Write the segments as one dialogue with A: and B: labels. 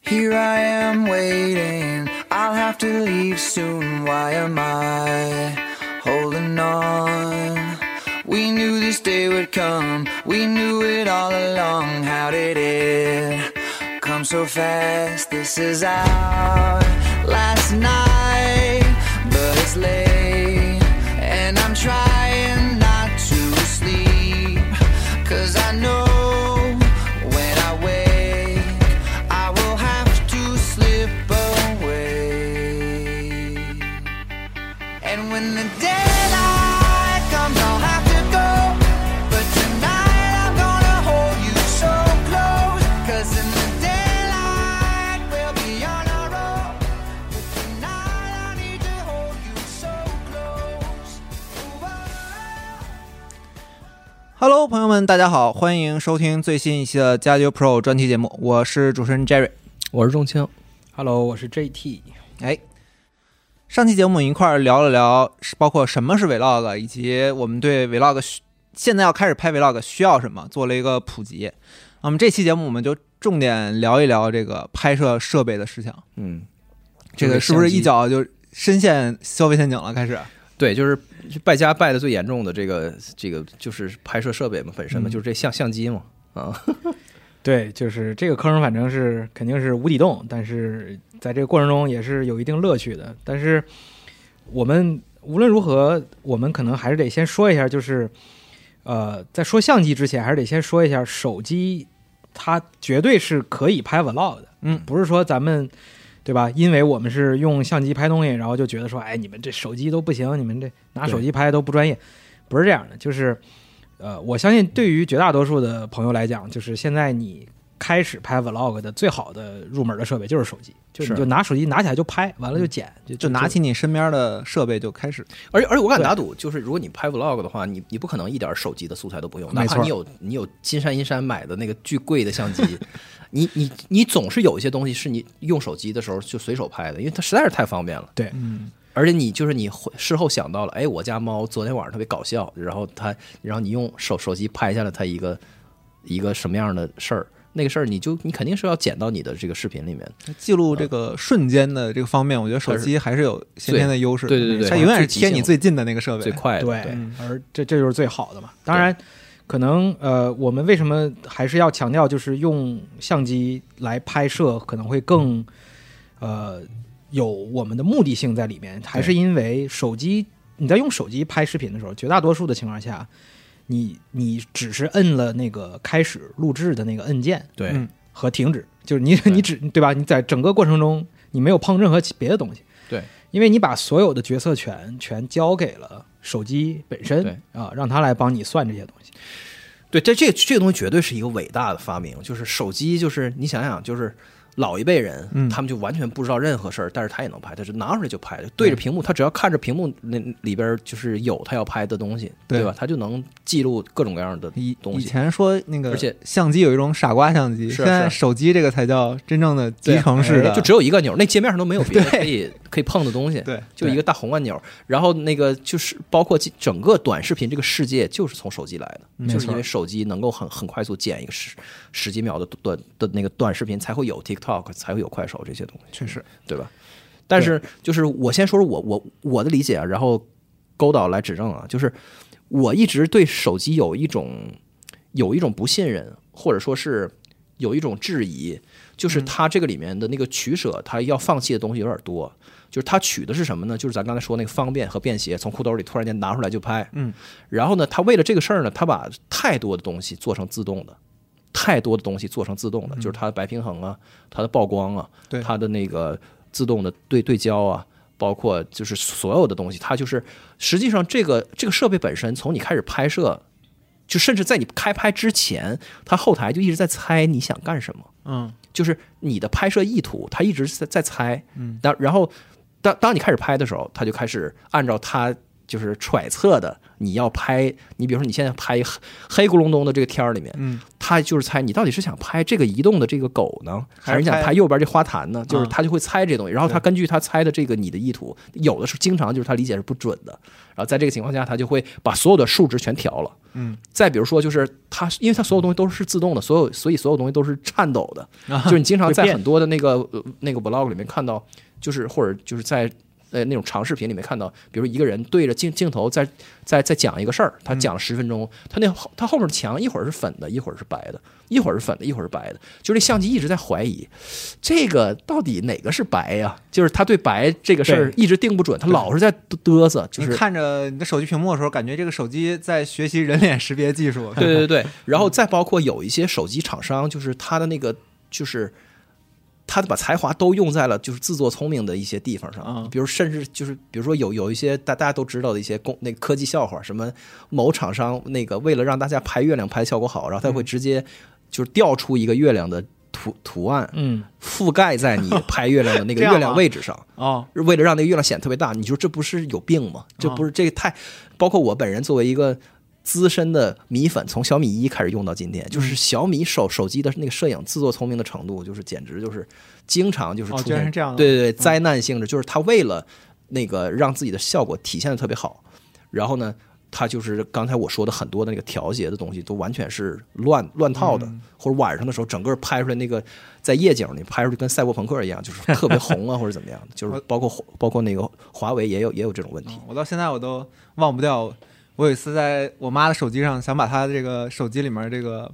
A: Here I am waiting. I'll have to leave soon. Why am I holding on? We knew this day would come. We knew it all along. How did it come so fast? This is our last night, but it's late. And I'm trying not to sleep. Cause I know. when I wake, I will have to slip away. And when the daylight comes, I'll have to go. But tonight I'm gonna hold you so close. Cause in the daylight we'll be on our own. But tonight I need to hold you so close. oh, Whoa.
B: Hello，朋友们，大家好，欢迎收听最新一期的《加九 Pro》专题节目，我是主持人 Jerry。
C: 我是仲青，
D: Hello，我是 JT。
B: 哎，上期节目我们一块儿聊了聊，是包括什么是 Vlog，以及我们对 Vlog 需现在要开始拍 Vlog 需要什么，做了一个普及。那么这期节目我们就重点聊一聊这个拍摄设备的事情，
C: 嗯，
B: 这个是不是一脚就深陷消费陷阱了？开始，
C: 对，就是败家败的最严重的这个这个就是拍摄设备嘛，本身嘛，
B: 嗯
C: 就是这相相机嘛，啊，
D: 对，就是这个坑，反正是肯定是无底洞，但是在这个过程中也是有一定乐趣的。但是我们无论如何，我们可能还是得先说一下，就是呃，在说相机之前，还是得先说一下手机，它绝对是可以拍 vlog 的，
B: 嗯
D: 不是说咱们。对吧？因为我们是用相机拍东西，然后就觉得说，哎，你们这手机都不行，你们这拿手机拍都不专业，不是这样的。就是，呃，我相信对于绝大多数的朋友来讲，就是现在你开始拍 vlog 的最好的入门的设备就是手机，就是你就拿手机拿起来就拍，完了就剪，就
B: 就拿起你身边的设备就开始。
C: 而且而且我敢
D: 对
C: 打赌，就是如果你拍 vlog 的话，你你不可能一点手机的素材都不用，哪
D: 没
C: 怕
D: 错
C: 你有你有金山银山买的那个巨贵的相机，你你你总是有一些东西是你用手机的时候就随手拍的，因为它实在是太方便了。
D: 对，
B: 嗯，
C: 而且你就是你会事后想到了，哎，我家猫昨天晚上特别搞笑，然后它，然后你用手手机拍下了它一个一个什么样的事儿，那个事儿你就你肯定是要剪到你的这个视频里面。
B: 记录这个瞬间的这个方面，我觉得手机还是有先天的优势。
C: 对对对对
B: 它永远是贴你最近的那个设备。
C: 最快的，
D: 对，
C: 对
D: 而这这就是最好的嘛。当然，可能呃，我们为什么还是要强调，就是用相机来拍摄可能会更呃有我们的目的性在里面，还是因为手机你在用手机拍视频的时候，绝大多数的情况下，你你只是摁了那个开始录制的那个按键
C: 对
B: 嗯
D: 和停止，就是你你只对吧？你在整个过程中你没有碰任何其别的东西。
C: 对，
D: 因为你把所有的决策权全交给了手机本身
C: 对
D: 啊、让它来帮你算这些东西。
C: 对，这这这个东西绝对是一个伟大的发明，就是手机，就是你想想，就是老一辈人，
B: 嗯
C: 他们就完全不知道任何事儿，但是他也能拍，他就拿出来就拍，就对着屏幕，他只要看着屏幕那里边就是有他要拍的东西，
B: 对
C: 对吧？他就能记录各种各样的
B: 以
C: 东
B: 以
C: 西。
B: 前说那个，
C: 而且
B: 相机有一种傻瓜相机，
C: 是啊
B: 现在
C: 是
B: 手机这个才叫真正的集
C: 对哎
B: 成式的，
C: 就只有一个钮，那界面上都没有别的可以可以碰的东西，
B: 对
C: 就一个大红按钮。然后那个就是包括这整个短视频这个世界就是从手机来的，就是因为手机能够很很快速剪一个十十几秒的短的那个短视频，才会有 TikTok，才会有快手这些东西，
B: 确实
C: 对吧？但是就是我先说说我我我的理解啊，然后勾导来指正啊，就是我一直对手机有一种有一种不信任，或者说是有一种质疑，就是
B: 嗯
C: 它这个里面的那个取舍，它要放弃的东西有点多。就是它取的是什么呢？就是咱刚才说那个方便和便携，从裤兜里突然间拿出来就拍。
B: 嗯，
C: 然后呢，他为了这个事儿呢，他把太多的东西做成自动的，太多的东西做成自动的，就是它的白平衡啊，它的曝光啊，
B: 嗯对
C: 它的那个自动的对对焦啊，包括就是所有的东西，它就是实际上这个这个设备本身从你开始拍摄就甚至在你开拍之前，他后台就一直在猜你想干什么，
B: 嗯
C: 就是你的拍摄意图，他一直在在猜。
B: 嗯，
C: 当然后当当你开始拍的时候，他就开始按照他就是揣测的你要拍，你比如说你现在拍黑黑咕隆咚的这个天儿里面，
B: 嗯
C: 他就是猜你到底是想拍这个移动的这个狗呢，还是你想
B: 还是
C: 拍
B: 拍
C: 右边这花坛呢？就是
B: 嗯
C: 他就会猜这东西，然后他
B: 对
C: 根据他猜的这个你的意图，有的时候经常就是他理解是不准的，然后在这个情况下，他就会把所有的数值全调了。
B: 嗯，
C: 再比如说，就是它，因为它所有东西都是自动的，所有所以所有东西都是颤抖的，就是你经常在
B: 啊会变
C: 很多的那个呃那个 vlog 里面看到，就是或者就是在呃那种长视频里面看到，比如一个人对着镜镜头在在在讲一个事儿，他讲了十分钟，他那后他后面的墙一会儿是粉的，一会儿是白的，一会儿是粉的，一会儿是白的，就是这相机一直在怀疑这个到底哪个是白呀、就是他对白这个事儿一直定不准，他老是在嘚嘚瑟，就
B: 你
C: 是
B: 看着你的手机屏幕的时候，感觉这个手机在学习人脸识别技术。
C: 对 对
B: 嗯
C: 对，然后再包括有一些手机厂商，就是他的那个，就是他把才华都用在了就是自作聪明的一些地方上，
B: 嗯
C: 比如甚至就是比如说有有一些大大家都知道的一些工那个科技笑话，什么某厂商那个为了让大家拍月亮拍效果好，然后他
B: 嗯
C: 会直接就是调出一个月亮的图图案，
D: 嗯，
C: 覆盖在你拍月亮的那 个
B: 这样吗
C: 月亮位置上。
B: 哦，
C: 为了让那个月亮显得特别大，你说这不是有病
B: 啊
C: 吗？这不是这个太，包括我本人作为一个资深的米粉，从小米一开始用到今天，
B: 嗯
C: 就是小米手手机的那个摄影自作聪明的程度，就是简直就是经常就是
B: 哦
C: 出
B: 居然
C: 现
B: 是这样的
C: 对对对，灾难性质，就是他为了那个让自己的效果体现的特别好，然后呢。他就是刚才我说的很多的那个调节的东西，都完全是乱乱套的，或者晚上的时候，整个拍出来那个在夜景里拍出来跟赛博朋克一样，就是特别红啊，或者怎么样的，就是包括包括那个华为也有也有这种问题。
B: 我到现在我都忘不掉，我有一次在我妈的手机上想把她这个手机里面这个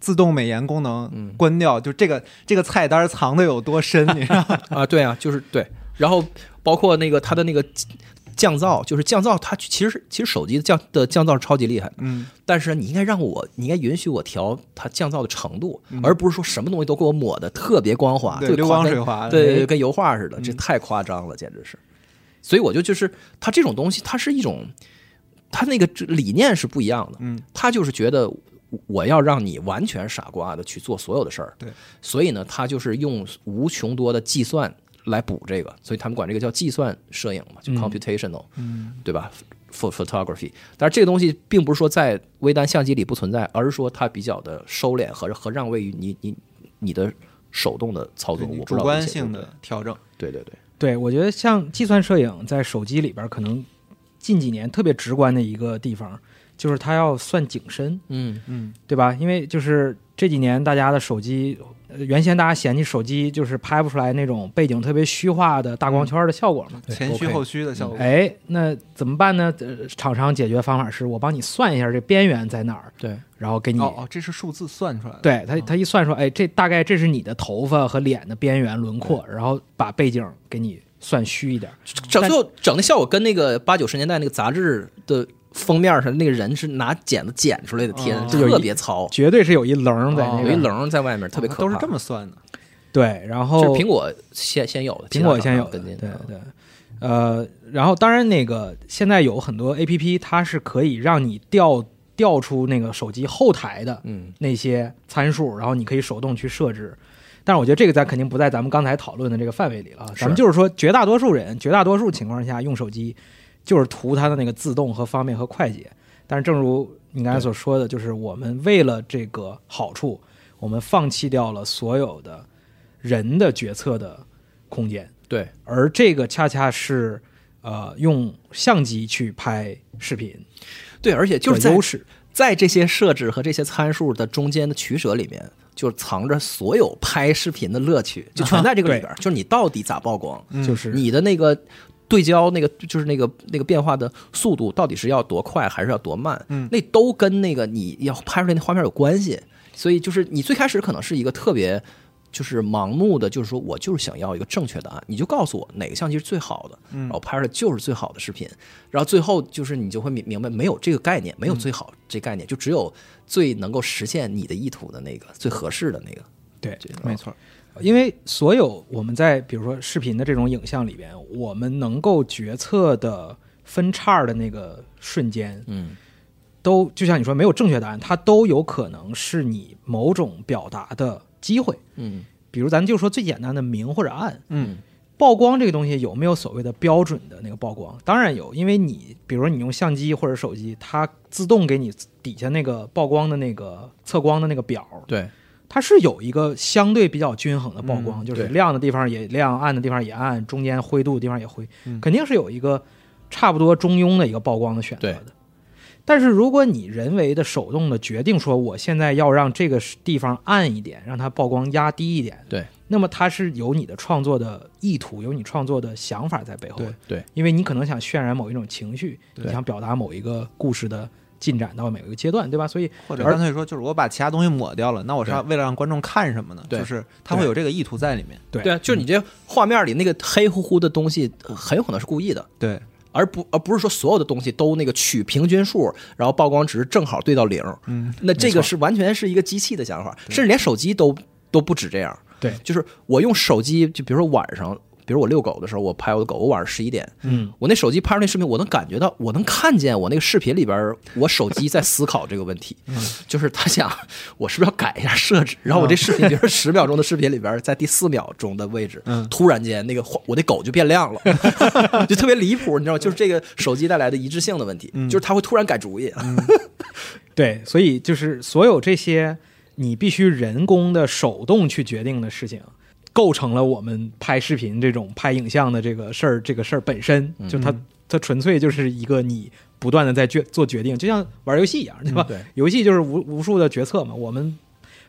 B: 自动美颜功
C: 嗯
B: 能关掉，就这个这个菜单藏的有多深，你知 道吗？
C: 啊，对啊，就是对。然后包括那个它的那个降噪，就是降噪，它其实其实手机的降的降噪是超级厉害的，
B: 嗯，
C: 但是你应该让我，你应该允许我调它降噪的程度，而不是说什么东西都给我抹的特别光滑，
B: 嗯对
C: 特别
B: 流
C: 啊夸
B: 光
C: 张
B: 水滑
C: 对对对，
B: 哎
C: 跟油画似的，这太夸张了，简直是。所以我就就是它这种东西，它是一种，它那个理念是不一样的，
B: 嗯，
C: 他就是觉得我要让你完全傻瓜的去做所有的事儿，
B: 对，
C: 所以呢，他就是用无穷多的计算来补这个，所以他们管这个叫计算摄影嘛，就 computational，嗯，对吧？pho-？photography，但是这个东西并不是说在微单相机里不存在，而是说它比较的收敛和和让位于你你你的手动的操
B: 对
C: 作，我
B: 你
C: 不知
B: 主
C: 道
B: 观
C: 怎么写
B: 性的调整，
C: 对对对，
D: 对，我觉得像计算摄影在手机里边儿，可能近几年特别直观的一个地方，就是它要算景深，
C: 嗯
B: 嗯，
D: 对吧？因为就是这几年大家的手机，呃原先大家嫌弃手机就是拍不出来那种背景特别虚化的
C: 嗯
D: 大光圈的效果嘛。
B: 前虚
C: OK 嗯
B: 后虚的效果，哦
D: 哎，那怎么办呢？呃厂商解决方法是我帮你算一下这边缘在哪儿，
C: 对，
D: 然后给你，
B: 哦哦，这是数字算出来的，，
D: 对他他一算说，哎，这大概这是你的头发和脸的边缘轮廓，然后把背景给你算虚一点。
C: 整最后整的效果跟那个八九十年代那个杂志的封面上那个人是拿剪子剪出来的，贴的、
B: 哦
C: 特别糙，
D: 绝对是哦有一棱在那
C: 有一
D: 个、
C: 棱在外面，特别可
B: 哦啊
C: 怕。
B: 都是这么算的，
D: 对，然后
C: 就是苹果先先有的，
D: 哦苹果先有的
C: 跟进
D: 对对，呃，然后当然那个现在有很多 A P P，它是可以让你调调出那个手机后台的
C: 嗯
D: 那些参数，然后你可以手动去设置。但是我觉得这个咱肯定不在咱们刚才讨论的这个范围里了啊。
C: 是
D: 咱们就是说，绝大多数人，绝大多数情况下用手机，就是图它的那个自动和方便和快捷。但是正如你刚才所说的，就是我们为了这个好处，我们放弃掉了所有的人的决策的空间。
C: 对，
D: 而这个恰恰是呃用相机去拍视频
C: 对，而且就是
D: 的
C: 在
D: 优势。
C: 在这些设置和这些参数的中间的取舍里面，就是藏着所有拍视频的乐趣，就全在这个里边儿。就是你到底咋曝光，
D: 就是
C: 你的那个对焦那个就是那个那个变化的速度到底是要多快还是要多慢，
B: 嗯
C: 那都跟那个你要拍出来那画面有关系。所以就是你最开始可能是一个特别。就是盲目的，就是说我就是想要一个正确答案，你就告诉我哪个相机是最好的，然后拍出来就是最好的视频，然后最后就是你就会明明白，没有这个概念，没有最好这概念，就只有最能够实现你的意图的那个最合适的那个。
D: 对，
B: 没错，
D: 因为所有我们在比如说视频的这种影像里边，我们能够决策的分叉的那个瞬间，
C: 嗯，
D: 都就像你说，没有正确答案，它都有可能是你某种表达的机会。
C: 嗯
D: 比如咱就说最简单的明或者暗，
B: 嗯，
D: 曝光这个东西有没有所谓的标准的那个曝光？当然有，因为你比如说你用相机或者手机，它自动给你底下那个曝光的那个测光的那个表，
C: 对，
D: 它是有一个相对比较均衡的曝光，
B: 嗯
D: 就是
C: 对
D: 亮的地方也亮，暗的地方也暗，中间灰度的地方也灰，
B: 嗯
D: 肯定是有一个差不多中庸的一个曝光的选择的
C: 对。
D: 但是如果你人为的手动的决定说，我现在要让这个地方暗一点，让它曝光压低一点，
C: 对，
D: 那么它是有你的创作的意图，有你创作的想法在背后的，
C: 对对
D: 因为你可能想渲染某一种情绪，
C: 对
D: 你想表达某一个故事的进展到某一个阶段，对吧？所以
B: 或者
D: 而
B: 干脆说，就是我把其他东西抹掉了，那我是
C: 对
B: 要为了让观众看什么呢？
C: 对
B: 就是他会有这个意图在里面。
D: 对
C: 对啊，就是你这画面里那个黑乎乎的东西，呃很有可能是故意的，
B: 对，
C: 而不而不是说所有的东西都那个取平均数，然后曝光值正好对到零。
B: 嗯，
C: 那这个是完全是一个机器的想法，甚至连手机都都不止这样。
D: 对
C: 就是我用手机，就比如说晚上，比如我遛狗的时候，我拍我的狗，我晚上十一点，
D: 嗯，
C: 我那手机拍出那视频，我能感觉到，我能看见我那个视频里边儿，我手机在思考这个问题， 就是他想我是不是要改一下设置，然后我这视频，比如说十秒钟的视频里边儿，在第四秒钟的位置，突然间那个花我的狗就变亮了，就特别离谱，你知道吗？就是这个手机带来的一致性的问题， 就是它会突然改主意，
D: 对，所以就是所有这些你必须人工的手动去决定的事情，构成了我们拍视频这种拍影像的这个事儿，这个事儿本身就它、它纯粹就是一个你不断的在决做决定，就像玩游戏一样，嗯对吧？
C: 对
D: 游戏就是无无数的决策嘛，我们。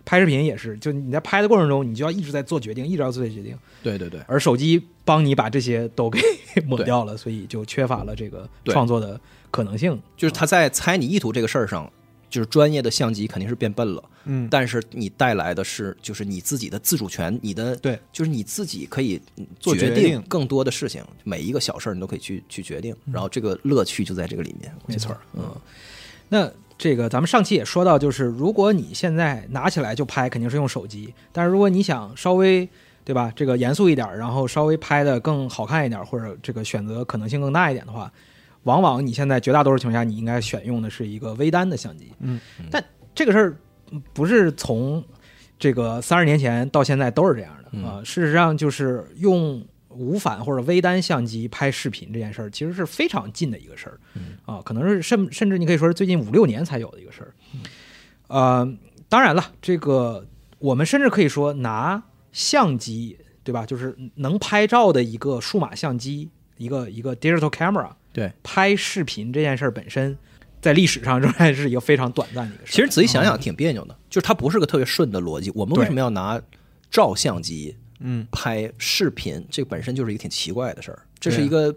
D: 拍视频也是，就你在拍的过程中，你就要一直在做决定，一直要做决定，
C: 对对对。
D: 而手机帮你把这些都给抹
C: 对
D: 掉了，所以就缺乏了这个
C: 对
D: 创作的可能性。
C: 就是他在猜你意图这个事儿上，就是专业的相机肯定是变笨了，
B: 嗯
C: 但是你带来的是就是你自己的自主权，你的
B: 对，
C: 就是你自己可以嗯
B: 做决
C: 决
B: 定嗯
C: 更多的事情，每一个小事儿你都可以去去决定，然后这个乐趣就在这个里面，
D: 没
C: 没
D: 错
C: 错，嗯，
D: 那这个咱们上期也说到，就是如果你现在拿起来就拍，肯定是用手机；但是如果你想稍微对吧，这个严肃一点，然后稍微拍的更好看一点，或者这个选择可能性更大一点的话，往往你现在绝大多数情况下，你应该选用的是一个微单的相机。
B: 嗯，
D: 但这个事儿嗯不是从这个三十年前到现在都是这样的
C: 嗯
D: 啊、事实上，就是用无反或者微单相机拍视频这件事儿，其实是非常近的一个事儿。
C: 嗯
D: 啊，可能是甚甚至你可以说是最近五六年才有的一个事儿。呃，当然了，这个我们甚至可以说拿相机，对吧？就是能拍照的一个数码相机，一个一个 digital camera，
C: 对。
D: 拍视频这件事儿本身，在历史上仍然是一个非常短暂的一个事儿。
C: 其实仔细
B: 嗯
C: 想想挺别扭的，就是它不是个特别顺的逻辑。我们为什么要拿照相机
B: 嗯，
C: 拍视频？这本身就是一个挺奇怪的事儿，这是
B: 对啊
C: 一个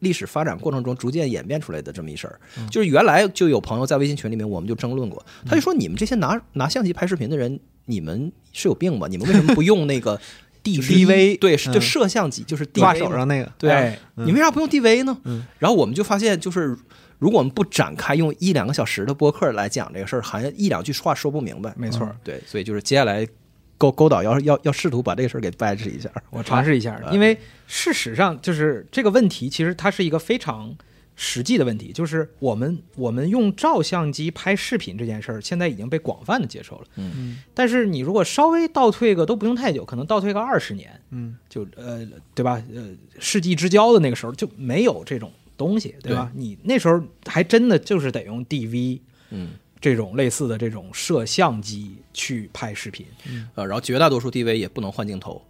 C: 历史发展过程中逐渐演变出来的这么一事儿。
B: 嗯
C: 就是原来就有朋友在微信群里面，我们就争论过，他就说你们这些拿拿相机拍视频的人，你们是有病吧？你们为什么不用那个 DV？
B: DV
C: 对，是就
B: 嗯
C: 摄像机就是
B: 挂
C: DV
B: 手
C: 嘛
B: 上那个，
C: 对啊
D: 哎，
C: 你为啥不用 DV 呢？然后我们就发现，就是如果我们不展开用一两个小时的播客来讲这个事儿，好像一两句话说不明白。
D: 没错
C: 嗯对，所以就是接下来勾勾导要要要试图把这个事儿给掰扯一下。
D: 我尝试一下，
C: 啊
D: 因为事实上就是这个问题，其实它是一个非常实际的问题，就是我们我们用照相机拍视频这件事儿，现在已经被广泛的接受了。
C: 嗯，
D: 但是你如果稍微倒退个，都不用太久，可能倒退个二十年，
B: 嗯，
D: 就呃，对吧？呃，世纪之交的那个时候就没有这种东西，对吧？你那时候还真的就是得用 DV
C: 嗯，
D: 这种类似的这种摄像机去拍视频，
C: 呃，然后绝大多数 DV 也不能换镜头，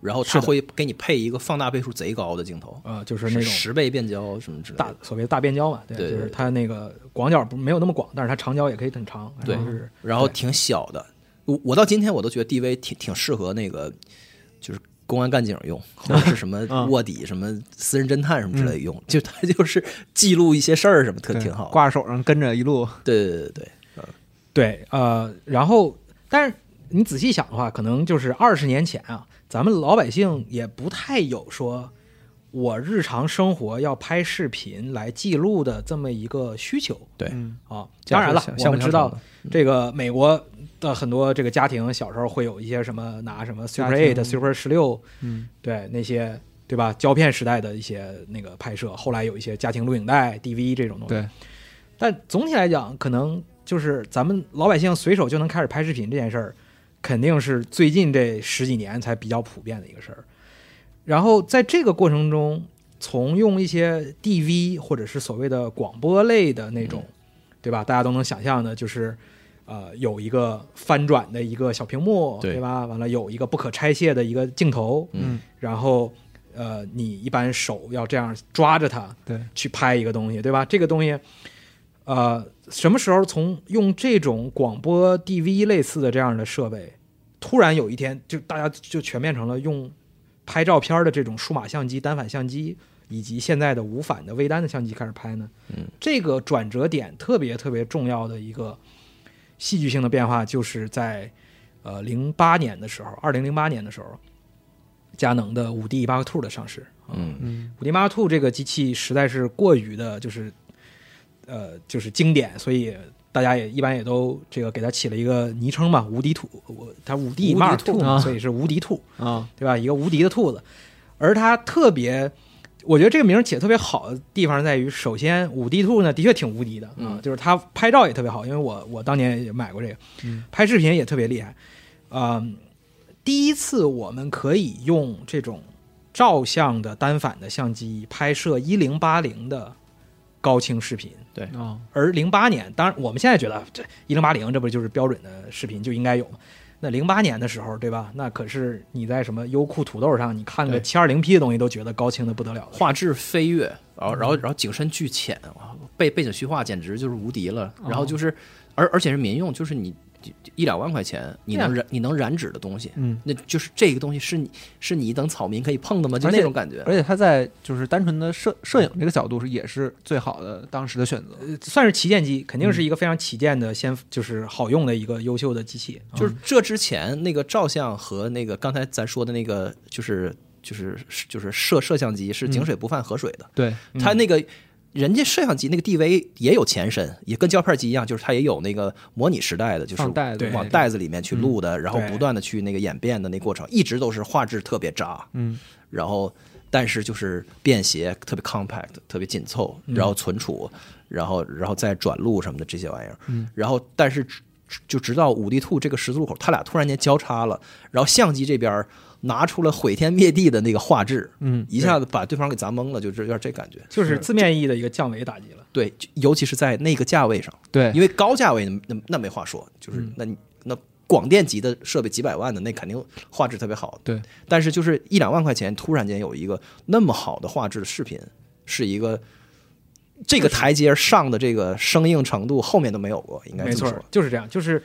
C: 然后
D: 是
C: 它
D: 的
C: 会给你配一个放大倍数贼高的镜头，
D: 呃，就是那种
C: 十倍变焦什么之类
D: 大
C: 的。
D: 所谓的大变焦嘛，对，
C: 对对
D: 就是
C: 对
D: 它那个广角不没有那么广，但是它长焦也可以很长，
C: 对
D: 然后就是，
C: 然后挺小的。我我到今天我都觉得 DV 挺挺适合那个，就是公安干警 用，或者是什么
B: 嗯
C: 卧底、什么私人侦探什么之类的用，就它就是记录一些事儿什么，特
B: 对
C: 挺好。哎
B: 挂手上跟着一路，
C: 对对对对，
D: 对，呃，然后但是你仔细想的话，可能就是二十年前啊，咱们老百姓也不太有说我日常生活要拍视频来记录的这么一个需求
C: 对
B: 嗯，
D: 啊。当然了
C: 像，
D: 我
C: 像
D: 们
C: 不
D: 知
C: 像
D: 道这个美国的很多这个家庭小时候会有一些什么拿什么 Super
B: 家庭
D: Eight、Super 十六，
B: 嗯，
D: 对那些对吧胶片时代的一些那个拍摄，后来有一些家庭录影带、DV 这种东西。
B: 对，
D: 但总体来讲，可能就是咱们老百姓随手就能开始拍视频这件事儿，肯定是最近这十几年才比较普遍的一个事儿。然后在这个过程中，从用一些 DV 或者是所谓的广播类的那种，对吧？大家都能想象的，就是呃有一个翻转的一个小屏幕，
C: 对
D: 对吧？完了有一个不可拆卸的一个镜头，
B: 嗯，
D: 然后呃，你一般手要这样抓着它，
B: 对，
D: 去拍一个东西，对吧？这个东西，呃，什么时候从用这种广播 DV 类似的这样的设备，突然有一天就大家就全变成了用拍照片的这种数码相机、单反相机，以及现在的无反的微单的相机开始拍呢？
C: 嗯，
D: 这个转折点特别特别重要的一个戏剧性的变化，就是在呃零八年的时候，二零零八年的时候，佳能的五 D 八个 Two 的上市。
C: 嗯
E: 嗯
D: 五 D Mark Two 这个机器实在是过于的，就是呃，就是经典，所以大家也一般也都这个给它起了一个昵称嘛，无敌兔，我它五 D
B: 无敌
D: Mark
B: 兔
D: Two，
B: 啊
D: 所以是无敌兔，
B: 啊，
D: 对吧？一个无敌的兔子，而它特别。我觉得这个名儿起的特别好的地方在于，首先五 D Two 呢的确挺无敌的啊、
C: 嗯
D: 就是它拍照也特别好，因为我我当年也买过这个，
E: 嗯
D: 拍视频也特别厉害。嗯，第一次我们可以用这种照相的单反的相机拍摄一零八零的高清视频，
E: 啊，
D: 而零八年，当然我们现在觉得这一零八零这不就是标准的视频就应该有嘛？那零八年的时候，对吧？那可是你在什么优酷、土豆上，你看个
C: 对
D: 七二零 P 的东西都觉得高清的不得了了。
C: 画质飞跃，然后然
B: 嗯
C: 后然后景深巨浅，哇背背景虚化简直就是无敌了。
B: 哦
C: 然后就是，而而且是民用，就是你就就一两万块钱，你能
D: 对
B: 啊
C: 染你能染指的东西，
B: 嗯，
C: 那就是这个东西是你是你等草民可以碰的吗？就
B: 而且
C: 那种感觉。
B: 而且他在就是单纯的摄摄影这个角度是也是最好的当时的选择，
D: 呃算是旗舰机，肯定是一个非常旗舰的，先就是好用的一个优秀的机器。啊
C: 就是这之前那个照相和那个刚才咱说的那个就是就是就是摄摄像机是井水不犯河水的，
B: 对，
D: 嗯
C: 它那个人家摄像机那个 DV 也有前身，也跟胶片机一样，就是它也有那个模拟时代的，就是
B: 放袋子
D: 对
C: 往袋子里面去录的，然后
D: 对
C: 不断的去那个演变的那过程，一直都是画质特别渣，
B: 嗯，
C: 然后但是就是便携，特别 compact，特别紧凑，然后存储，然后然后再转录什么的这些玩意儿，然后但是直就直到五 D Two 这个十字路口，它俩突然间交叉了，然后相机这边儿拿出了毁天灭地的那个画质，
B: 嗯，
C: 一下子把对方给砸懵了，就这有点这感觉。
D: 就是字面意义的一个降维打击了。
C: 对，就尤其是在那个价位上，
B: 对，
C: 因为高价位那那那没话说，就是那你那广电级的设备几百万的那肯定画质特别好，
B: 对。
C: 但是就是一两万块钱，突然间有一个那么好的画质的视频，是一个这个台阶上的这个生硬程度后面都没有过，应该
D: 没
C: 这么
D: 错
C: 说，。
D: 就是这样，就是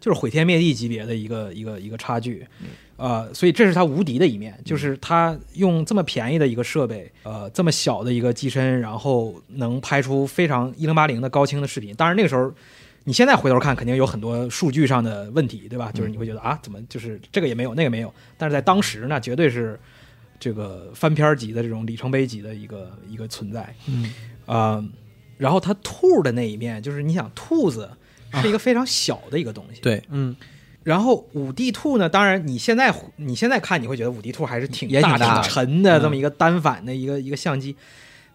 D: 就是毁天灭地级别的一个一个一个差距，
C: 嗯
D: 呃，所以这是它无敌的一面，就是它用这么便宜的一个设备，呃，这么小的一个机身，然后能拍出非常一零八零的高清的视频。当然那个时候。你现在回头看，肯定有很多数据上的问题，对吧？就是
C: 嗯
D: 你会觉得啊，怎么就是这个也没有，那个没有。但是在当时那绝对是这个翻篇儿级的这种里程碑级的一个一个存在。
B: 嗯，
D: 呃，然后它兔的那一面，就是你想兔子
B: 啊
D: 是一个非常小的一个东西，
C: 对，
B: 嗯，
D: 然后五 D 兔呢，当然你现在你现在看你会觉得五 D 兔还是挺
B: 也挺
D: 大
B: 大的
D: 挺沉的
B: 嗯
D: 这么一个单反的一个、一个相机，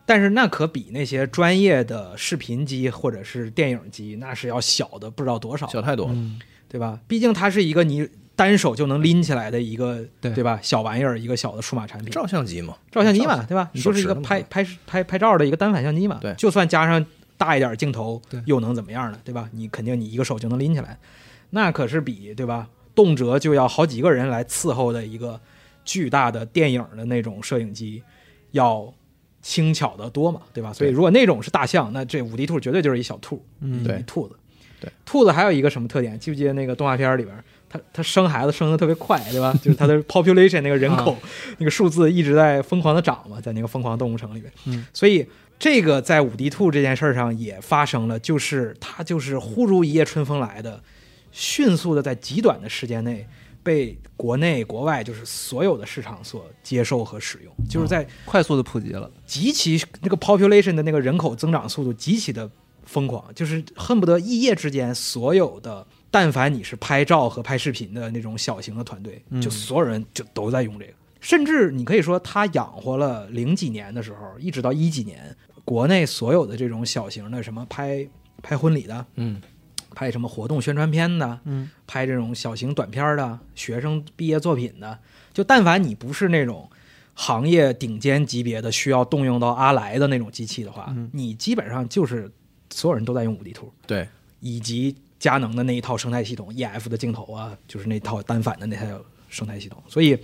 D: 但是那可比那些专业的视频机或者是电影机那是要小的不知道多少，
C: 小太多
B: 嗯
C: 了。
D: 对吧？毕竟它是一个你单手就能拎起来的一个
B: 对
D: 吧小玩意儿，一个小的数码产品。
C: 照相机嘛，
D: 照相机嘛，对吧？你
C: 手
D: 就
C: 持
D: 是一个
C: 的嘛
D: 拍拍拍拍照的一个单反相机嘛，
C: 对
D: 就算加上大一点镜头
B: 对，
D: 又能怎么样呢？对吧？你肯定你一个手就能拎起来，那可是比对吧？动辄就要好几个人来伺候的一个巨大的电影的那种摄影机，要轻巧的多嘛，对吧？所以如果那种是大象，那这五 D 兔绝对就是一小兔，
B: 嗯
C: 对
D: 一兔子。
C: 对，
D: 兔子还有一个什么特点？记不记得那个动画片里边，它它生孩子生的特别快，对 吧？就是它的 population 那个人口、那个数字一直在疯狂的涨嘛，在那个疯狂动物城里面。
B: 嗯，
D: 所以这个在五 D 兔这件事儿上也发生了，就是它就是忽如一夜春风来的，迅速的在极短的时间内。被国内、国外就是所有的市场所接受和使用，就是在
B: 快速的普及了，
D: 极其那个 population 的那个人口增长速度极其的疯狂，就是恨不得一夜之间，所有的但凡你是拍照和拍视频的那种小型的团队，就所有人就都在用这个。甚至你可以说，它养活了零几年的时候，一直到一几年，国内所有的这种小型的什么拍拍婚礼的，
C: 嗯
D: 拍什么活动宣传片的，
B: 嗯，
D: 拍这种小型短片儿的、学生毕业作品的，就但凡你不是那种行业顶尖级别的需要动用到阿莱的那种机器的话，
B: 嗯
D: 你基本上就是所有人都在用五 D 图，
C: 对，
D: 以及佳能的那一套生态系统，EF 的镜头啊，就是那套单反的那套生态系统。所以，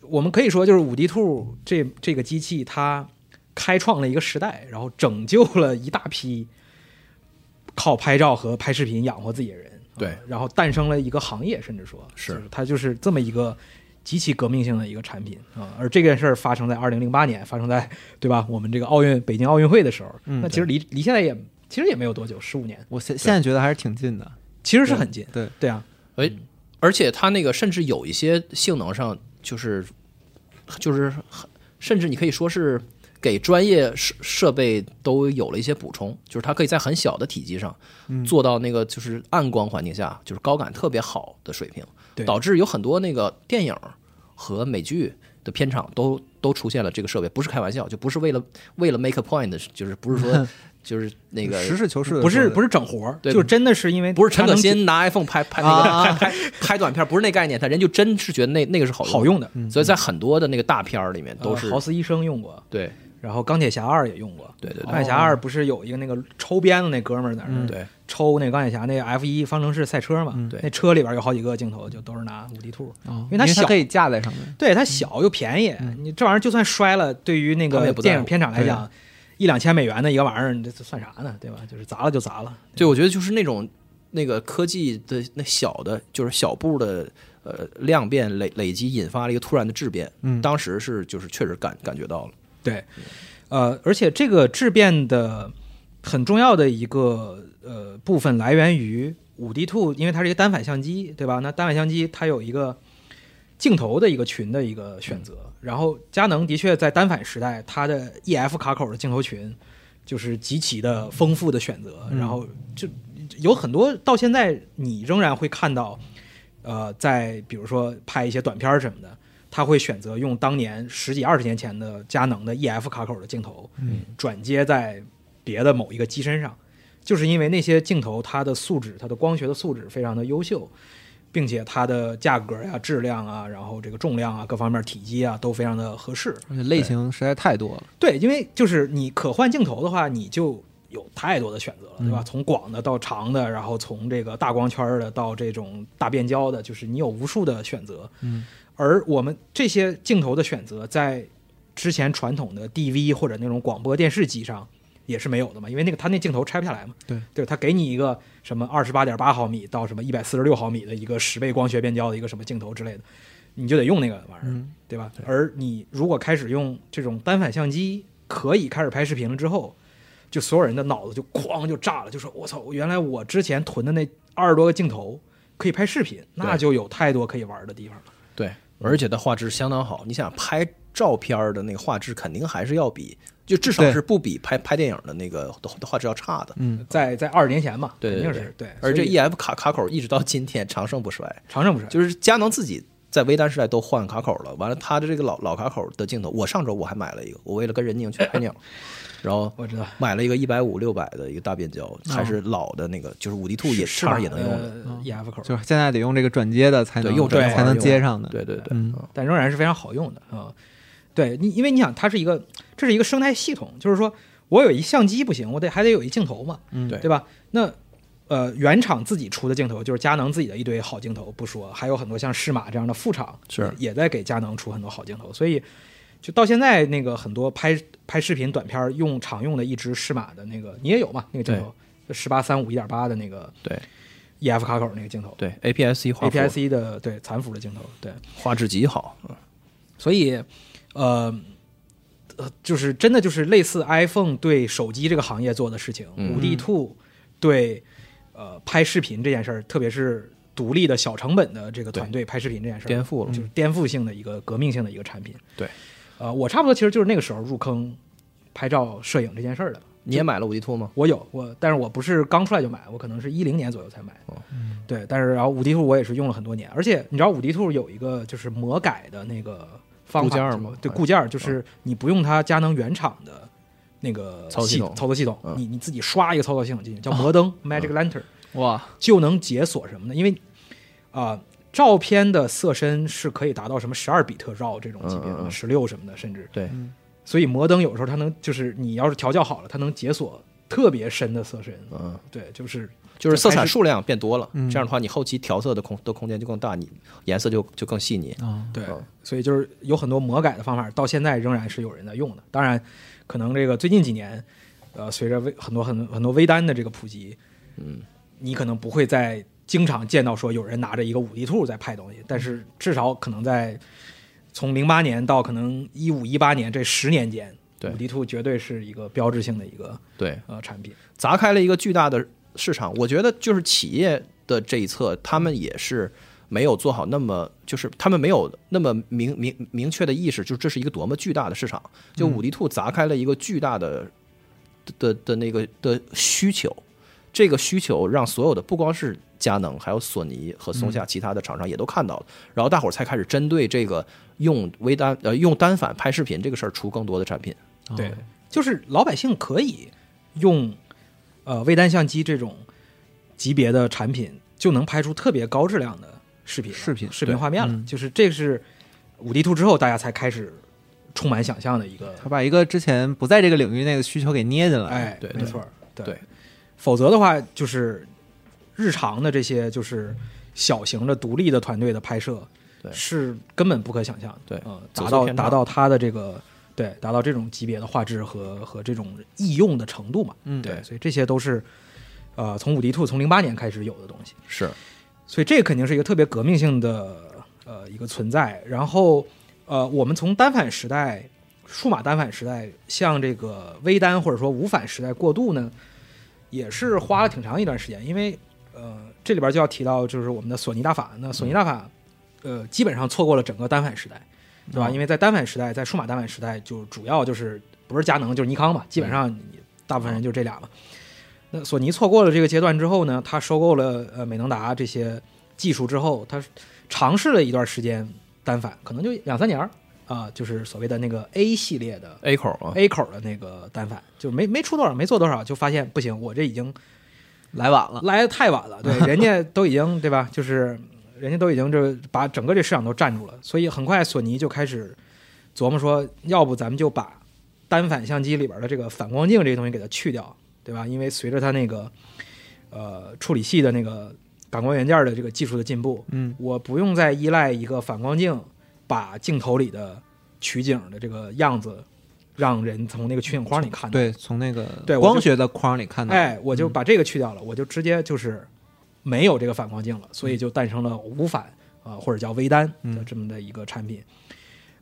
D: 我们可以说，就是五 D 兔这这个机器，它开创了一个时代，然后拯救了一大批靠拍照和拍视频养活自己的人。
C: 对
D: 啊然后诞生了一个行业，甚至说
C: 是
D: 就它就是这么一个极其革命性的一个产品啊。而这件事儿发生在二零零八年，发生在对吧？我们这个奥运北京奥运会的时候，
B: 嗯
D: 那其实离离现在也其实也没有多久，十五年。
B: 我现现在觉得还是挺近的。
D: 其实是很近。
B: 对
D: 对啊，
C: 而且它那个甚至有一些性能上就是就是很甚至你可以说是给专业设设备都有了一些补充，就是它可以在很小的体积上做到那个就是暗光环境下就是高感特别好的水平
D: 对，
C: 导致有很多那个电影和美剧。的片场都都出现了这个设备，不是开玩笑，就不是为了为了 make a point，就是不是说就是那个
B: 实事求是的，
D: 不是不
B: 是，
D: 是整活儿，
C: 对
D: 就真的是因为
C: 不是陈
D: 它
C: 可
D: 能
C: 辛拿 iPhone 拍拍那个拍拍拍短片，不是那概念，他人就真是觉得那那个是好
D: 好
C: 用嗯啊
D: 用的，
B: 嗯
C: 的，所以在很多的那个大片儿里面都
D: 呃
C: 是
D: 豪斯医生用过，
C: 对
D: 然后钢铁侠二也用过。
C: 对对对
D: 钢铁侠二不是有一个那个抽鞭子那哥们儿在那儿
B: 嗯
C: 对
D: 抽那钢铁侠那 F 一方程式赛车嘛
B: 嗯
C: 对，嗯
D: 那车里边有好几个镜头就都是拿五 D 兔，
B: 哦
D: 因为它小
B: 可以架在上面。
D: 对它小又便宜，你这玩意儿就算摔了，对于那
C: 他们
D: 个
C: 嗯也不在乎
D: 电影片场来讲，一两千美元的一个玩意儿，你这算啥呢？对吧？就是砸了就砸了，
C: 对，我觉得就是那种那个科技的那小的，就是小步的呃量变累累积引发了一个突然的质变，
B: 嗯
C: 当时是就是确实感感觉到了，
D: 对，呃，而且这个质变的很重要的一个呃部分来源于五 D Two，因为它是一个单反相机，对吧？那单反相机它有一个镜头的一个群的一个选择，然后佳能的确在单反时代，它的 EF 卡口的镜头群就是极其的丰富的选择，然后就有很多到现在你仍然会看到，呃，在比如说拍一些短片儿什么的，他会选择用当年十几二十年前的佳能的 EF 卡口的镜头，
B: 嗯，
D: 转接在别的某一个机身上，就是因为那些镜头它的素质、它的光学的素质非常的优秀，并且它的价格呀、质量啊，然后这个重量啊、各方面体积啊都非常的合适。
B: 而且类型实在太多了，
D: 对，因为就是你可换镜头的话，你就有太多的选择了，对吧？
B: 嗯
D: 从广的到长的，然后从这个大光圈儿的到这种大变焦的，就是你有无数的选择。
B: 嗯，
D: 而我们这些镜头的选择，在之前传统的 DV 或者那种广播电视机上。也是没有的嘛，因为那个它那镜头拆不下来嘛，
B: 对
D: 对，它给你一个什么二十八点八毫米到什么一百四十六毫米的一个十倍光学变焦的一个什么镜头之类的，你就得用那个玩意儿。
B: 嗯，
D: 对吧？而你如果开始用这种单反相机，可以开始拍视频了之后，就所有人的脑子就哐就炸了，就说：“我操，原来我之前囤的那二十多个镜头可以拍视频，那就有太多可以玩的地方了。
C: 对，而且它画质相当好，你想拍照片儿的那个画质肯定还是要比。就至少
B: 对
C: 是不比拍拍电影的那个的的画质要差的，
B: 嗯，
D: 在在二十年前嘛，
C: 对对
D: 肯定
C: 对
D: 是对。
C: 而
D: 所
C: 这
D: 以
C: EF 卡卡口一直到今天长盛不衰，
D: 长盛不是，
C: 就是佳能自己在微单时代都换卡口了，完了它的这个老老卡口的镜头，我上周我还买了一个，我为了跟任宁去 拍鸟，然后
D: 我知道
C: 买了一个一百五六百的一个大变焦，还是老的那个，啊就是五 D 兔也
D: 是
C: 叉
D: 吧
C: 儿也能用的，
D: 呃 EF 口，
B: 就是现在得用这个转接的才能
C: 对用
D: 转接
B: 才能接上的。
C: 对对对，
B: 嗯
D: 但仍然是非常好用的啊。对你，因为你想，它是一个，这是一个生态系统，就是说我有一相机不行，我得还得有一镜头嘛，
B: 嗯
C: 对
D: 对吧？那呃，原厂自己出的镜头，就是佳能自己的一堆好镜头不说，还有很多像适马这样的副厂
C: 是
D: 也在给佳能出很多好镜头，所以就到现在那个很多拍拍视频短片儿用常用的一支适马的那个，你也有嘛？那个镜头，十八三五一点八的那个
C: 对
D: EF 卡口那个镜头
C: 对，APS-C 画幅
D: ，APS-C 的对残幅的镜头，对。
C: 画质极好，嗯
D: 所以，呃，呃，就是真的就是类似 iPhone 对手机这个行业做的事情，
C: 嗯
D: 五 D Two 对呃拍视频这件事儿，特别是独立的小成本的这个团队拍视频这件事儿，
C: 颠覆了
D: 就是颠覆性的一个革命性的一个产品。
C: 对，
D: 呃，我差不多其实就是那个时候入坑拍照摄影这件事儿的。
C: 你也买了五 D 兔吗？
D: 我有我，但是我不是刚出来就买，我可能是一零年左右才买的。
C: 哦
D: 对，但是然后五 D 兔我也是用了很多年，而且你知道五 D 兔有一个就是魔改的那个方法
C: 固件儿
D: 是吗
C: 吗啊
D: 对，固件儿就是你不用它佳能原厂的。那个
C: 操作系
D: 系
C: 统
D: 操作系统
C: 嗯，哦
D: 你你自己刷一个操作系统进去，叫摩登 Magic Lantern，
C: 哇，
D: 就能解锁什么呢？因为啊、照片的色深是可以达到什么十二比特绕这种级别
C: 嗯嗯
D: 的，
C: 嗯
D: 十六什么的，甚至
C: 对，
D: 所以摩登有时候它能就是你要是调教好了，它能解锁特别深的色深。
C: 嗯，
D: 对，就是
C: 就是色
D: 还
C: 彩
D: 是
C: 数量变多了，
B: 嗯
C: 这样的话你后期调色的空的空间就更大，你颜色就就更细腻。
B: 啊，
D: 对
C: 嗯，
D: 所以就是有很多魔改的方法，到现在仍然是有人在用的。当然，可能这个最近几年，呃，随着微很多很多很多微单的这个普及，
C: 嗯，
D: 你可能不会再经常见到说有人拿着一个五 D 兔在拍东西，但
C: 嗯
D: 是至少可能在从零八年到可能一五一八年这十年间，
C: 对
D: 五 D 兔绝对是一个标志性的一个
C: 对，
D: 呃产品。
C: 砸开了一个巨大的市场。我觉得就是企业的这一侧，他们也是没有做好那么，就是他们没有那么明明明确的意识，就是这是一个多么巨大的市场。就五 D 兔砸开了一个巨大的的的的那个的需求，这个需求让所有的不光是。佳能还有索尼和松下其他的厂商也都看到了，然后大伙儿才开始针对这个用微单呃用单反拍视频这个事儿出更多的产品。
B: 哦
D: 对，就是老百姓可以用呃微单相机这种级别的产品，就能拍出特别高质量的视频了、
B: 视频嗯
D: 视频
C: 对
D: 画面了。就是这是五 D 图之后，大家才开始充满想象的一个，
B: 他把一个之前不在这个领域内的需求给捏进来，
D: 哎，
C: 对
D: 没
C: 对
D: 错儿，对
C: 对
D: 否则的话，就是日常的这些就是小型的独立的团队的拍摄，
C: 对
D: 是根本不可想象的。
C: 对
D: 呃，
C: 走
D: 达
C: 错
D: 到
C: 偏差
D: 达到它的这个对达到这种级别的画质和和这种易用的程度嘛。
B: 嗯
D: 对，所以这些都是呃从五 D 兔从零八年开始有的东西，
C: 是，
D: 所以这肯定是一个特别革命性的呃一个存在。然后呃，我们从单反时代、数码单反时代向这个微单或者说无反时代过渡呢，也是花了挺长一段时间，因为呃这里边就要提到就是我们的索尼大法，那索尼大法呃基本上错过了整个单反时代。对吧？因为在单反时代，在数码单反时代，就主要就是不是佳能就是尼康嘛，基本上你大部分人就这俩嘛。那索尼错过了这个阶段之后呢，他收购了呃美能达这些技术之后，他尝试了一段时间单反，可能就两三年儿啊、就是所谓的那个 A 系列的
C: A 口啊，
D: A 口的那个单反，就没没出多少，没做多少，就发现不行，我这已经
B: 来晚了，
D: 来的太晚了，对，人家都已经对吧？就是人家都已经就是把整个这市场都占住了，所以很快索尼就开始琢磨说，要不咱们就把单反相机里边的这个反光镜这个东西给它去掉，对吧？因为随着它那个呃处理器的那个感光元件的这个技术的进步，
B: 嗯，
D: 我不用再依赖一个反光镜把镜头里的取景的这个样子让人从那个取景框里看到，
B: 对，从那个
D: 对我就
B: 光学的框里看到，嗯
D: 哎，我就把这个去掉了，我就直接就是没有这个反光镜了，
B: 嗯
D: 所以就诞生了无反啊、呃或者叫微单的这么的一个产品。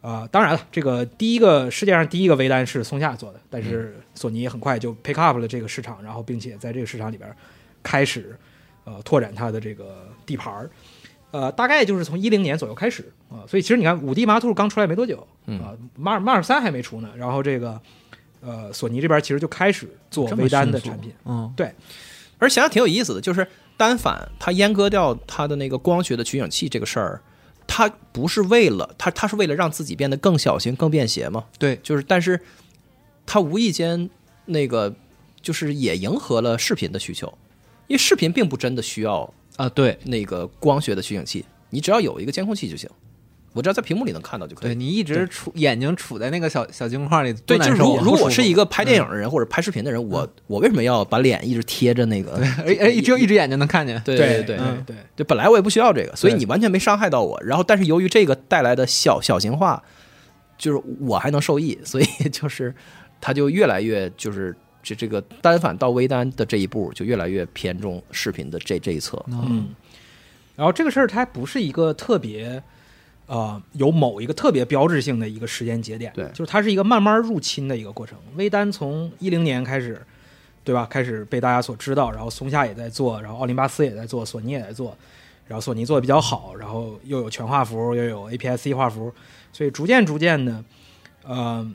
D: 啊、当然了，这个第一个世界上第一个微单是松下做的，但
B: 嗯
D: 是索尼很快就 pick up 了这个市场，然后并且在这个市场里边开始呃拓展它的这个地盘儿。呃，大概就是从一零年左右开始啊、所以其实你看，五 D 麻兔刚出来没多久
B: 嗯
D: 啊、马 m a r 三还没出呢，然后这个呃，索尼这边其实就开始做
B: 这么
D: 微单的
B: 迅速
D: 产品，
B: 嗯，
C: 而想想挺有意思的，就是单反它阉割掉它的那个光学的取景器这个事儿，它不是为了它，它是为了让自己变得更小型、更便携嘛。
B: 对，
C: 就是但是它无意间那个就是也迎合了视频的需求，因为视频并不真的需要
B: 啊，对，
C: 那个光学的取景器，你只要有一个监控器就行，我只要在屏幕里能看到就可以
B: 对。你一直处眼睛处在那个小小镜框里，
C: 对，
B: 多
C: 就
B: 难
C: 是
B: 受
C: 如
B: 啊
C: 如果我是一个拍电影的人或者拍视频的人，我我为什么要把脸一直贴着那个？
B: 而而只有一只眼睛能看见，
C: 对
D: 对
C: 对
B: 嗯
D: 对对
C: 就本来我也不需要这个，所以
D: 对
C: 你完全没伤害到我。然后，但是由于这个带来的小小型化，就是我还能受益，所以 就是它就越来越就是这这个单反到微单的这一步就越来越偏重视频的这这一侧。
D: 嗯。然后这个事儿它不是一个特别，呃，有某一个特别标志性的一个时间节点，
C: 对
D: 就是它是一个慢慢入侵的一个过程。微单从一零年开始，对吧？开始被大家所知道，然后松下也在做，然后奥林巴斯也在做，索尼也在做，然后索尼做的比较好，然后又有全画幅，又有 APS-C 画幅，所以逐渐逐渐的，呃，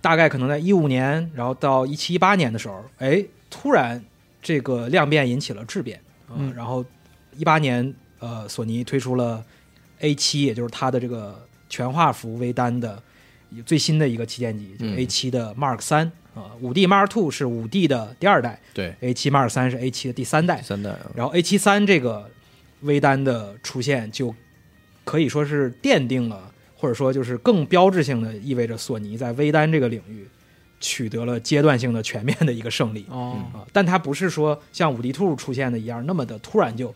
D: 大概可能在一五年，然后到一七一八年的时候，哎，突然这个量变引起了质变，呃、
B: 嗯
D: 然后一八年，呃，索尼推出了 A 七，也就是它的这个全画幅微单的最新的一个旗舰机，就是
C: 嗯
D: A 七的 Mark 三、啊，五 D Mark Two 是五 D 的第二代
C: 对，
D: ，A 7 Mark 三是 A 7的第三代
C: 第，三代啊，
D: 然后 A 7三这个微单的出现，就可以说是奠定了，或者说就是更标志性的意味着索尼在微单这个领域取得了阶段性的全面的一个胜利
B: 哦，
D: 啊、但它不是说像五 D Two 出现的一样那么的突然就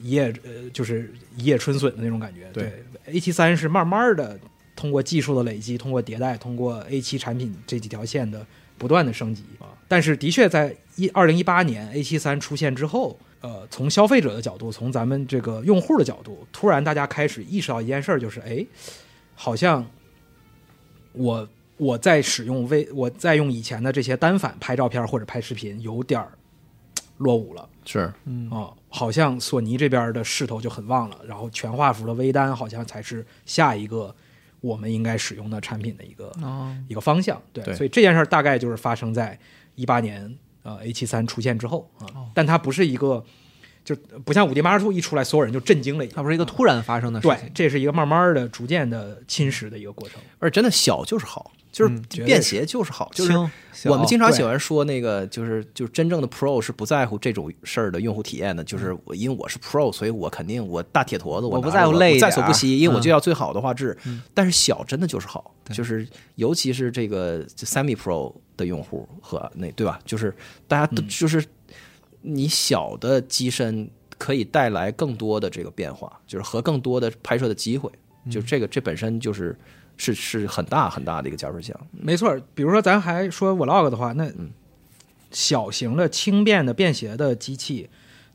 D: 一夜呃就是一夜春笋的那种感觉。
C: 对
D: A 7三是慢慢的通过技术的累积，通过迭代，通过 A 7产品这几条线的不断的升级啊。但是的确在一二零一八年 A 7三出现之后，呃，从消费者的角度，从咱们这个用户的角度，突然大家开始意识到一件事儿，就是哎，好像我我在使用微，我在用以前的这些单反拍照片或者拍视频，有点儿嘖落伍了。
C: 是
B: 嗯，
D: 哦，好像索尼这边的势头就很旺了，然后全画幅的微单好像才是下一个我们应该使用的产品的一个、
B: 哦，
D: 一个方向。对，
C: 对
D: 所以这件事儿大概就是发生在一八年呃 A 7 3出现之后啊、
B: 哦
D: 但它不是一个就不像五 D 马尔 Two 一出来，所有人就震惊了一
B: 它
D: 样。
B: 不是一个突然发生的事
D: 对
B: 情，，
D: 这是一个慢慢的、逐渐的侵蚀的一个过程。
C: 而且真的小就是好，就是
B: 嗯
D: 绝对
C: 便携就是好，就是
B: 轻小
C: 我们
B: 哦
C: 经常
D: 对
C: 喜欢说那个，就是就是真正的 Pro 是不在乎这种事儿的用户体验的，就是我因为我是 Pro，所以我肯定我大铁坨子，
B: 嗯我
C: 拿
B: 不
C: 着
B: 在乎
C: 我
B: 累一
C: 在
B: 点
C: 所
B: 儿
C: 不惜，因为我
B: 嗯
C: 就要最好的画质
B: 嗯。
C: 但是小真的就是好，
B: 对
C: 就是尤其是这个 Semi Pro 的用户和那对吧？就是大家都
B: 嗯
C: 就是你小的机身可以带来更多的这个变化，就是和更多的拍摄的机会，
B: 嗯
C: 就这个这本身就是是是很大很大的一个加分项。
D: 没错儿，比如说咱还说 vlog 的话，那
C: 嗯
D: 小型的、轻便的、便携的机器，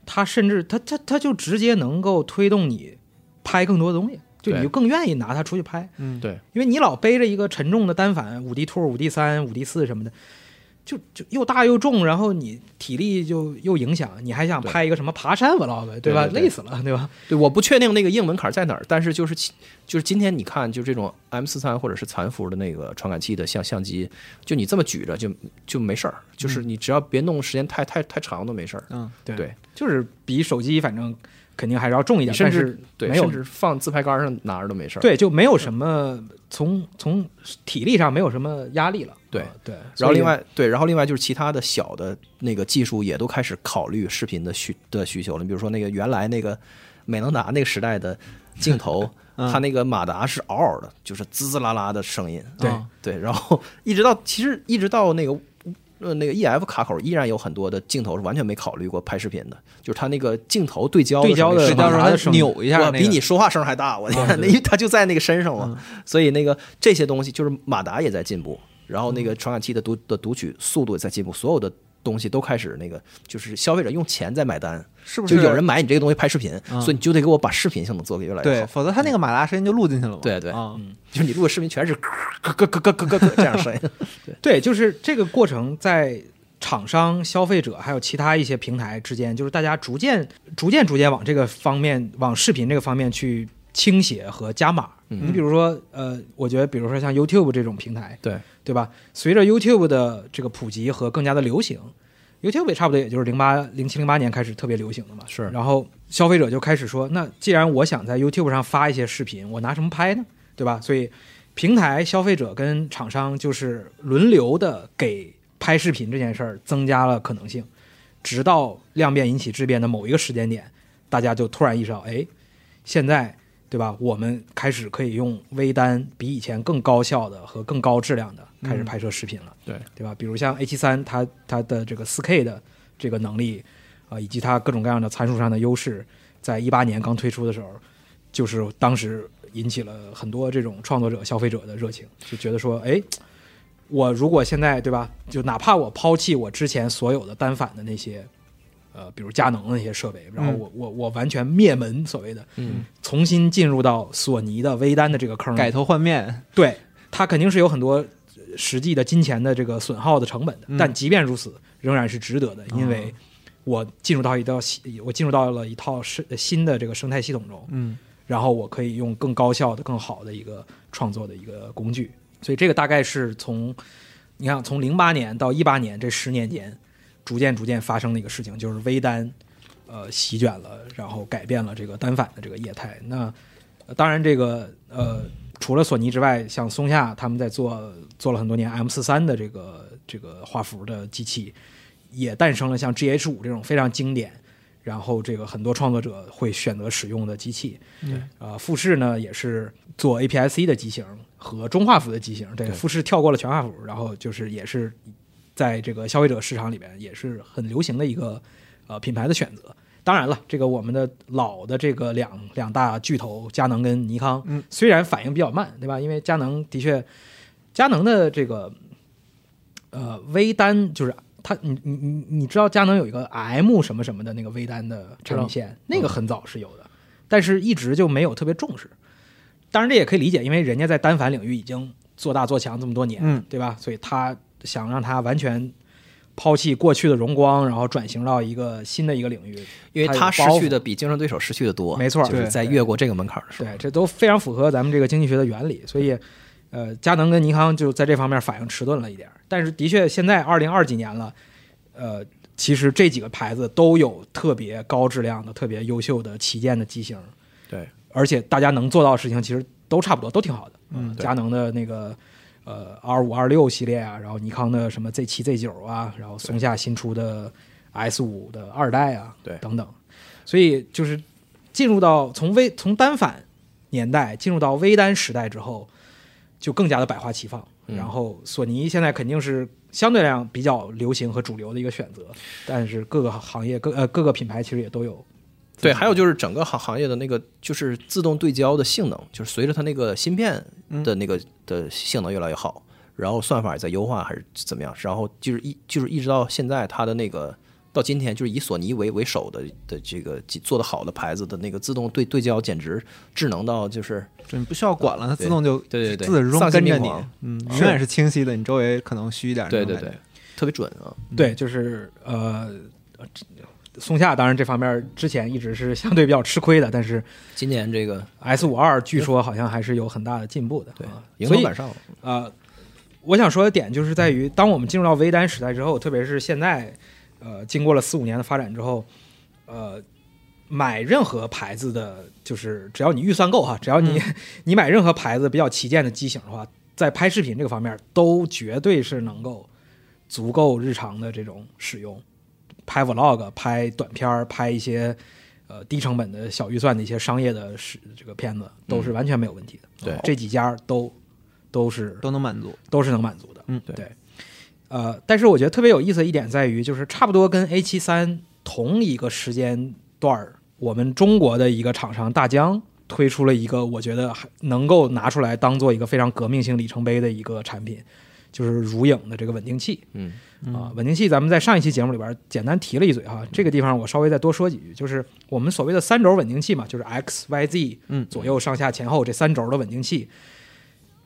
D: 它甚至它它它就直接能够推动你拍更多的东西，就
C: 对
D: 你就更愿意拿它出去拍，
B: 嗯，
C: 对，
D: 因为你老背着一个沉重的单反，五 D two、五 D 三、五 D 四什么的。就就又大又重，然后你体力就又影响，你还想
C: 对
D: 拍一个什么爬山 vlog，对吧？
C: 对对对
D: 累死了，对吧？
C: 对，我不确定那个硬门槛在哪儿，但是就是其就是今天你看，就这种 M 四三或者是残幅的那个传感器的相相机，就你这么举着就就没事儿，就是
D: 嗯
C: 你只要别弄时间太太太长都没事儿。
B: 嗯，
D: 对
C: 对
D: 就是比手机反正肯定还是要重一
C: 你
D: 点，
C: 甚
D: 但
C: 至
D: 是
C: 对，
D: 没有
C: 甚至放自拍杆上拿着都没事儿。，
D: 对，就没有什么从从体力上没有什么压力了。
C: 对
D: 啊对，
C: 然
D: 所
C: 后
D: 以
C: 另外对，然后另外就是其他的小的那个技术也都开始考虑视频的需的需求了。你比如说那个原来那个美能达那个时代的镜头，
B: 嗯
C: 它那个马达是嗷嗷的，就是滋滋啦啦的声音。
D: 对
B: 哦
C: 对，然后一直到其实一直到那个呃那个 EF 卡口，依然有很多的镜头是完全没考虑过拍视频的，就是它那个镜头对焦
D: 对焦的
C: 的时
B: 是
C: 候
B: 到
D: 马
B: 时
D: 达
B: 候
D: 的
B: 它
D: 声音
B: 扭一下
C: 哇
B: 那个，
C: 比你说话声还大，我天， 那因为它就在那个身上嘛，
D: 嗯
C: 所以那个这些东西就是马达也在进步，然后那个传感器的读的读取速度也在进步，所有的。东西都开始那个，就是消费者用钱在买单，
B: 是不
C: 就是有人买你这个东西拍视频，
B: 嗯
C: 所以你就得给我把视频性能做得越来越
B: 对，
C: 好。
B: 否则它那个马达声音就录进去了嘛，
C: 哦对对
B: 啊，
C: 就是你录的视频全是咯咯咯咯咯咯咯这样声音，
D: 对，就是这个过程在厂商、消费者还有其他一些平台之间，就是大家逐渐、逐渐、逐渐往这个方面、往视频这个方面去倾斜和加码。
C: 嗯
D: 你比如说，呃，我觉得，比如说像 YouTube 这种平台，
C: 对
D: 对吧？随着 YouTube 的这个普及和更加的流行，YouTube 也差不多也就是零八、零七、零八年开始特别流行的嘛。
C: 是
D: 然后消费者就开始说，那既然我想在 YouTube 上发一些视频，我拿什么拍呢？对吧？所以平台、消费者跟厂商就是轮流的给拍视频这件事儿增加了可能性，直到量变引起质变的某一个时间点，大家就突然意识到，哎，现在对吧？我们开始可以用微单比以前更高效的和更高质量的开始拍摄视频了，
C: 对
D: 对吧？比如像 A 7 3它它的这个 4K 的这个能力啊、以及它各种各样的参数上的优势，在一八年刚推出的时候，就是当时引起了很多这种创作者、消费者的热情，就觉得说，哎，我如果现在对吧，就哪怕我抛弃我之前所有的单反的那些。呃，比如佳能的那些设备，然后我我我完全灭门，所谓的，
C: 嗯，
D: 重新进入到索尼的微单的这个坑里，
B: 改头换面，
D: 对它肯定是有很多呃实际的金钱的这个损耗的成本的，
B: 嗯
D: 但即便如此，仍然是值得的，因为我进入到一道系我进入到了一套是新的这个生态系统中，
B: 嗯，
D: 然后我可以用更高效的、更好的一个创作的一个工具。所以这个大概是从你看从零八年到一八年这十年间，逐渐逐渐发生的一个事情，就是微单呃席卷了，然后改变了这个单反的这个业态。那、呃当然这个呃。除了索尼之外，像松下他们在做做了很多年 M 四三的这个这个画幅的机器，也诞生了像 GH 五这种非常经典，然后这个很多创作者会选择使用的机器。
B: 嗯，
D: 呃，富士呢也是做 APS-C 的机型和中画幅的机型，对，
C: 对
D: 富士跳过了全画幅，然后就是也是在这个消费者市场里边也是很流行的一个呃品牌的选择。当然了，这个我们的老的这个两两大巨头佳能跟尼康，
B: 嗯
D: 虽然反应比较慢，对吧？因为佳能的确，佳能的这个呃微单就是它，你你你你知道佳能有一个 M 什么什么的那个微单的产品线，那
B: 嗯
D: 个很早是有的，但是一直就没有特别重视。当然这也可以理解，因为人家在单反领域已经做大做强这么多年，
B: 嗯
D: 对吧？所以他想让它完全抛弃过去的荣光，然后转型到一个新的一个领域，
C: 因为
D: 它
C: 他
D: 有
C: 失
D: 包
C: 去
D: 袱
C: 的比竞争对手失去的多，
D: 没错
C: 就是
D: 对
C: 在越过这个门槛的时候，
D: 对，这都非常符合咱们这个经济学的原理，所以，呃，佳能跟尼康就在这方面反应迟钝了一点儿。但是，的确，现在二零二几年了，呃，其实这几个牌子都有特别高质量的、特别优秀的旗舰的机型，
C: 对，
D: 而且大家能做到的事情其实都差不多，都挺好的。
B: 嗯
C: 对
D: 佳能的那个呃 R 五、R 六系列啊，然后尼康的什么 Z 七、Z 九啊，然后松下新出的 S 五的二代啊，
C: 对
D: 等等。所以就是进入到从微从单反年代进入到微单时代之后，就更加的百花齐放。
C: 嗯
D: 然后索尼现在肯定是相对量比较流行和主流的一个选择，但是各个行业各呃各个品牌其实也都有。
C: 对，还有就是整个行行业的那个就是自动对焦的性能，就是随着它那个芯片的那个的性能越来越好，然后算法也在优化还是怎么样，然后就是一就是一直到现在它的那个到今天就是以索尼为为首的的这个做的好的牌子的那个自动对对焦简直智能到就是
B: 就你不需要管了，它
C: 对
B: 自动就
C: 对对对
B: 自始至终
C: 丧心
B: 跟着
C: 病
B: 你
C: 狂，
B: 嗯，永远是清晰的，你周围可能虚一点，
C: 对对对，，特别准啊，
D: 对，就是呃，呃这松下当然这方面之前一直是相对比较吃亏的，但是
C: 今年这个
D: S 五二据说好像还是有很大的进步的。
C: 对
D: 啊
C: 迎
D: 所
C: 头
D: 以
C: 赶上了，
D: 呃，我想说的点就是在于，当我们进入到微单时代之后，特别是现在，呃，经过了四五年的发展之后，呃，买任何牌子的，就是只要你预算够哈，只要你、 你买任何牌子比较旗舰的机型的话，在拍视频这个方面，都绝对是能够足够日常的这种使用，拍 vlog、拍短片儿、拍一些。呃，低成本的小预算的一些商业的是这个片子都是完全没有问题的。
C: 对
D: 这几家都都是
B: 都能满足。
D: 都是能满足的。
B: 嗯
C: 对
D: 呃，但是我觉得特别有意思的一点在于，就是差不多跟 A 7 3同一个时间段儿，我们中国的一个厂商大疆推出了一个我觉得还能够拿出来当做一个非常革命性里程碑的一个产品，就是如影的这个稳定器。
C: 嗯
D: 啊，稳定器咱们在上一期节目里边简单提了一嘴哈，这个地方我稍微再多说几句，就是我们所谓的三轴稳定器嘛，就是 X、Y、Z
B: 嗯
D: 左右上下前后这三轴的稳定器，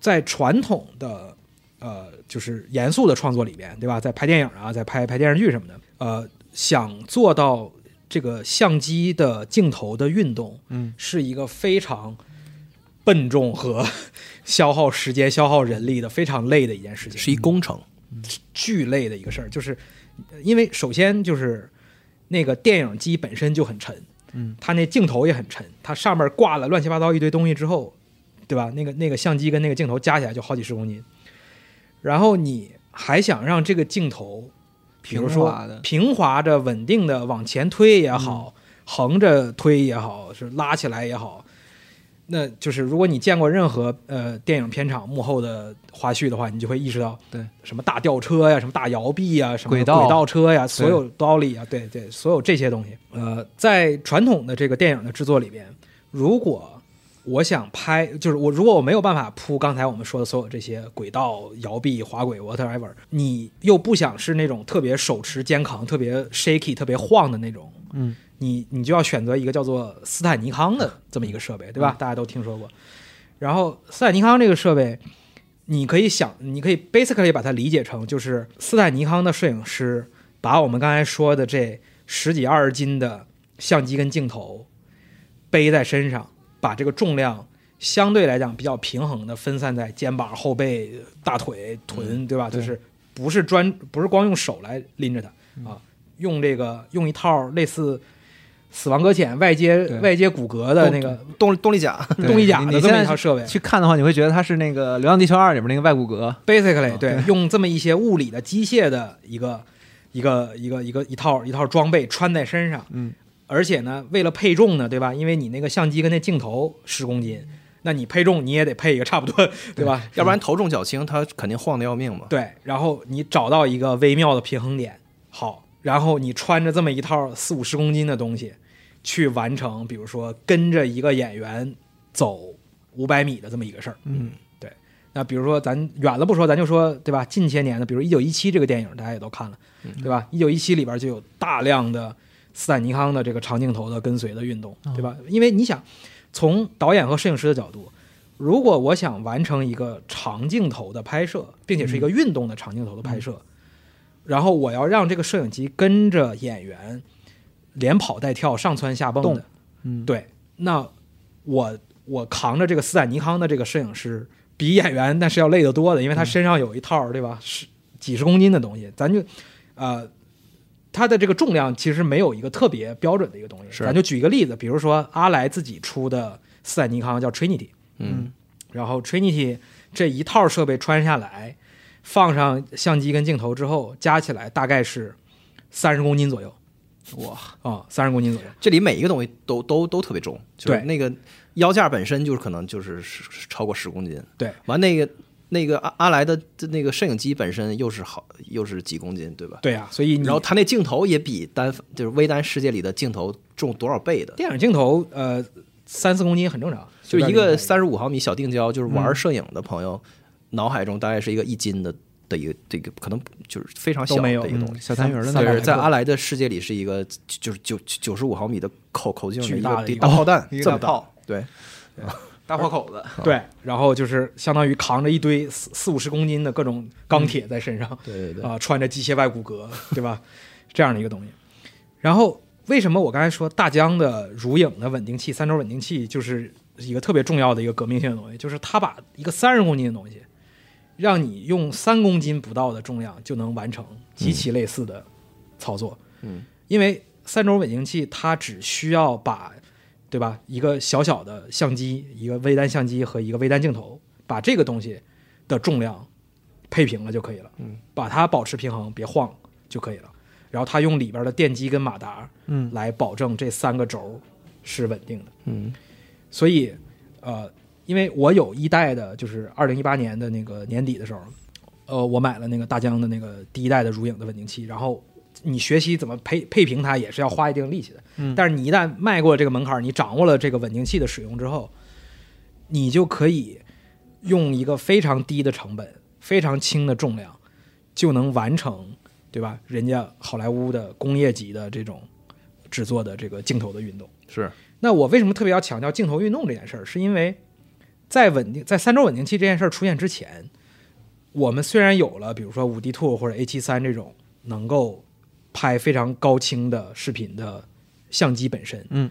D: 在传统的呃就是严肃的创作里边，对吧？在拍电影啊，在拍拍电视剧什么的，呃，想做到这个相机的镜头的运动，
B: 嗯，
D: 是一个非常笨重和 消耗时间、消耗人力的非常累的一件事情，
C: 是一工程，
D: 巨累的一个事儿，就是呃因为首先就是那个电影机本身就很沉，
B: 嗯，
D: 它那镜头也很沉，它上面挂了乱七八糟一堆东西之后，对吧？那个那个相机跟那个镜头加起来就好几十公斤，然后你还想让这个镜头，比如
B: 平
D: 说
B: 滑的嗯
D: 平滑着、稳定的往前推也好，横着推也好，是拉起来也好。那就是，如果你见过任何呃电影片场幕后的花絮的话，你就会意识到，
B: 对
D: 什么大吊车呀，什么大摇臂呀，什么
B: 轨道
D: 轨道车呀，所有道理啊，对对，所有这些东西，呃，在传统的这个电影的制作里边，如果我想拍，就是我如果我没有办法铺刚才我们说的所有这些轨道、摇臂、滑轨 whatever，你又不想是那种特别手持肩扛、特别 shaky、特别晃的那种，
B: 嗯，
D: 你你就要选择一个叫做斯坦尼康的这么一个设备，对吧？大家都听说过。然后斯坦尼康这个设备，你可以想，你可以 basically 把它理解成就是斯坦尼康的摄影师把我们刚才说的这十几二十斤的相机跟镜头背在身上，把这个重量相对来讲比较平衡的分散在肩膀、后背、大腿、臀，对吧？就是不是专不是光用手来拎着它啊，用这个用一套类似死亡搁浅、外接
B: 对
D: 外接骨骼的那个
C: 动动力甲，
B: 对
D: 动力甲
B: 你
D: 的
B: 你
D: 这
B: 现
D: 么一
B: 在
D: 套设备
B: 去看的话，你会觉得它是那个《流浪地球二》里面那个外骨骼，
D: ，basically 哦对，用这么一些物理的机械的一个一个一个一个一套一套装备穿在身上，
B: 嗯，
D: 而且呢，为了配重呢，对吧？因为你那个相机跟那镜头十公斤，那你配重你也得配一个差不多，对吧？
C: 要不然头重脚轻，他肯定晃的要命嘛。
D: 对，然后你找到一个微妙的平衡点，好，然后你穿着这么一套四五十公斤的东西，去完成，比如说跟着一个演员走五百米的这么一个事儿。
B: 嗯，
D: 对。那比如说咱远了不说，咱就说对吧？近些年的，比如一九一七这个电影，大家也都看了，
B: 嗯
D: 对吧？一九一七里边就有大量的斯坦尼康的这个长镜头的跟随的运动，
B: 哦
D: 对吧？因为你想，从导演和摄影师的角度，如果我想完成一个长镜头的拍摄，并且是一
B: 嗯
D: 个运动的长镜头的拍摄，然后我要让这个摄影机跟着演员连跑带跳、上蹿下蹦
B: 动
D: 的，
B: 嗯，
D: 对，那我我扛着这个斯坦尼康的这个摄影师，比演员那是要累得多的，
C: 嗯
D: 因为他身上有一套对吧，十几十公斤的东西，咱就呃，它的这个重量其实没有一个特别标准的一个东西。
C: 是
D: 咱就举一个例子，比如说阿莱自己出的斯坦尼康叫 Trinity，
C: 嗯，
D: 然后 Trinity 这一套设备穿下来，放上相机跟镜头之后，加起来大概是三十公斤左右
C: 哇，
D: 啊，三、十公斤左右。
C: 这里每一个东西都都都特别重，就是
D: 对
C: 那个腰架本身就是可能就是是是超过十公斤，
D: 对，
C: 完那个那个阿阿莱的那个摄影机本身又是好又是几公斤，对吧？
D: 对啊，所以你
C: 然后他那镜头也比单就是微单世界里的镜头重多少倍的，
D: 电影镜头呃三四公斤很正常，
C: 就
D: 随便
C: 一个
D: 拎
C: 三十五毫米小定焦，就是
D: 嗯
C: 玩摄影的朋友、脑海中大概是一个一斤的的一个这个可能就是非嗯常小
D: 都
C: 的
D: 没
C: 一
D: 有嗯
C: 个东西。
B: 小单元的
D: 三
B: 那
D: 百
C: 就是
B: 个
D: 个
C: 在阿莱的世界里是一个就是九九十五毫米的口口径
D: 巨
C: 一
D: 大
C: 个
D: 的一个
C: 大炮弹，
B: 一个
C: 这么
B: 大
C: 大
B: 炮，
C: 对，
B: 大豁口子，
D: 对，然后就是相当于扛着一堆四四五十公斤的各种
C: 嗯
D: 钢铁在身上，
C: 对对对
D: 啊、穿着机械外骨骼， 对吧？这样的一个东西。然后为什么我刚才说大疆的如影的稳定器、三轴稳定器就是一个特别重要的一个革命性的东西，就是它把一个三十公斤的东西，让你用三公斤不到的重量就能完成极其类似的操作。
C: 嗯，
D: 因为三轴稳定器它只需要把，对吧？一个小小的相机，一个微单相机和一个微单镜头，把这个东西的重量配平了就可以了。嗯，把它保持平衡，别晃就可以了。然后它用里边的电机跟马达，
B: 嗯，
D: 来保证这三个轴是稳定的。
C: 嗯，
D: 所以，呃，因为我有一代的，就是二零一八年的那个年底的时候，呃，我买了那个大疆的那个第一代的如影的稳定器，然后你学习怎么配配平它也是要花一定力气的。
B: 嗯
D: 但是你一旦迈过这个门槛儿，你掌握了这个稳定器的使用之后，你就可以用一个非常低的成本、非常轻的重量，就能完成，对吧？人家好莱坞的工业级的这种制作的这个镜头的运动。
C: 是
D: 那我为什么特别要强调镜头运动这件事儿？是因为在稳定在三轴稳定器这件事儿出现之前，我们虽然有了比如说五 D Two 或者 A 7 3这种能够拍非常高清的视频的相机本身，
B: 嗯，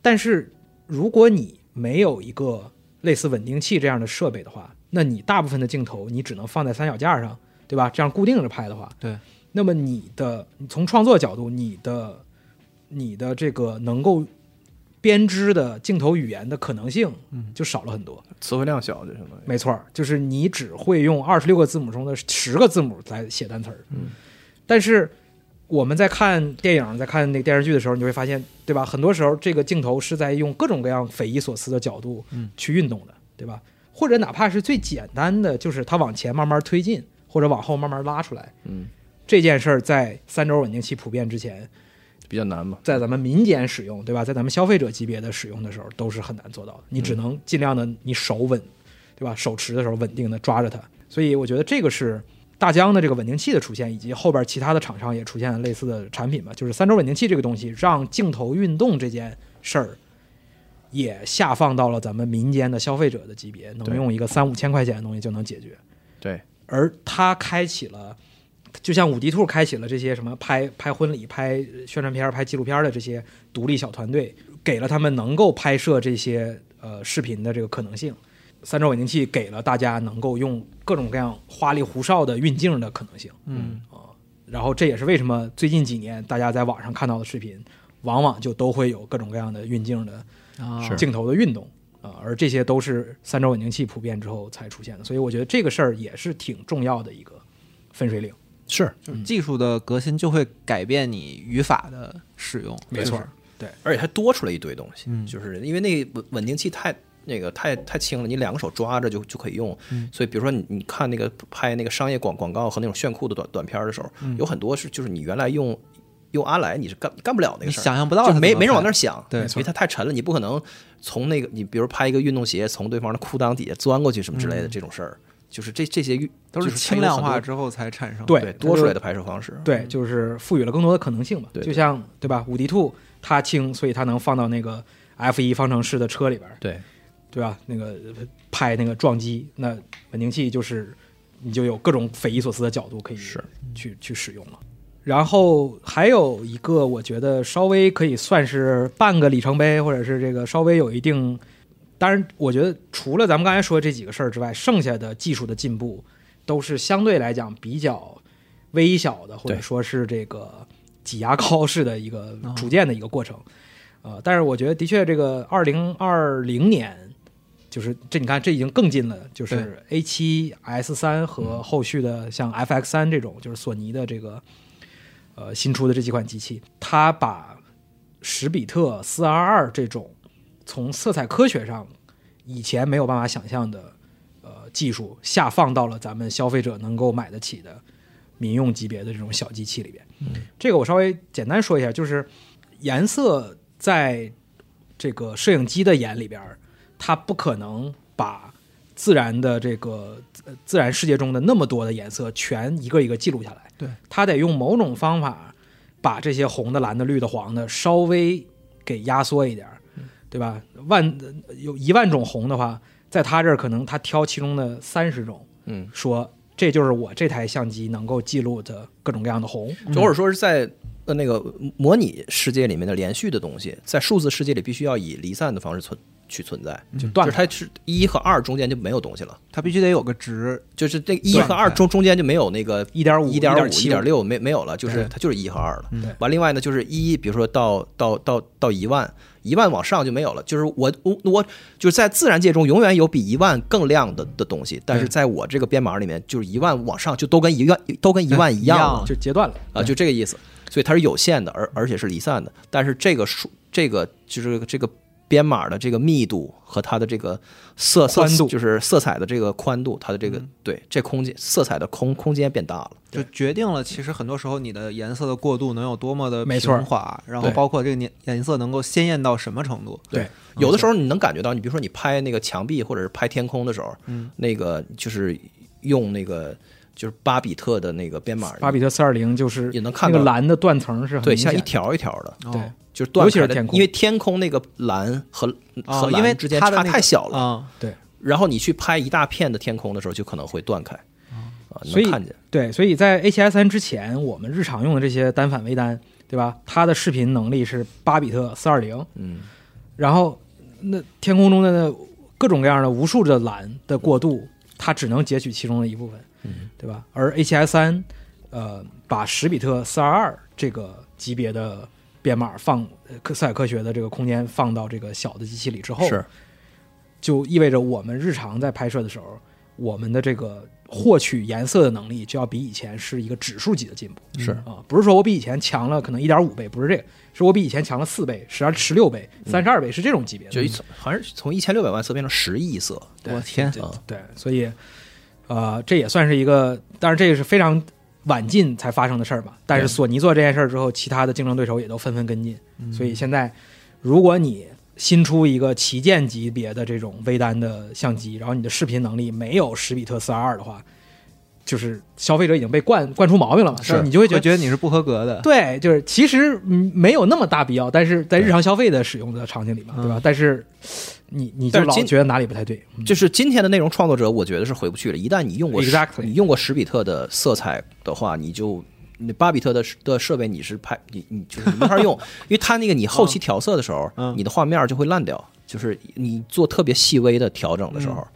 D: 但是如果你没有一个类似稳定器这样的设备的话，那你大部分的镜头你只能放在三脚架上，对吧？这样固定着拍的话，
B: 对，
D: 那么你的从创作角度，你的你的这个能够编织的镜头语言的可能性就少了很多。
C: 词汇量小，就相当于
D: 没错儿，就是你只会用二十六个字母中的十个字母来写单词儿。嗯，但是我们在看电影、在看那个电视剧的时候，你就会发现，对吧？很多时候这个镜头是在用各种各样匪夷所思的角度去运动的，对吧？或者哪怕是最简单的，就是它往前慢慢推进，或者往后慢慢拉出来。
C: 嗯，
D: 这件事儿在三轴稳定器普遍之前，
C: 比较难嘛。
D: 在咱们民间使用，对吧？在咱们消费者级别的使用的时候，都是很难做到的。你只能尽量的，你手稳，对吧？手持的时候稳定的抓着它。所以我觉得这个是大疆的这个稳定器的出现，以及后边其他的厂商也出现了类似的产品吧。就是三轴稳定器这个东西，让镜头运动这件事儿也下放到了咱们民间的消费者的级别，能
C: 对
D: 用一个三五千块钱的东西就能解决。
C: 对，
D: 而它开启了，就像五 D 兔开启了这些什么拍拍婚礼、拍宣传片儿、拍纪录片儿的这些独立小团队，给了他们能够拍摄这些呃视频的这个可能性。三轴稳定器给了大家能够用各种各样花里胡哨的运镜的可能性。
B: 嗯
D: 然后这也是为什么最近几年大家在网上看到的视频往往就都会有各种各样的运镜的
C: 啊
D: 镜头的运动啊、而这些都是三轴稳定器普遍之后才出现的，所以我觉得这个事儿也是挺重要的一个分水岭。
C: 是，
B: 技术的革新就会改变你语法的使用，
D: 没错
B: 就是
C: 而且它多出来一堆东西，
B: 嗯
C: 就是因为那个稳稳定器太那个太太轻了，你两个手抓着就就可以用。所以比如说你你看那个拍那个商业广广告和那种炫酷的短短片的时候，有很多是就是你原来用用阿莱你是干干不了那个
B: 你
C: 事儿，
B: 想象不到它
C: 就没
B: 怎么
C: 没人往
B: 拍
C: 那儿想，
B: 对没
C: 因为它太沉了，你不可能从那个你比如拍一个运动鞋从对方的裤裆底下钻过去什么之类的这种事儿，就是这这些运
B: 嗯都
C: 就是是
B: 轻量化
C: 它有很
B: 之后才产生。
D: 对
C: 多对多出来的拍摄方式，
D: 对，就是赋予了更多的可能性吧。
C: 对
D: 就像对吧，五 D Two 它轻，所以它能放到那个 F 一方程式的车里边儿，
C: 对
D: 对吧？那个呃拍那个撞击，那稳定器就是你就有各种匪夷所思的角度可以
C: 是
D: 去去使用了。然后还有一个，我觉得稍微可以算是半个里程碑，或者是这个稍微有一定。当然，我觉得除了咱们刚才说的这几个事儿之外，剩下的技术的进步都是相对来讲比较微小的，或者
C: 对哦
D: 说是这个挤牙膏式的一个逐渐的一个过程。呃，但是我觉得的确，这个二零二零年，就是这你看，这已经更近了，就是 A 七 S 三和后续的像 FX 三这种，就是索尼的这个呃新出的这几款机器，它把十比特、四二二这种从色彩科学上以前没有办法想象的呃技术，下放到了咱们消费者能够买得起的民用级别的这种小机器里边。这个我稍微简单说一下，就是颜色在这个摄影机的眼里边儿，它不可能把自然的这个呃自然世界中的那么多的颜色全一个一个记录下来，
B: 对，
D: 它得用某种方法把这些红的、蓝的、绿的、黄的稍微给压缩一点儿，
C: 嗯
D: 对吧？万有一万种红的话，在他这儿可能他挑其中的三十种，
C: 嗯，
D: 说这就是我这台相机能够记录的各种各样的红，
C: 就或者说是在呃那个模拟世界里面的连续的东西，在数字世界里必须要以离散的方式存去存在，
D: 就
C: 就
D: 断
C: 是
D: 了。
C: 它是一和二中间就没有东西了，
B: 它必须得有个值，
C: 就是这一
B: 对
C: 和二中中间就没有那个
D: 一点五、
C: 一点五、一
D: 七、
C: 点六没没有了，就是
D: 对嗯
C: 它就是一和二了
D: 对。
C: 完，另外呢就是一，比如说到到到到一万，一万往上就没有了。就是我我我就是在自然界中永远有比一万更亮的的东西，但是
B: 对
C: 在我这个编码里面，就是一万往上就都跟一万都跟一万一
B: 一样
C: 样了
B: 了。
D: 就截断了
C: 啊，就这个意思。所以它是有限的，而而且是离散的。但是这个数，这个就是这个编码的这个密度和它的这个色色
D: 宽度嗯
C: 就是色彩的这个宽度，它的这个、对这空间色彩的空空间变大了。
B: 就决定了其实很多时候你的颜色的过渡能有多么的
D: 没错
B: 平滑，然后
D: 对
B: 包括这个颜颜色能够鲜艳到什么程度。
D: 对，
C: 有的
D: 嗯
C: 时候你能感觉到，你比如说你拍那个墙壁或者是拍天空的时候，嗯，那个就是用那个就是巴比特的那个编码，
D: 巴比特四二零就是
C: 也能看
D: 那
C: 到
D: 个蓝的断层是很
C: 对，
D: 明显
C: 像
D: 的
C: 一条一条的，
D: 对
C: 就是断
D: 尤其是
C: 开的
D: 天空啊
C: 因为天空那个蓝和、
B: 哦
C: 和蓝
B: 因为
C: 之间
B: 它
C: 差
B: 的那个
C: 太小了。
B: 啊，
C: 然后你去拍一大片的天空的时候，就可能会断开，啊，你
D: 所以
C: 能看见，
D: 对，所以在 A 七 S 三之前，我们日常用的这些单反微单，对吧？它的视频能力是八比特四二零，
C: 嗯，
D: 然后那天空中的那各种各样的无数的蓝的过渡，它只能截取其中的一部分，
C: 嗯
D: 对吧？而 A 七 S 三，呃，把十比特四二二这个级别的编码放呃科赛科学的这个空间放到这个小的机器里之后，就意味着我们日常在拍摄的时候，我们的这个获取颜色的能力就要比以前是一个指数级的进步。
C: 是
D: 啊、不是说我比以前强了可能一点五倍，不是这个，是我比以前强了四倍、十二、十六倍、三十二倍，是这种级别的。
C: 就一层好像是从一千六百万色变成十亿色，
D: 对
B: 我天，
C: 啊，
D: 对，所以呃，这也算是一个，当然这个是非常晚近才发生的事儿吧。但是索尼做这件事儿之后，其他的竞争对手也都纷纷跟进，
C: 嗯
D: 所以现在如果你新出一个旗舰级别的这种微单的相机，然后你的视频能力没有十比特四二二的话，就是消费者已经被惯惯出毛病了嘛，
C: 是
D: 你就会觉
B: 会
D: 得。
B: 觉得你是不合格的。
D: 对，就是其实嗯没有那么大必要，但是在日常消费的使用的场景里嘛，对吧？但是你你就
C: 嗯但是
D: 老
C: 今
D: 觉得哪里不太对，嗯
C: 就是今天的内容创作者，我觉得是回不去了。一旦你用过
D: Exactly
C: 你用过十比特的色彩的话，你就那八比特的的设备你是拍你你就是你没法 用，因为它那个你后期调色的时候，
B: 嗯
C: 你的画面就会烂掉，就是你做特别细微的调整的时候，
D: 嗯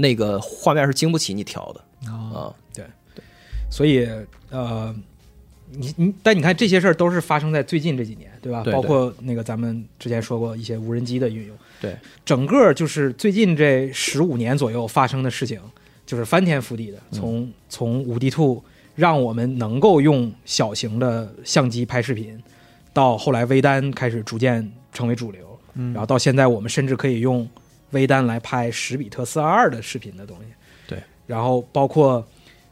C: 那个哦画面是经不起你调的啊、
D: 所以呃，你你，但你看这些事儿都是发生在最近这几年，对吧？
C: 对对
D: 包括那个咱们之前说过一些无人机的运用，
C: 对，
D: 整个就是最近这十五年左右发生的事情，就是翻天覆地的，
C: 嗯
D: 从、从五 D Two 让我们能够用小型的相机拍视频，到后来微单开始逐渐成为主流，
B: 嗯
D: 然后到现在我们甚至可以用微单来拍十比特四二二的视频的东西。
C: 对，
D: 然后包括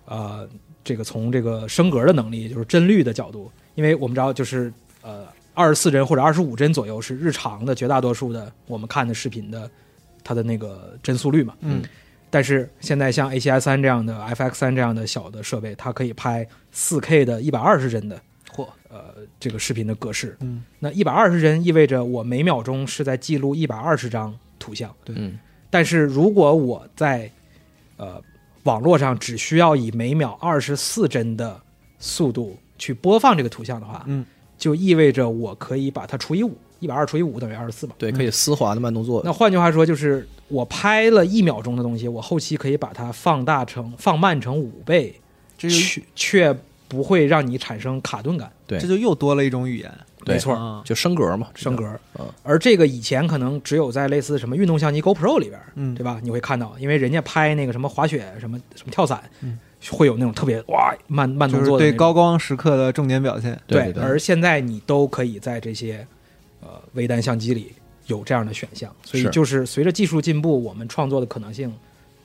D: 呃，这个从这个升格的能力，就是帧率的角度，因为我们知道就是呃二十四帧或者二十五帧左右是日常的绝大多数的我们看的视频的它的那个帧速率嘛。
B: 嗯，
D: 但是现在像 ACS 三这样的 FX 三这样的小的设备，它可以拍四 K 的一百二十帧的
B: 嚯
D: 呃这个视频的格式。
B: 嗯，
D: 那一百二十帧意味着我每秒钟是在记录一百二十张图像。
C: 嗯
D: 但是如果我在呃网络上只需要以每秒二十四帧的速度去播放这个图像的话，
B: 嗯，
D: 就意味着我可以把它除以五，一百二除以五等于二十四嘛。
C: 对，可以丝滑的慢动作，
D: 那换句话说，就是我拍了一秒钟的东西，我后期可以把它放大成、放慢成五倍，
B: 这就
D: 却却不会让你产生卡顿感。
C: 对
B: 这就又多了一种语言，
C: 对
D: 没错儿，
B: 啊
C: 就升格嘛，
D: 升格。
C: 嗯
D: 而这个以前可能只有在类似什么运动相机 GoPro 里边，
B: 嗯
D: 对吧？你会看到，因为人家拍那个什么滑雪、什么什么跳伞，
B: 嗯
D: 会有那种特别哇慢慢
B: 就
D: 动
B: 是
D: 作的
B: 对
D: 那种
B: 高光时刻的重点表现。
C: 对对对
D: 而现在你都可以在这些呃微单相机里有这样的选项，所以
C: 是
D: 就是随着技术进步，我们创作的可能性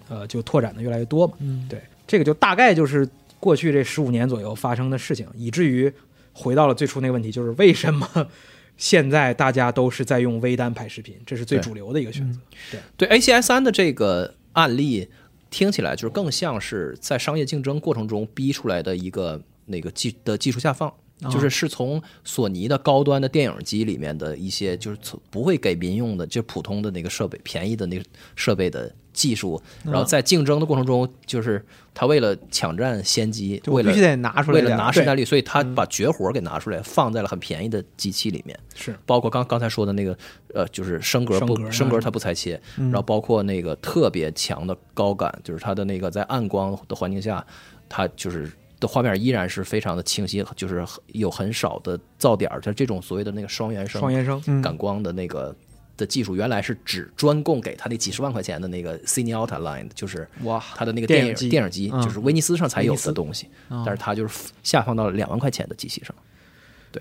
D: 呃就拓展的越来越多嘛。
B: 嗯，
D: 对，这个就大概就是过去这十五年左右发生的事情，以至于回到了最初那个问题，就是为什么 现在大家都是在用微单拍视频，这是最
C: 对嗯
D: 主流的一个选择。
C: 对 ACS 三的这个案例，听起来就是更像是在商业竞争过程中逼出来的一个那个技的技术下放，
B: 哦
C: 就是是从索尼的高端的电影机里面的一些，就是从不会给民用的，就普通的那个设备、便宜的那个设备的技术，
B: 嗯
C: 然后在竞争的过程中，就是他为了抢占先机，
B: 就我
C: 为了
B: 必须得拿出来嗯
C: 为
B: 点儿，
C: 了拿市占率，所以他把绝活儿给拿出来，放在了很便宜的机器里面。
D: 是
C: 包括刚刚才说的那个，呃，就是升格不
D: 升格啊嗯
C: 升格它不裁切，然后包括那个特别强的高感，就是它的那个在暗光的环境下，它就是的画面依然是非常的清晰，就是很有很少的噪点儿，它这种所谓的那个双原声，
D: 双原声，
B: 嗯
C: 感光的那个的技术，原来是只专供给他那几十万块钱的那个 Cine Alta Line，就是
B: 哇
C: 他的那个
D: 电
C: 电
D: 影
C: 影
D: 机
C: 电影机，
B: 嗯
C: 就是威尼斯上才有
D: 威尼斯嗯
C: 的东西，但是他就是下放到了两万块钱的机器上。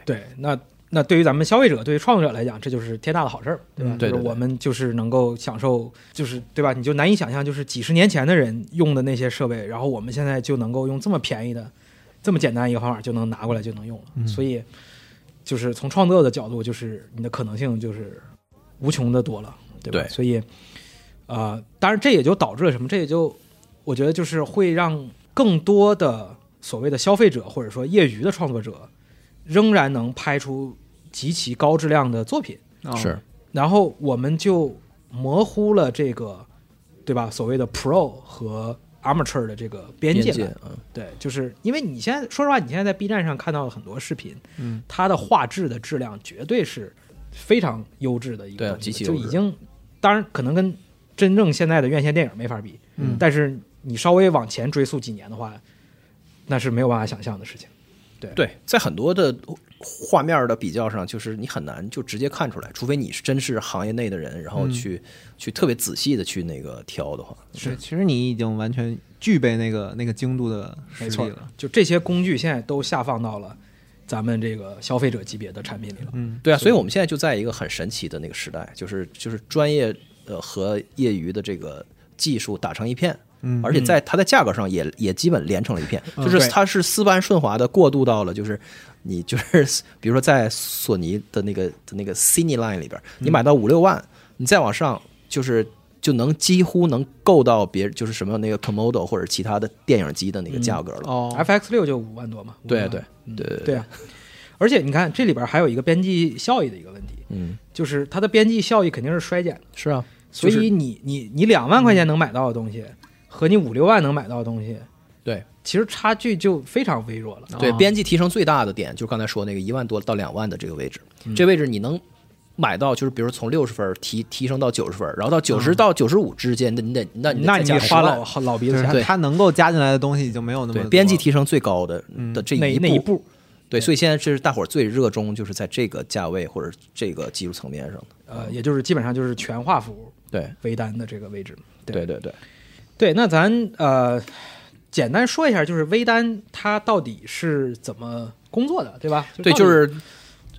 D: 对，那那对于咱们消费者、对于创作者来讲，这就是天大的好事儿，对吧？
C: 对对
D: 就是
C: 对
D: 我们就是能够享受，就是对吧？你就难以想象，就是几十年前的人用的那些设备，然后我们现在就能够用这么便宜的、这么简单一个方法就能拿过来就能用了。
C: 嗯
D: 所以，就是从创作的角度，就是你的可能性就是无穷的多了，对吧？
C: 对
D: 所以，呃，当然这也就导致了什么？这也就我觉得就是会让更多的所谓的消费者或者说业余的创作者，仍然能拍出极其高质量的作品。
B: 哦，
D: 然后我们就模糊了这个，对吧？所谓的 pro 和 amateur 的这个边
C: 边
D: 界
C: 界
D: 感。，
C: 嗯，
D: 对，就是因为你现在说实话，你现在在 B 站上看到的很多视频，
B: 嗯，
D: 它的画质的质量绝对是非常优质的一
C: 对
D: 个
C: 啊
D: 东西，
C: 极其
D: 就
C: 优质
D: 已经，当然可能跟真正现在的院线电影没法比，
B: 嗯
D: 但是你稍微往前追溯几年的话，那是没有办法想象的事情。
C: 对，在很多的画面的比较上，就是你很难就直接看出来，除非你是真是行业内的人，然后去、去特别仔细的去那个挑的话，
B: 是，其实你已经完全具备那个那个精度的实
D: 没
B: 力
D: 错
B: 了。，
D: 就这些工具现在都下放到了咱们这个消费者级别的产品里了。
B: 嗯，
C: 对啊，所以我们现在就在一个很神奇的那个时代，就是就是专业呃和业余的这个技术打成一片，
B: 嗯
C: 而且在它在价格上也也基本连成了一片，
D: 嗯
C: 就
D: 对
C: 是它是丝般顺滑的过渡到了就是。你就是， 比如说在索尼的那个的那个 Cine Line 里边，你买到五六万，你再往上就是就能几乎能够到别就是什么那个 Komodo 或者其他的电影机的那个价格了。
B: 哦，
D: FX 六就五万多嘛，五
C: 对
D: 万
C: 对
D: 嗯
C: 对
D: 对啊！而且你看这里边还有一个边际效益的一个问题，
C: 嗯，
D: 就是它的边际效益肯定是衰减的，
C: 是啊，
D: 所
C: 就是
D: 以你你你两万块钱能买到的东西和你五六万能买到的东西，
C: 对，
D: 其实差距就非常微弱了。啊
C: 对，
B: 哦
C: 边际提升最大的点就是刚才说那个一万多到两万的这个位置，这位置你能买到，就是比如从六十分提提升到九十分，然后到九十到九十五之间，那你得嗯那你得
D: 那
C: 再
D: 你
C: 加10
D: 花
C: 万
D: 老老鼻
B: 就
D: 子
B: 是
D: 钱
B: 它
C: 对
B: 它能够加进来的东西已经没有那么
C: 对
B: 多
C: 边际
B: 了
C: 提升最高的的这
D: 哪
C: 一
D: 哪一
C: 步，
D: 步？
C: 对，所以现在这是大伙儿最热衷，就是在这个价位或者这个技术层面上的。
D: 呃，也就是基本上就是全画幅
C: 对，
D: 为单的这个位置。
C: 对对对，
D: 对，那咱呃简单说一下，就是微单它到底是怎么工作的，对吧？
C: 对，
D: 到底
C: 就是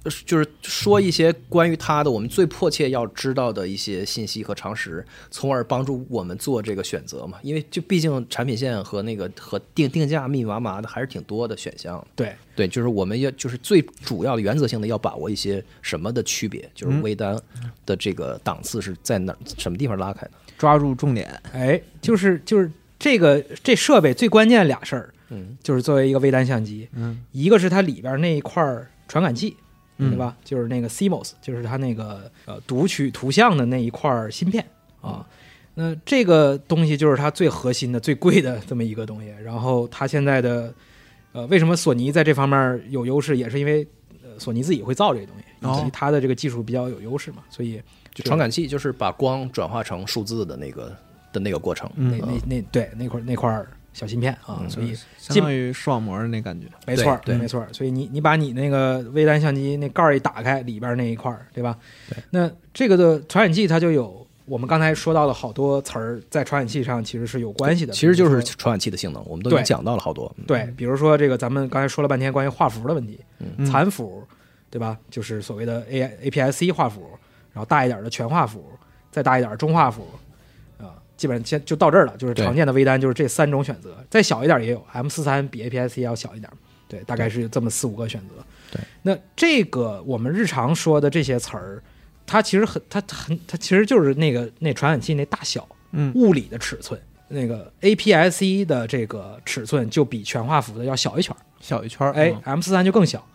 C: 呃就是说一些关于它的我们最迫切要知道的一些信息和常识，从而帮助我们做这个选择嘛。因为就毕竟产品线和那个和定定价密密麻麻的还是挺多的选项。
D: 对
C: 对，就是我们要就是最主要的原则性的要把握一些什么的区别，就是
D: 嗯
C: 微单的这个档次是在哪儿什么地方拉开的？
D: 嗯
B: 抓住重点，
D: 哎，就是就是这个这设备最关键的俩事儿，
C: 嗯，
D: 就是作为一个微单相机，
B: 嗯，
D: 一个是它里边那一块儿传感器，
B: 嗯
D: 对吧？就是那个 CMOS，就是它那个呃读取图像的那一块儿芯片啊。那这个东西就是它最核心的、最贵的这么一个东西。然后它现在的呃，为什么索尼在这方面有优势，也是因为呃索尼自己会造这个东西，以
B: 哦
D: 及它的这个技术比较有优势嘛，所以。
C: 就传感器就是把光转化成数字的那个的那个过程。
D: 那那那对那块那块儿小芯片
B: 嗯
D: 啊，所以
B: 相当于视网膜的那感觉，
D: 没错儿
C: 对
D: 没错儿，所以你你把你那个微单相机那盖儿一打开，里边儿那一块儿，对吧？那这个的传感器它就有我们刚才说到的好多词儿，在传感器上其实是有关系的，
C: 其实就
D: 比如
C: 是
D: 说
C: 传感器的性能，我们都已经
D: 对
C: 讲到了好多。嗯
D: 对，比如说这个咱们刚才说了半天关于画幅的问题，
C: 嗯
D: 残幅，对吧？就是所谓的 A A P S C 画幅，然后大一点的全画幅，再大一点的中画幅，啊、基本上先就到这儿了。就是
C: 对
D: 常见的微单就是这三种选择，再小一点也有 M 四三比 A P S C 要小一点，对，大概是这么四五个选择。
C: 对，
D: 那这个我们日常说的这些词儿，它其实很它很它其实就是那个那传感器那大小，
B: 嗯
D: 物理的尺寸。那个 APS-C 的这个尺寸就比全画幅的要小一圈儿，
B: 小一圈儿，
D: 哎
B: 嗯
D: ，M 四三就更小，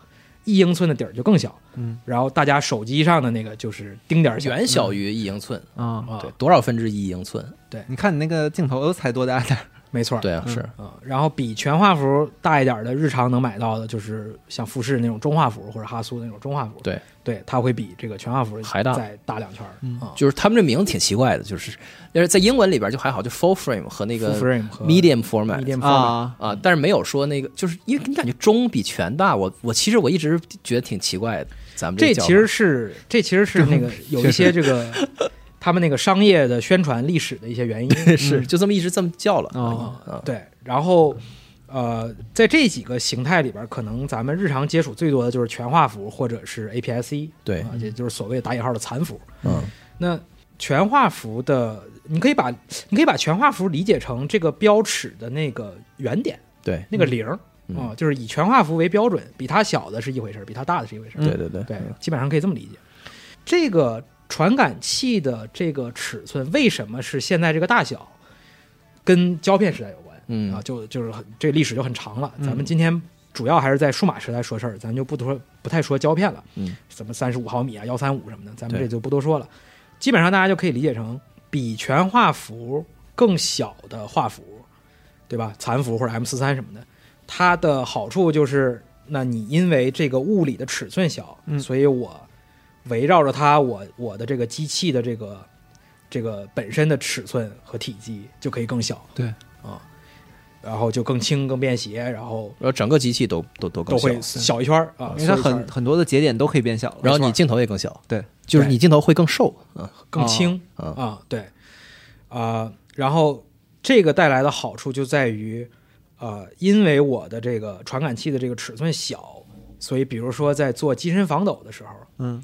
D: 一英寸的底儿就更小。
B: 嗯，
D: 然后大家手机上的那个就是丁点儿小
C: 远小于一英寸，
B: 啊，
D: 嗯啊
C: 对，，多少分之一英寸？
B: 你看你那个镜头才多 大点儿，
D: 没错儿，
C: 对啊，是
D: 啊。然后比全画幅大一点儿的，日常能买到的就是像富士那种中画幅或者哈苏那种中画幅，
C: 对，
D: 对，它会比这个全画幅
C: 还大嗯
D: 再大两圈儿啊。
C: 就是他们这名字挺奇怪的，就是但是在英文里边就还好，就 full frame 和那
D: Full
C: 个
D: frame 和
C: medium format
D: medium format，
B: 啊，
C: 啊，但是没有说那个，就是因为你感觉中比全大，我我其实我一直觉得挺奇怪的，咱们
D: 这
C: 个叫法
D: 其实是这其实是那 个有一些这个他们那个商业的宣传历史的一些原因，
C: 是
D: 嗯
C: 就这么一直这么叫了
B: 哦
C: 啊，
D: 对，然后呃，在这几个形态里边儿，可能咱们日常接触最多的就是全画幅或者是 APS-C，
C: 对
D: 啊，也就是所谓打引号的残幅。
C: 嗯，
D: 那全画幅的，你可以把你可以把全画幅理解成这个标尺的那个原点，
C: 对
D: 那个零儿
C: 嗯
D: 啊，就是以全画幅为标准，比它小的是一回事儿，比它大的是一回事儿。
C: 对对对
D: 嗯对，基本上可以这么理解。这个传感器的这个尺寸为什么是现在这个大小，跟胶片时代有关。
C: 嗯
D: 啊，就就是很这历史就很长了。咱们今天主要还是在数码时代说事儿，咱就不多不太说胶片了。
C: 嗯，
D: 什么三十五毫米啊、幺三五什么的，咱们
C: 对
D: 这就不多说了。基本上大家就可以理解成比全画幅更小的画幅，对吧？残幅或者 M 四三什么的，它的好处就是，那你因为这个物理的尺寸小，
B: 嗯
D: 所以我围绕着它，我我的这个机器的这个这个本身的尺寸和体积就可以更小，
B: 对
D: 啊，然后就更轻、更便携，然后
C: 然后整个机器都都都
D: 都
C: 更小，
D: 会小一圈儿啊，
B: 因为它
D: 缩一圈儿
B: 很很多的节点都可以变小了，
C: 然后
B: 是
C: 你
B: 吧
C: 镜头也更小，
B: 对，
C: 就是
D: 对
C: 你镜头会更瘦啊，
D: 更轻
C: 哦
D: 啊，对，啊，然后这个带来的好处就在于，呃，因为我的这个传感器的这个尺寸小，所以比如说在做机身防抖的时候，
B: 嗯，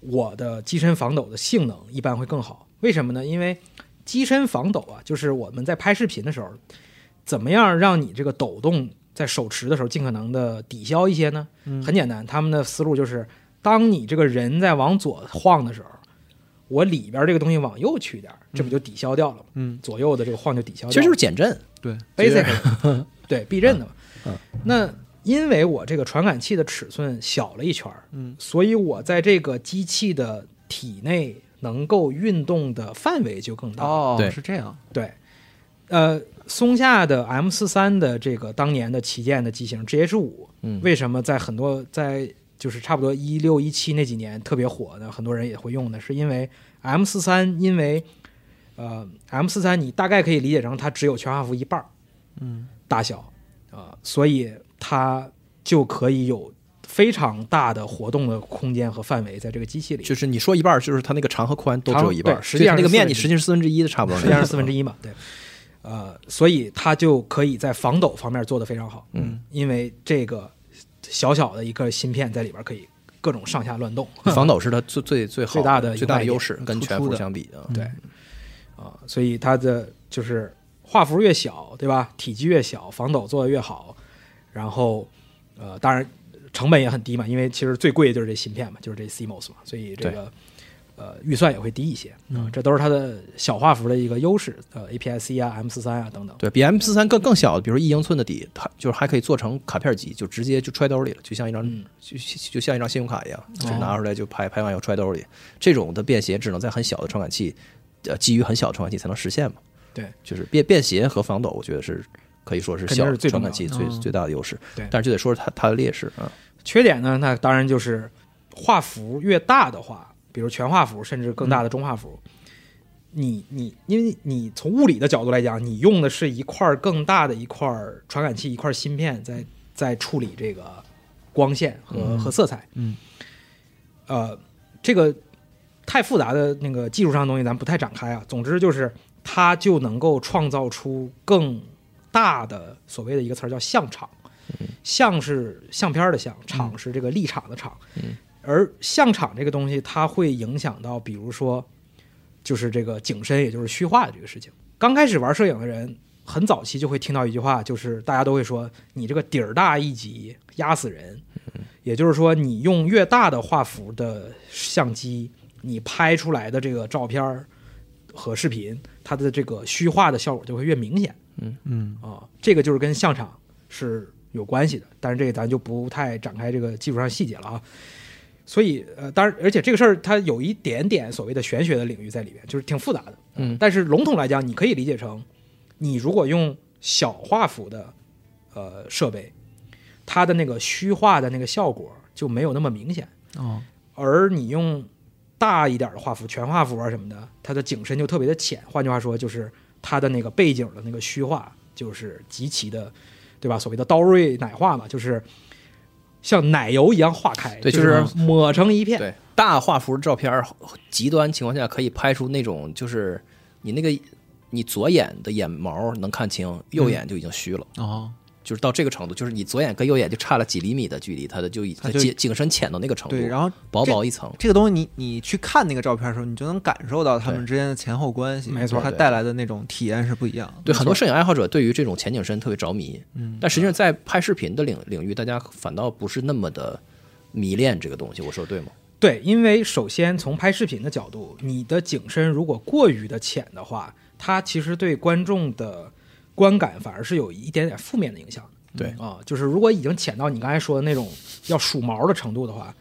D: 我的机身防抖的性能一般会更好。为什么呢？因为机身防抖啊，就是我们在拍视频的时候，怎么样让你这个抖动在手持的时候尽可能的抵消一些呢？很简单，他们的思路就是，当你这个人在往左晃的时候，我里边这个东西往右去一点儿，这不就抵消掉了吗？
B: 嗯，
D: 左右的这个晃就抵消掉了，
C: 其实就是减震，
B: 对，
D: basic 对避震的嘛。
C: 嗯
D: 那因为我这个传感器的尺寸小了一圈儿，
B: 嗯
D: 所以我在这个机器的体内能够运动的范围就更大。
B: 哦
C: 对，
B: 是这样，
D: 对，呃，松下的 M 四三的这个当年的旗舰的机型 GH 五，
C: 嗯
D: 为什么在很多在就是差不多一六一七那几年特别火呢？很多人也会用呢，是因为 M 四三，因为呃 M 四三你大概可以理解成它只有全画幅一半儿
B: 嗯
D: 大小啊、呃所以它就可以有非常大的活动的空间和范围在这个机器里，
C: 就是你说一半儿，就是它那个长和宽都只有一半儿，
D: 长对实际上
C: 就是那个
D: 是
C: 面
D: 四分之一
C: 积实际是四分之一的，差不多那
D: 实
C: 个，
D: 际上是四分之一嘛，对。呃，所以它就可以在防抖方面做得非常好，
C: 嗯，
D: 因为这个小小的一个芯片在里边可以各种上下乱动，
C: 防抖是它最最最好
D: 最大的
C: 最大
D: 一个卖
C: 的
D: 点
C: 优势，跟
D: 突出
C: 全幅
D: 的
C: 相比啊，
D: 对，啊、所以它的就是画幅越小，对吧？体积越小，防抖做得越好，然后呃，当然成本也很低嘛，因为其实最贵的就是这芯片嘛，就是这 CMOS 嘛，所以这个呃预算也会低一些啊、
C: 嗯
D: 这都是它的小画幅的一个优势，呃 APS-C 啊、M 四三啊等等。
C: 对比 M 四三更更小的，比如一英寸的底，它就是还可以做成卡片机，就直接就揣兜里了，就像一张、
D: 嗯
C: 就就就像一张信用卡一样，就是拿出来就拍，拍完以后揣兜里。这种的便携只能在很小的传感器，呃，基于很小的传感器才能实现嘛。
D: 对，
C: 就是便便携和防抖，我觉得是可以说是
D: 肯定
C: 小
D: 是最
C: 传
D: 重要
C: 感
D: 的
C: 器最、
E: 嗯
C: 最大的优势。
D: 对
C: 但是就得说是它它的劣势啊。
D: 缺点呢，那当然就是画幅越大的话，比如全画幅甚至更
E: 嗯
D: 大的中画幅，你你因为你从物理的角度来讲，你用的是一块儿更大的一块儿传感器一块儿芯片在在处理这个光线和、和色彩，
E: 嗯，
D: 呃，这个太复杂的那个技术上的东西咱不太展开啊。总之就是它就能够创造出更大的所谓的一个词儿叫像场，像是相片儿的像，场是这个立场的场。
C: 嗯
D: 而像场这个东西，它会影响到，比如说，就是这个景深，也就是虚化的这个事情。刚开始玩摄影的人，很早期就会听到一句话，就是大家都会说：“你这个底儿大一级，压死人。”也就是说，你用越大的画幅的相机，你拍出来的这个照片儿和视频，它的这个虚化的效果就会越明显
E: 嗯
D: 啊、这个就是跟像场是有关系的，但是这个咱就不太展开这个技术上细节了啊。所以，呃，当然，而且这个事儿它有一点点所谓的玄学的领域在里面，就是挺复杂的。
C: 嗯
D: 但是笼统来讲，你可以理解成，你如果用小画幅的呃设备，它的那个虚化的那个效果就没有那么明显，
E: 哦
D: 而你用大一点的画幅、全画幅啊什么的，它的景深就特别的浅。换句话说，就是它的那个背景的那个虚化，就是极其的，对吧？所谓的刀锐奶化嘛，就是像奶油一样化开，
C: 对
D: 就
C: 就是
D: 抹成一片。
C: 对，大画幅的照片儿，极端情况下可以拍出那种就是你那个你左眼的眼毛能看清，右眼就已经虚了。
B: 嗯
E: 哦，
C: 就是到这个程度，就是你左眼跟右眼就差了几厘米的距离，它的就已它
B: 它就
C: 景景深浅到那个程度，
B: 对，然后
C: 薄薄一层，
B: 这个东西你你去看那个照片的时候，你就能感受到他们之间的前后关系，
D: 没错
B: 它
C: 对
B: 带来的那种体验是不一样的。
C: 对很多摄影爱好者对于这种前景深特别着迷，嗯，但实际上在拍视频的领领域，大家反倒不是那么的迷恋这个东西，我说对吗？
D: 对，因为首先从拍视频的角度，你的景深如果过于的浅的话，它其实对观众的观感反而是有一点点负面的影响。
C: 对
D: 啊、就是如果已经浅到你刚才说的那种要数毛的程度的话，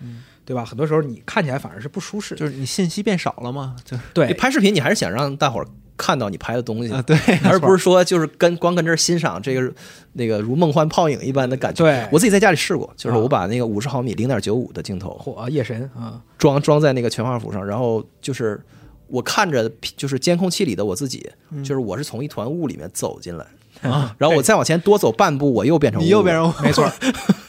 D: 对吧？很多时候你看起来反而是不舒适的。
B: 就是你信息变少了嘛，就是
C: 你
D: 对，
C: 拍视频你还是想让大伙儿看到你拍的东西，
B: 啊，对，
C: 哎而不是说就是跟光跟这儿欣赏这个那个如梦幻泡影一般的感觉。
D: 对
C: 我自己在家里试过，就是
D: 啊
C: 我把那个五十毫米零点九五的镜头，
D: 火啊夜神啊，
C: 装装在那个全画幅上，然后就是我看着就是监控器里的我自己，就是
D: 嗯
C: 我是从一团雾里面走进来，然后我再往前多走半步，我又变成 雾
B: 你
C: 了
B: 又变成
D: 没错。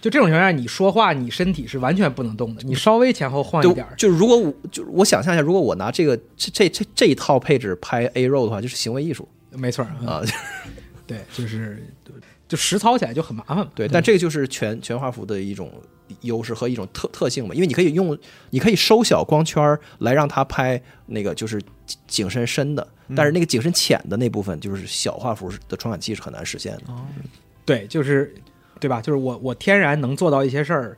D: 就这种情况下，你说话，你身体是完全不能动的，你稍微前后晃一
C: 对
D: 点儿，，
C: 就是如果我就是我想象一下，如果我拿这个这这这这一套配置拍 A roll 的话，就是行为艺术
D: 没错儿啊。
C: 啊，
D: 对，就是就实操起来就很麻烦嘛。
C: 对，但这个就是全全画幅的一种优势和一种特特性嘛，因为你可以用你可以收小光圈儿来让它拍那个就是景景深深的，
D: 嗯
C: 但是那个景深浅的那部分就是小画幅的传感器是很难实现的。
D: 对，就是对吧？就是我我天然能做到一些事儿，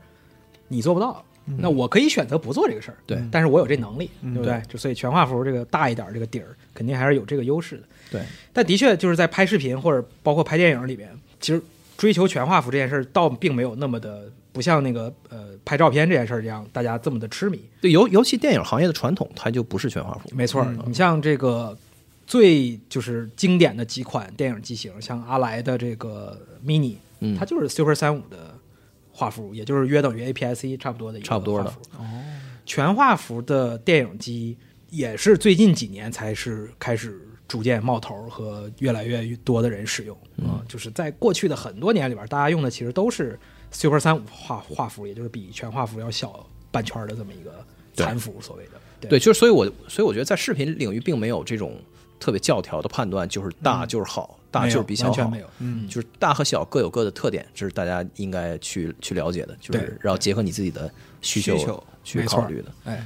D: 你做不到。那我可以选择不做这个事儿，
C: 嗯对嗯
D: 但是我有这能力，对不对？就所以全画幅这个大一点儿这个底儿，肯定还是有这个优势的。
C: 对，
D: 但的确就是在拍视频或者包括拍电影里边，其实追求全画幅这件事儿倒并没有那么的，不像那个呃拍照片这件事儿这样大家这么的痴迷。
C: 对，尤尤其电影行业的传统，它就不是全画幅。
D: 没错儿，你像这个最就是经典的几款电影机型，像阿莱的这个 Mini，
C: 嗯
D: 它就是 Super 三五的画幅，也就是约等于 APS-C 差不多的一个
C: 差不多的
D: 画幅。
B: 哦
D: 全画幅的电影机也是最近几年才是开始逐渐冒头儿
C: 嗯
D: 和越来越多的人使用啊、就是在过去的很多年里边儿，大家用的其实都是 Super 三五画画幅，也就是比全画幅要小半圈儿的这么一个残幅，所谓的
C: 对，就是所以我，所以我觉得在视频领域并没有这种特别教条的判断，就是大就是好，大
D: 嗯没
C: 就
D: 有
C: 是比小
D: 完全
C: 好
D: 没，有，嗯，
C: 就是大和小各有各的特点，这是大家应该去去了解的，就是
D: 对
C: 然后结合你自己的需
B: 需求
C: 去
D: 没错
C: 考虑的。
D: 哎，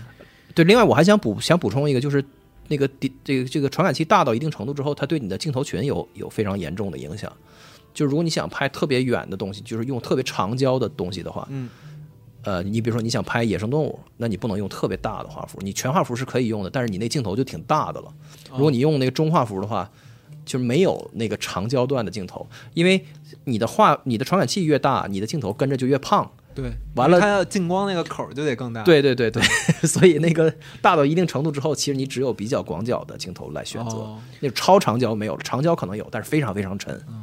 C: 对，另外我还想补想补充一个，就是那个底这个这个传感器大到一定程度之后，它对你的镜头群有有非常严重的影响。就如果你想拍特别远的东西，就是用特别长焦的东西的话，
B: 嗯，
C: 呃，你比如说你想拍野生动物，那你不能用特别大的画幅，你全画幅是可以用的，但是你那镜头就挺大的了。
D: 哦
C: 如果你用那个中画幅的话，就是没有那个长焦段的镜头，因为你的画你的传感器越大，你的镜头跟着就越胖。
B: 对，
C: 完了
B: 它要进光那个口儿就得更大。，哦
C: 对对对对，啊 所以那个大到一定程度之后，其实你只有比较广角的镜头来选择，
B: 哦
C: 那种超长焦没有了，长焦可能有，但是非常非常沉。
D: 嗯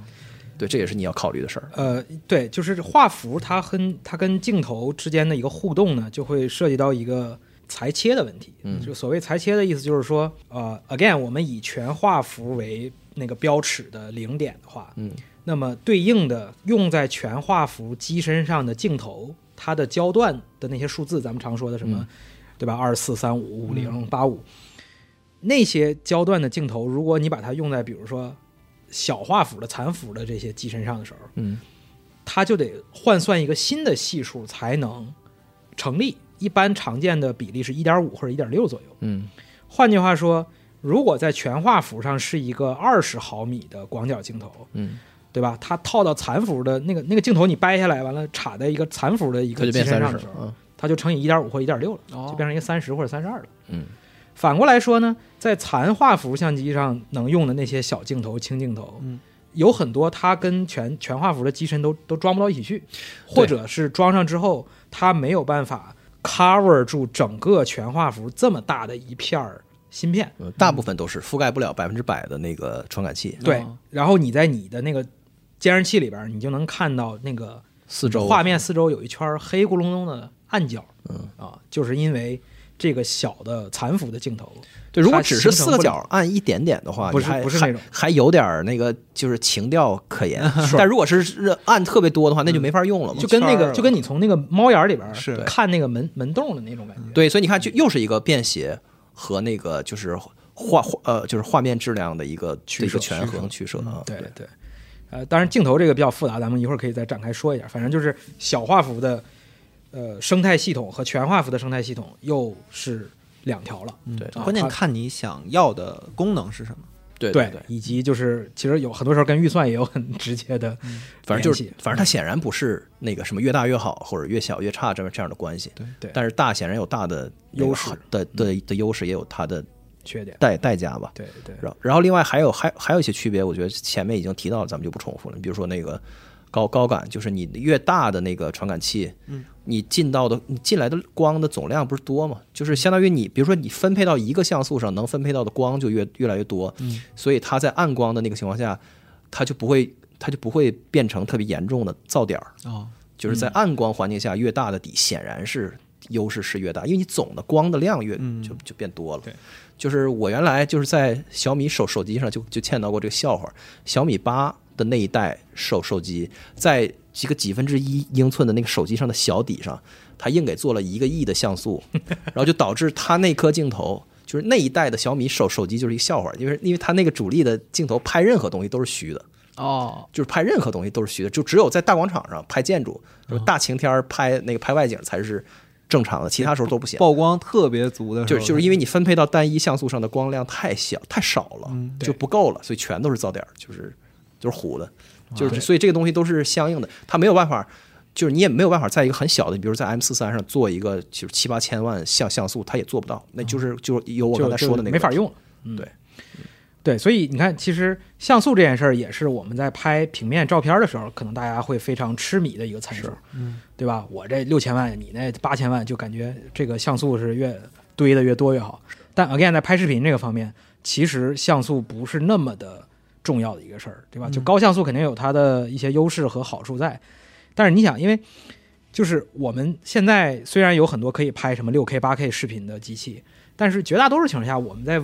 C: 对，这也是你要考虑的事儿。
D: 呃，对，就是画幅它跟它跟镜头之间的一个互动呢，就会涉及到一个裁切的问题。
C: 嗯
D: 就所谓裁切的意思就是说，呃，again，我们以全画幅为那个标尺的零点的话，
C: 嗯，
D: 那么对应的用在全画幅机身上的镜头，它的焦段的那些数字，咱们常说的什
C: 嗯
D: 么，对吧？二四三五五零八五，那些焦段的镜头，如果你把它用在比如说小画幅的残幅的这些机身上的时候，
C: 嗯，
D: 它就得换算一个新的系数才能成立。一般常见的比例是一点五或者一点六左右。
C: 嗯，
D: 换句话说，如果在全画幅上是一个二十毫米的广角镜头，
C: 嗯，
D: 对吧？它套到残幅的那个那个镜头，你掰下来完了插在一个残幅的一
C: 它
D: 个
C: 就
D: 机
C: 变
D: 身
C: 三
D: 上
C: 十嗯
D: 的时候，
C: 了。
D: 它就乘以一点五或一点六了，
B: 哦
D: 就变成一个三十或者三十二了。
C: 嗯，
D: 反过来说呢，在残画幅相机上能用的那些小镜头、轻镜头，
B: 嗯
D: 有很多它跟全全画幅的机身都都装不到一起去，或者是装上之后，它没有办法 cover 住整个全画幅这么大的一片儿芯
B: 哦
D: 片。
C: 嗯，大部分都是覆盖不了百分之百的那个传感器，
D: 对
B: 哦，
D: 然后你在你的那个监视器里边儿，你就能看到那个
C: 四周
D: 画面四周有一圈儿黑咕隆咚的暗角，
C: 嗯
D: 啊，就是因为这个小的残幅的镜头，
C: 对，如果
D: 它
C: 只
D: 形
C: 是四
D: 成
C: 个
D: 不了
C: 角按一点点的话，
D: 不
C: 你
D: 是
C: 还
D: 不是
C: 还
D: 那种
C: 还有点儿那个就是情调 可言。但如果是是按特别多的话，那就没法用了嘛
D: 就。跟那
B: 圈儿
D: 个
B: 了
D: 就跟你从那个猫眼儿里边儿
B: 是
D: 看那个门门洞的那种感觉，
C: 对，所以你看，就又是一个便携和那个就是画画呃就是画面质量的一个
D: 取
C: 一
D: 舍
C: 个权衡取舍啊。
D: 嗯对对。呃，当然镜头这个比较复杂，咱们一会儿可以再展开说一下。反正就是小画幅的呃生态系统和全画幅的生态系统又是两条了，
C: 对
D: 啊
B: 嗯哦关键
D: 它
B: 看你想要的功能是什么。
C: 对
D: 对
C: 对，
D: 以及就是其实有很多时候跟预算也有很直接的联系，
C: 嗯
D: 嗯
C: 反正就是，反正它显然不是那个什么越大越好或者越小越差这么这样的关系。
B: 对
D: 嗯对
C: 但是大显然有大的那个
D: 优势嗯
C: 好的的的优势，也有它的
D: 缺点，
C: 代代价吧。
D: 对对
C: 然后然后另外还有还还有一些区别，我觉得前面已经提到了，咱们就不重复了。你比如说那个高高感，就是你越大的那个传感器，嗯，你进到的你进来的光的总量不是多吗？就是相当于你，比如说你分配到一个像素上，能分配到的光就越越来越多，嗯，所以它在暗光的那个情况下，它就不会它就不会变成特别严重的噪点儿，
B: 哦，
C: 就是在暗光环境下，越大的底显然是优势是越大，因为你总的光的量越就就变多了。
B: 对，
C: 就是我原来就是在小米手手机上就就见到过这个笑话，小米八的那一代手手机，在这个几分之一英寸的那个手机上的小底上，它硬给做了一个亿的像素，然后就导致它那颗镜头。就是那一代的小米手手机就是一个笑话，因为因为它那个主力的镜头拍任何东西都是虚的，
B: 哦，
C: 就是拍任何东西都是虚的，就只有在大广场上拍建筑，
D: 哦
C: 什么大晴天儿拍那个拍外景才是正常的，其他时候都不行。
B: 曝光特别足的时
C: 就
B: 候，
C: 就是因为你分配到单一像素上的光量太小太少了，
D: 嗯对
C: 就不够了，所以全都是噪点儿，就是就是糊的，就是
D: 对
C: 所以这个东西都是相应的，它没有办法，就是你也没有办法在一个很小的，比如在 M 四三上做一个就是七八千万像像素，它也做不到，那就是就是有我
D: 就
C: 刚才说的
D: 就
C: 那个
D: 没法
C: 问题
D: 用了。嗯
C: 对，
D: 对，所以你看，其实像素这件事儿也是我们在拍平面照片的时候，可能大家会非常痴迷的一个参数，嗯，对吧？我这六千万，你那八千万，就感觉这个像素是越堆的越多越好。但 again，在拍视频这个方面，其实像素不是那么的重要的一个事儿，对
C: 嗯
D: 吧？就高像素肯定有它的一些优势和好处在，但是你想，因为就是我们现在虽然有很多可以拍什么六 K、八 K 视频的机器，但是绝大多数情况下，我们在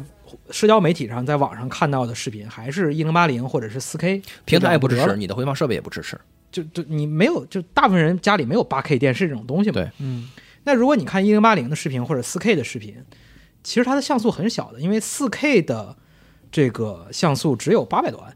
D: 社交媒体上、在网上看到的视频还是一零八零或者是四 K，
C: 平台也不支
D: 就这
C: 持，
D: 样得了
C: 你的回放设备也不支持，
D: 就就你没有，就大部分人家里没有八 K 电视这种东西嘛。
C: 对
E: 嗯
D: 那如果你看一零八零的视频或者四 K 的视频，其实它的像素很小的，因为四 K 的这个像素只有八百多万，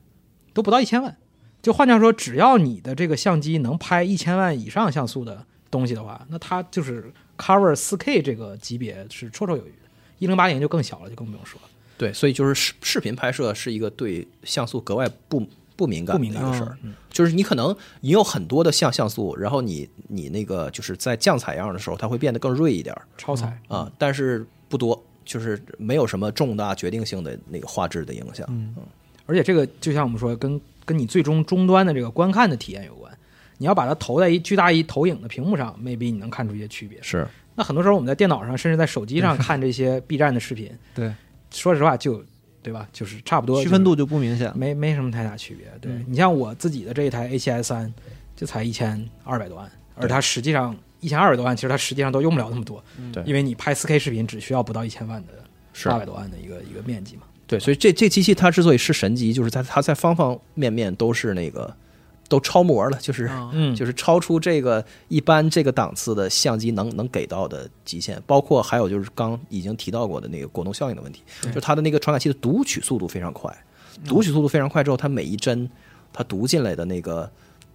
D: 都不到一千万。就换句话说，只要你的这个相机能拍一千万以上像素的东西的话，那它就是 cover 四 K 这个级别是绰绰有余的。一零八零就更小了，就更不用说了。
C: 对，所以就是视视频拍摄是一个对像素格外不不敏感
D: 不
C: 的一
D: 敏感啊嗯
C: 个事儿，就是你可能你有很多的像像素，然后你你那个就是在降采样的时候，它会变得更锐一点儿
D: 超彩，
C: 啊，但是不多，就是没有什么重大决定性的那个画质的影响。
D: 嗯而且这个就像我们说，跟跟你最终终端的这个观看的体验有关。你要把它投在一巨大一投影的屏幕上，maybe 你能看出一些区别。
C: 是，
D: 那很多时候我们在电脑上，甚至在手机上看这 些 B 站的视频，
E: 对，
D: 说实话就对吧，就是差不多
B: 区分度就不明显了。
D: 没没什么太大区别。对、
C: 嗯
D: 你像我自己的这一台 A7S 三，就才一千二百多万，而它实际上一千二百多万，其实它实际上都用不了那么多，
C: 嗯对
D: 因为你拍 4K 视频只需要不到一千万的
C: 是
D: 八百多万的一个一个面积嘛。
C: 对，所以这这机器它之所以是神机，就是它它在方方面面都是那个都超模了，就是、
D: 嗯
C: 啊就是超出这个一般这个档次的相机能能给到的极限，包括还有就是刚已经提到过的那个果冻效应的问题，就是它的那个传感器的读取速度非常快，
D: 嗯
C: 读取速度非常快之后，它每一帧它读进来的那个。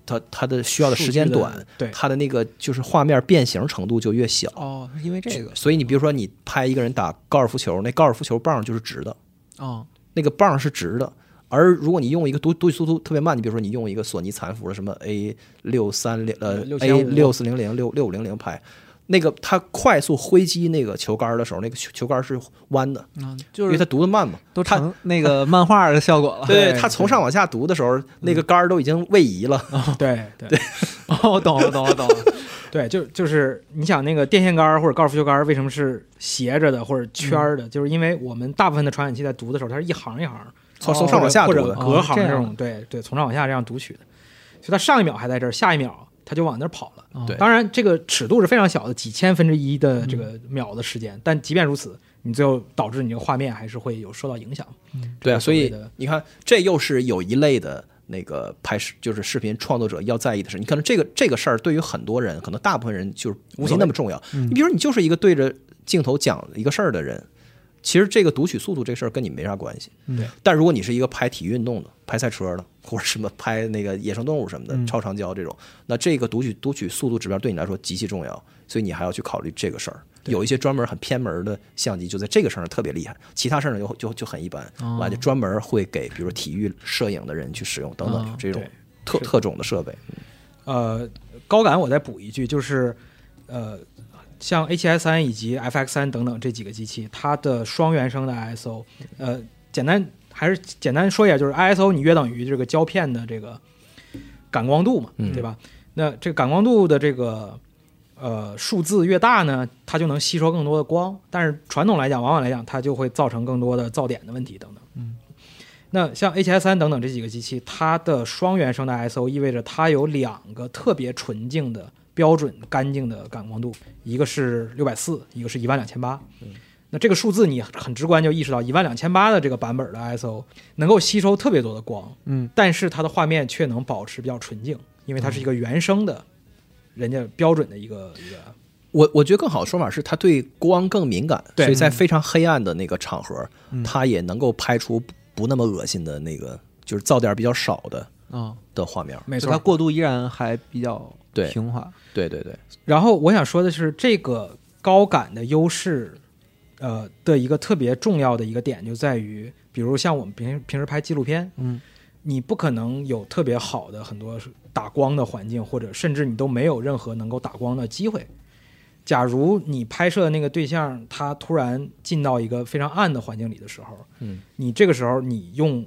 C: 它它的需要的时间
D: 数据的
C: 短，
D: 对
C: 它的那个就是画面变形程度就越小，
B: 哦，因为这个
C: 所以你比如说你拍一个人打高尔夫球，那高尔夫球棒就是直的，
B: 哦，
C: 那个棒是直的。而如果你用一个读读取速度特别慢，你比如说你用一个索尼残幅的什么 A 六三零呃
D: 6500
C: A 六四零零六六五零零拍，那个它快速挥击那个球杆的时候，那个球球杆是弯的，
B: 嗯，
C: 因
B: 就
C: 为它
B: 是
C: 读的慢嘛。
B: 都
C: 它
B: 成那 个漫画的效果了。
C: 对它从上往下读的时候，那个杆儿都已经位移了。
D: 对对
B: 哦，我懂了，懂了，懂了。
D: 对，就就是你想那个电线杆儿或者高尔夫球杆儿为什么是斜着的或者圈儿
B: 嗯
D: 的，就是因为我们大部分的传感器在读的时候，它是一行一行儿
C: 从从上往下
D: 或者
C: 读的
D: 隔行
B: 哦这
D: 这
B: 样
D: 种，对对，从上往下这样读取的。所以它上一秒还在这儿，下一秒它就往那儿跑了。
B: 哦
C: 对
D: 当然这个尺度是非常小的，几千分之一的
B: 嗯
D: 这个秒的时间，但即便如此，你最后导致你这个画面还是会有受到影响。
C: 对啊，
D: 这
C: 所
D: 个
C: 以
D: 所谓的
C: 你看，这又是有一类的那个拍视，就是视频创作者要在意的事。你可能这个这个事儿对于很多人，可能大部分人就是没那么重要。
D: 嗯
C: 你比如你就是一个对着镜头讲一个事儿的人，其实这个读取速度这事儿跟你没啥关系。
D: 对，
C: 但如果你是一个拍体育运动的，拍赛车的，或者什么拍那个野生动物什么
D: 嗯
C: 的，超长焦这种，那这个读取读取速度指标对你来说极其重要，所以你还要去考虑这个事儿。有一些专门很偏门的相机，就在这个事儿上特别厉害，其他事儿呢就就就很一般，
D: 哦
C: 完就专门会给比如说体育摄影的人去使用等等，有这种
D: 哦对
C: 特特种的设备。
D: 呃，高感我再补一句，就是呃，像 A7S 三以及 FX 三等等这几个机器，它的双原生的 ISO，呃，简单还是简单说一下，就是 ISO 你约等于这个胶片的这个感光度嘛，对吧？那这个感光度的这个呃数字越大呢，它就能吸收更多的光，但是传统来讲，往往来讲，它就会造成更多的噪点的问题等等。嗯。那像 H S 三等等这几个机器，它的双原生的 ISO 意味着它有两个特别纯净的标准干净的感光度，一个是六百四，一个是一万两千八。那这个数字你很直观就意识到，一万两千八的这个版本的 ISO 能够吸收特别多的光，
B: 嗯，
D: 但是它的画面却能保持比较纯净，因为它是一个原生的，人家标准的一个一个
C: 我我觉得更好的说法是，它对光更敏感，
D: 对嗯
C: 所以在非常黑暗的那个场合，它也能够拍出不不那么恶心的那个，就是噪点比较少的
B: 哦，
C: 的画面。
D: 没
B: 就
D: 错
B: 它，过渡依然还比较
C: 对
B: 平滑。
C: 对对对，
D: 然后我想说的是，这个高感的优势，呃，的一个特别重要的一个点就在于，比如像我们平平时拍纪录片，
B: 嗯，
D: 你不可能有特别好的很多打光的环境，或者甚至你都没有任何能够打光的机会。假如你拍摄的那个对象他突然进到一个非常暗的环境里的时候，
C: 嗯，
D: 你这个时候你用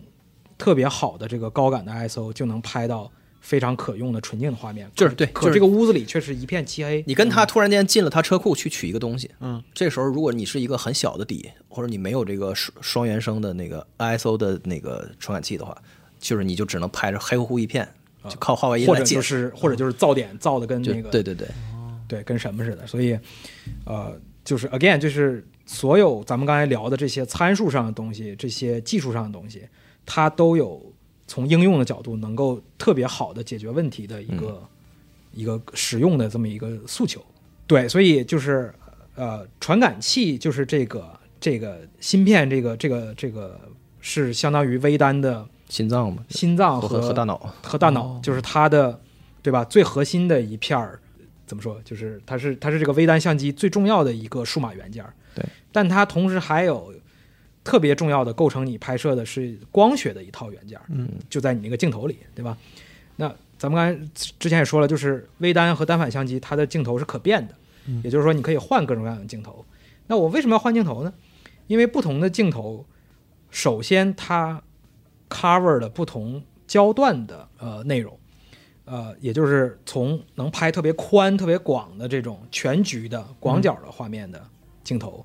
D: 特别好的这个高感的 ISO 就能拍到非常可用的纯净的画面，
C: 就是对
D: 可
C: 就是
D: 这个屋子里却是一片漆黑，
C: 你跟他突然间进了他车库去取一个东西，
B: 嗯，
C: 这个时候如果你是一个很小的底，或者你没有这个双双原生的那个 ISO 的那个传感器的话，就是你就只能拍着黑乎乎一片，就靠画外音
D: 啊或
C: 来
D: 者
C: 解
D: 就
C: 释。嗯
D: 是或者就是噪点噪的跟
C: 就
D: 那个
C: 对对对，
D: 对跟什么似的，所以呃，就是 again 就是所有咱们刚才聊的这些参数上的东西，这些技术上的东西，它都有从应用的角度能够特别好的解决问题的一个、
C: 嗯
D: 一个实用的这么一个诉求。对，所以就是呃，传感器就是这个这个芯片，这个这个这个是相当于微单的
C: 心脏嘛，
D: 心脏
C: 和和和大脑，
D: 啊和大脑，就是它的，对吧？最核心的一片儿，怎么说？就是它是它是这个微单相机最重要的一个数码元件儿。
C: 对，
D: 但它同时还有特别重要的构成你拍摄的是光学的一套元件儿，
B: 嗯，
D: 就在你那个镜头里，对吧？那咱们刚才之前也说了，就是微单和单反相机它的镜头是可变的，
E: 嗯
D: 也就是说你可以换各种各样的镜头。那我为什么要换镜头呢？因为不同的镜头，首先它 cover 了不同焦段的呃内容，呃，也就是从能拍特别宽、特别广的这种全局的广角的画面的镜头，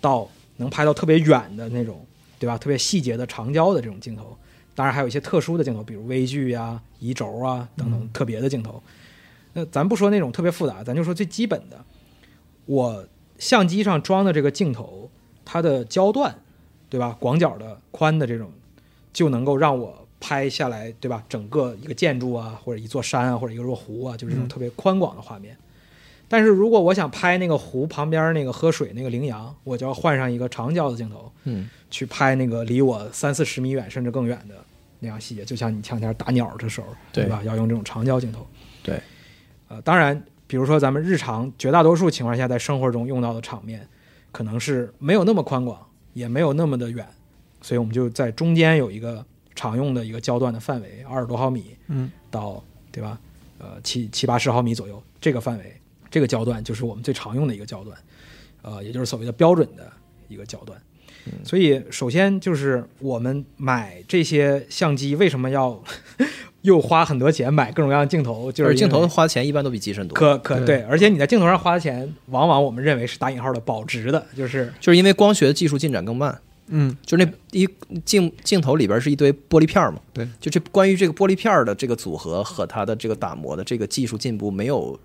D: 到能拍到特别远的那种，对吧？特别细节的长焦的这种镜头，当然还有一些特殊的镜头，比如微距呀、移轴啊等等特别的镜头。那咱不说那种特别复杂，咱就说最基本的，我相机上装的这个镜头，它的焦段，对吧？广角的、宽的这种，就能够让我拍下来，对吧？整个一个建筑啊，或者一座山啊，或者一座湖啊，就是这种特别宽广的画面。但是如果我想拍那个湖旁边那个喝水那个羚羊，我就要换上一个长焦的镜头，
C: 嗯，
D: 去拍那个离我三四十米远甚至更远的那样细节，就像你前两天打鸟的时候，
C: 对
D: 对吧？要用这种长焦镜头。
C: 对，
D: 呃，当然，比如说咱们日常绝大多数情况下在生活中用到的场面，可能是没有那么宽广，也没有那么的远，所以我们就在中间有一个常用的一个焦段的范围，二十多毫米，
B: 嗯，
D: 到对吧？呃，七七八十毫米左右这个范围，这个焦段就是我们最常用的一个焦段，呃，也就是所谓的标准的一个焦段。所以，首先就是我们买这些相机为什么要 又花很多钱买各种各样的镜头，就
C: 就是是镜
D: 因为
C: 头花钱一般都比机身多，
D: 可可对，而且你在镜头上花的钱，往往我们认为是打引号的保值的，就是
C: 就是因为光学技术进展更慢，
B: 嗯，
C: 就是那一镜镜头里边是一堆玻璃片儿嘛，
B: 对，
C: 就这关于这个玻璃片儿的这个组合和它的这个打磨的这个技术进步没有。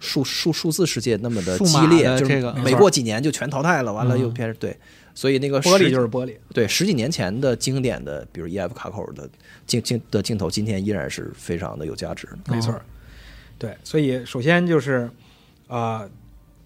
C: 数数数字世界那么的
B: 数
C: 激
B: 码
C: 烈，
B: 的
C: 就
B: 这
C: 是
B: 个
C: 每过几年就全淘汰了，完了
E: 嗯
C: 又变成对，所以那个
D: 玻璃
C: 实
D: 就是玻璃，
C: 对十几年前的经典的，比如 EF 卡口的镜镜的镜头，今天依然是非常的有价值的。
D: 没错儿。对，所以首先就是，啊、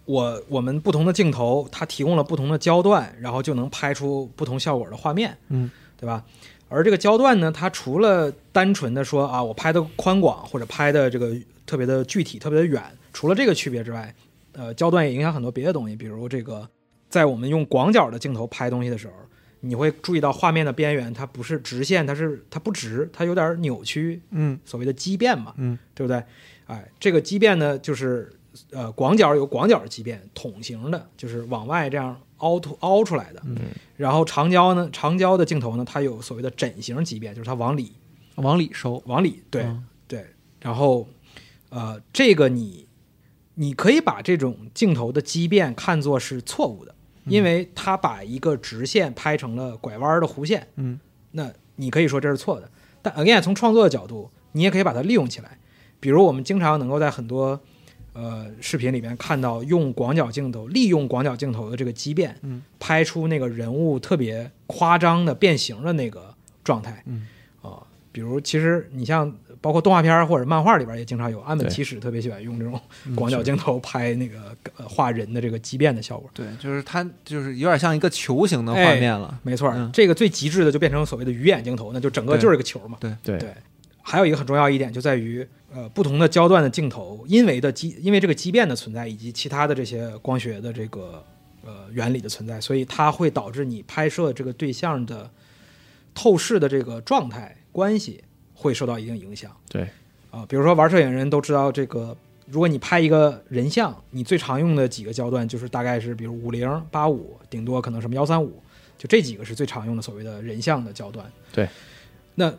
D: 我我们不同的镜头，它提供了不同的焦段，然后就能拍出不同效果的画面，
B: 嗯，
D: 对吧？而这个焦段呢，它除了单纯的说啊，我拍的宽广或者拍的这个特别的具体、特别的远，除了这个区别之外，呃，焦段也影响很多别的东西，比如这个，在我们用广角的镜头拍东西的时候，你会注意到画面的边缘它不是直线，它是它不直，它有点扭曲，
B: 嗯，
D: 所谓的畸变嘛，
B: 嗯，
D: 对不对？哎，这个畸变呢，就是呃广角有广角的畸变，筒形的，就是往外这样凹凸凹出来的，嗯，然后长焦呢，长焦的镜头呢，它有所谓的枕形畸变，就是它往里
B: 往里收，
D: 往里，对、
B: 嗯
D: 对，然后呃，这个你你可以把这种镜头的畸变看作是错误的，因为它把一个直线拍成了拐弯儿的弧线，
B: 嗯，
D: 那你可以说这是错的，但 again 从创作的角度，你也可以把它利用起来，比如我们经常能够在很多呃视频里面看到用广角镜头，利用广角镜头的这个畸变，
B: 嗯，
D: 拍出那个人物特别夸张的变形的那个状态，
B: 嗯，
D: 啊、比如其实你像包括动画片儿或者漫画里边也经常有，安本
C: 对
D: 七史特别喜欢用这种
B: 嗯
D: 广角镜头拍那个、呃画人的这个畸变的效果。哎
B: 对，就是它就是有点像一个球形的画面了，
D: 没错儿，
B: 嗯
D: 这个最极致的就变成所谓的鱼眼镜头，那就整个
B: 对
D: 就是一个球嘛。
C: 对
D: 对还有一个很重要一点就在于，呃，不同的焦段的镜头，因为的畸，因为这个畸变的存在，以及其他的这些光学的这个呃原理的存在，所以它会导致你拍摄这个对象的透视的这个状态关系会受到一定影响。
C: 对
D: 啊、比如说玩摄影人都知道这个。如果你拍一个人像，你最常用的几个焦段就是大概是，比如五零、八五，顶多可能什么幺三五，就这几个是最常用的所谓的人像的焦段。
C: 对，
D: 那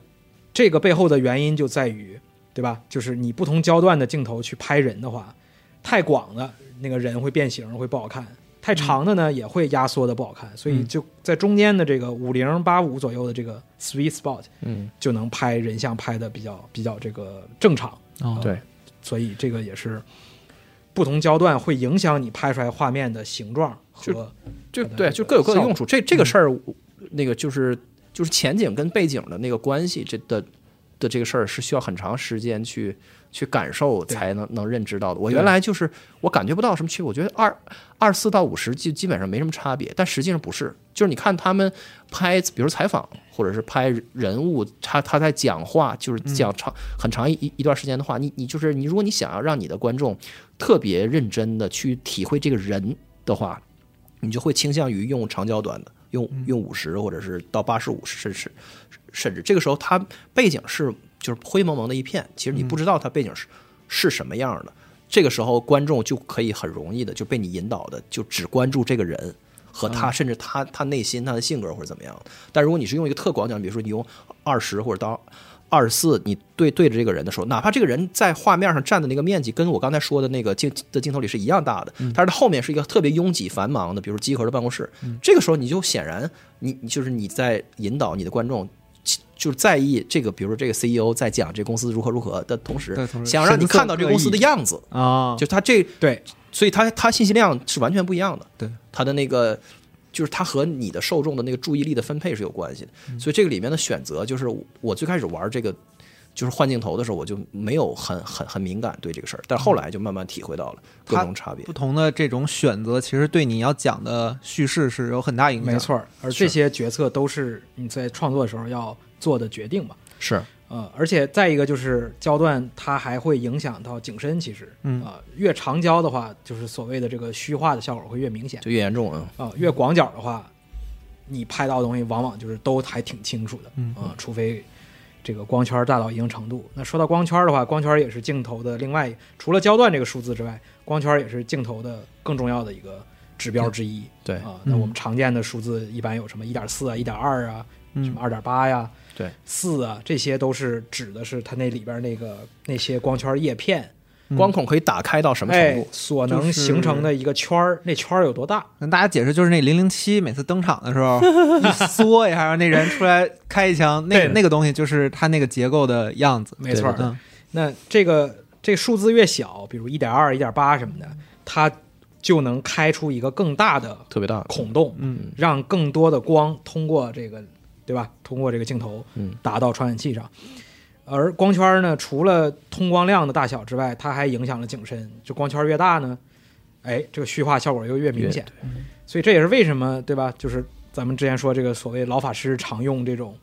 D: 这个背后的原因就在于，对吧？就是你不同焦段的镜头去拍人的话，太广的那个人会变形，会不好看；
C: 嗯
D: 太长的呢，也会压缩的不好看。所以就在中间的这个五零八五左右的这个 sweet spot，
C: 嗯，
D: 就能拍人像拍的比较比较这个正常。
B: 哦
C: 对，
D: 所以这个也是不同焦段会影响你拍出来画面的形状和
C: 就
D: 它的
C: 对，
D: 这
C: 就
D: 个
C: 各有各的
D: 效嗯
C: 用处。这这个事儿，那个就是就是前景跟背景的那个关系，这的的这个事儿是需要很长时间去去感受
D: 对
C: 才能能认知到的。我
D: 对
C: 原来就是我感觉不到什么区别，我觉得二二四到五十基基本上没什么差别，但实际上不是。就是你看他们拍，比如采访或者是拍人物，他他在讲话，就是
D: 嗯
C: 讲长、很长一一段时间的话，你你就是你，如果你想要让你的观众特别认真的去体会这个人的话，你就会倾向于用长焦短的，用用五十或者是到八十五，甚至甚至这个时候它背景是就是灰蒙蒙的一片，其实你不知道它背景是、是什么样的。这个时候观众就可以很容易的就被你引导的，就只关注这个人和他，
B: 嗯
C: 甚至他他内心他的性格或者怎么样。但如果你是用一个特广角，比如说你用二十或者到二十四，你对对着这个人的时候，哪怕这个人在画面上占的那个面积跟我刚才说的那个镜的镜头里是一样大的，
B: 嗯
C: 但是他后面是一个特别拥挤繁忙的，比如集合的办公室，
B: 嗯
C: 这个时候你就显然你你就是你在引导你的观众。其就是在意这个，比如说这个 CEO 在讲这公司如何如何的同时
B: 对同，时
C: 想让你
B: 神色
C: 看到这个公司的
B: 各异
C: 样子，
D: 哎
B: 啊，
C: 就是他这，
D: 对，
C: 所以他他信息量是完全不一样的。
B: 对，
C: 他的那个就是他和你的受众的那个注意力的分配是有关系的。
B: 嗯
C: 所以这个里面的选择，就是我我最开始玩这个就是换镜头的时候，我就没有很很很敏感对这个事儿，但后来就慢慢体会到了各种差
B: 嗯
C: 别
B: 不。同的这种选择，其实对你要讲的叙事是有很大影响。
D: 没，错儿。而这些决策都是你在创作的时候要做的决定嘛。
C: 是
D: 呃，而且再一个就是焦段，它还会影响到景深。其实，
B: 嗯
D: 啊、越长焦的话，就是所谓的这个虚化的效果会越明显
C: 就越严重啊，
D: 啊、越广角的话，你拍到的东西往往就是都还挺清楚的
B: 嗯
D: 啊、除非这个光圈大到一定程度。那说到光圈的话，光圈也是镜头的另外，除了焦段这个数字之外，光圈也是镜头的更重要的一个指标之一。
C: 对
D: 啊，那我们常见的数字一般有什么一点四啊、一点二啊、什
B: 嗯
D: 么二点八呀、
C: 对
D: 四啊，这些都是指的是它那里边那个那些光圈叶片
B: 嗯
C: 光孔可以打开到什么程
D: 哎
C: 度？
D: 所
B: 就
D: 能
B: 是
D: 形成的一个圈儿，那圈儿有多大？
B: 跟大家解释，就是那零零七每次登场的时候一缩一下，让那人出来开一枪，那
D: 对
B: 那个东西就是它那个结构的样子。
D: 没错儿，
B: 对嗯
D: 那这个这数字越小，比如一点二、一点八什么的，它就能开出一个更大的
C: 特别大，
D: 孔洞，
B: 嗯，
D: 让更多的光通过这个，对吧？通过这个镜头
C: 嗯，
D: 打到传感器上。而光圈呢，除了通光量的大小之外，它还影响了景深。这光圈越大呢，哎，这个虚化效果就越明显。所以这也是为什么，对吧？就是咱们之前说这个所谓老法师常用这种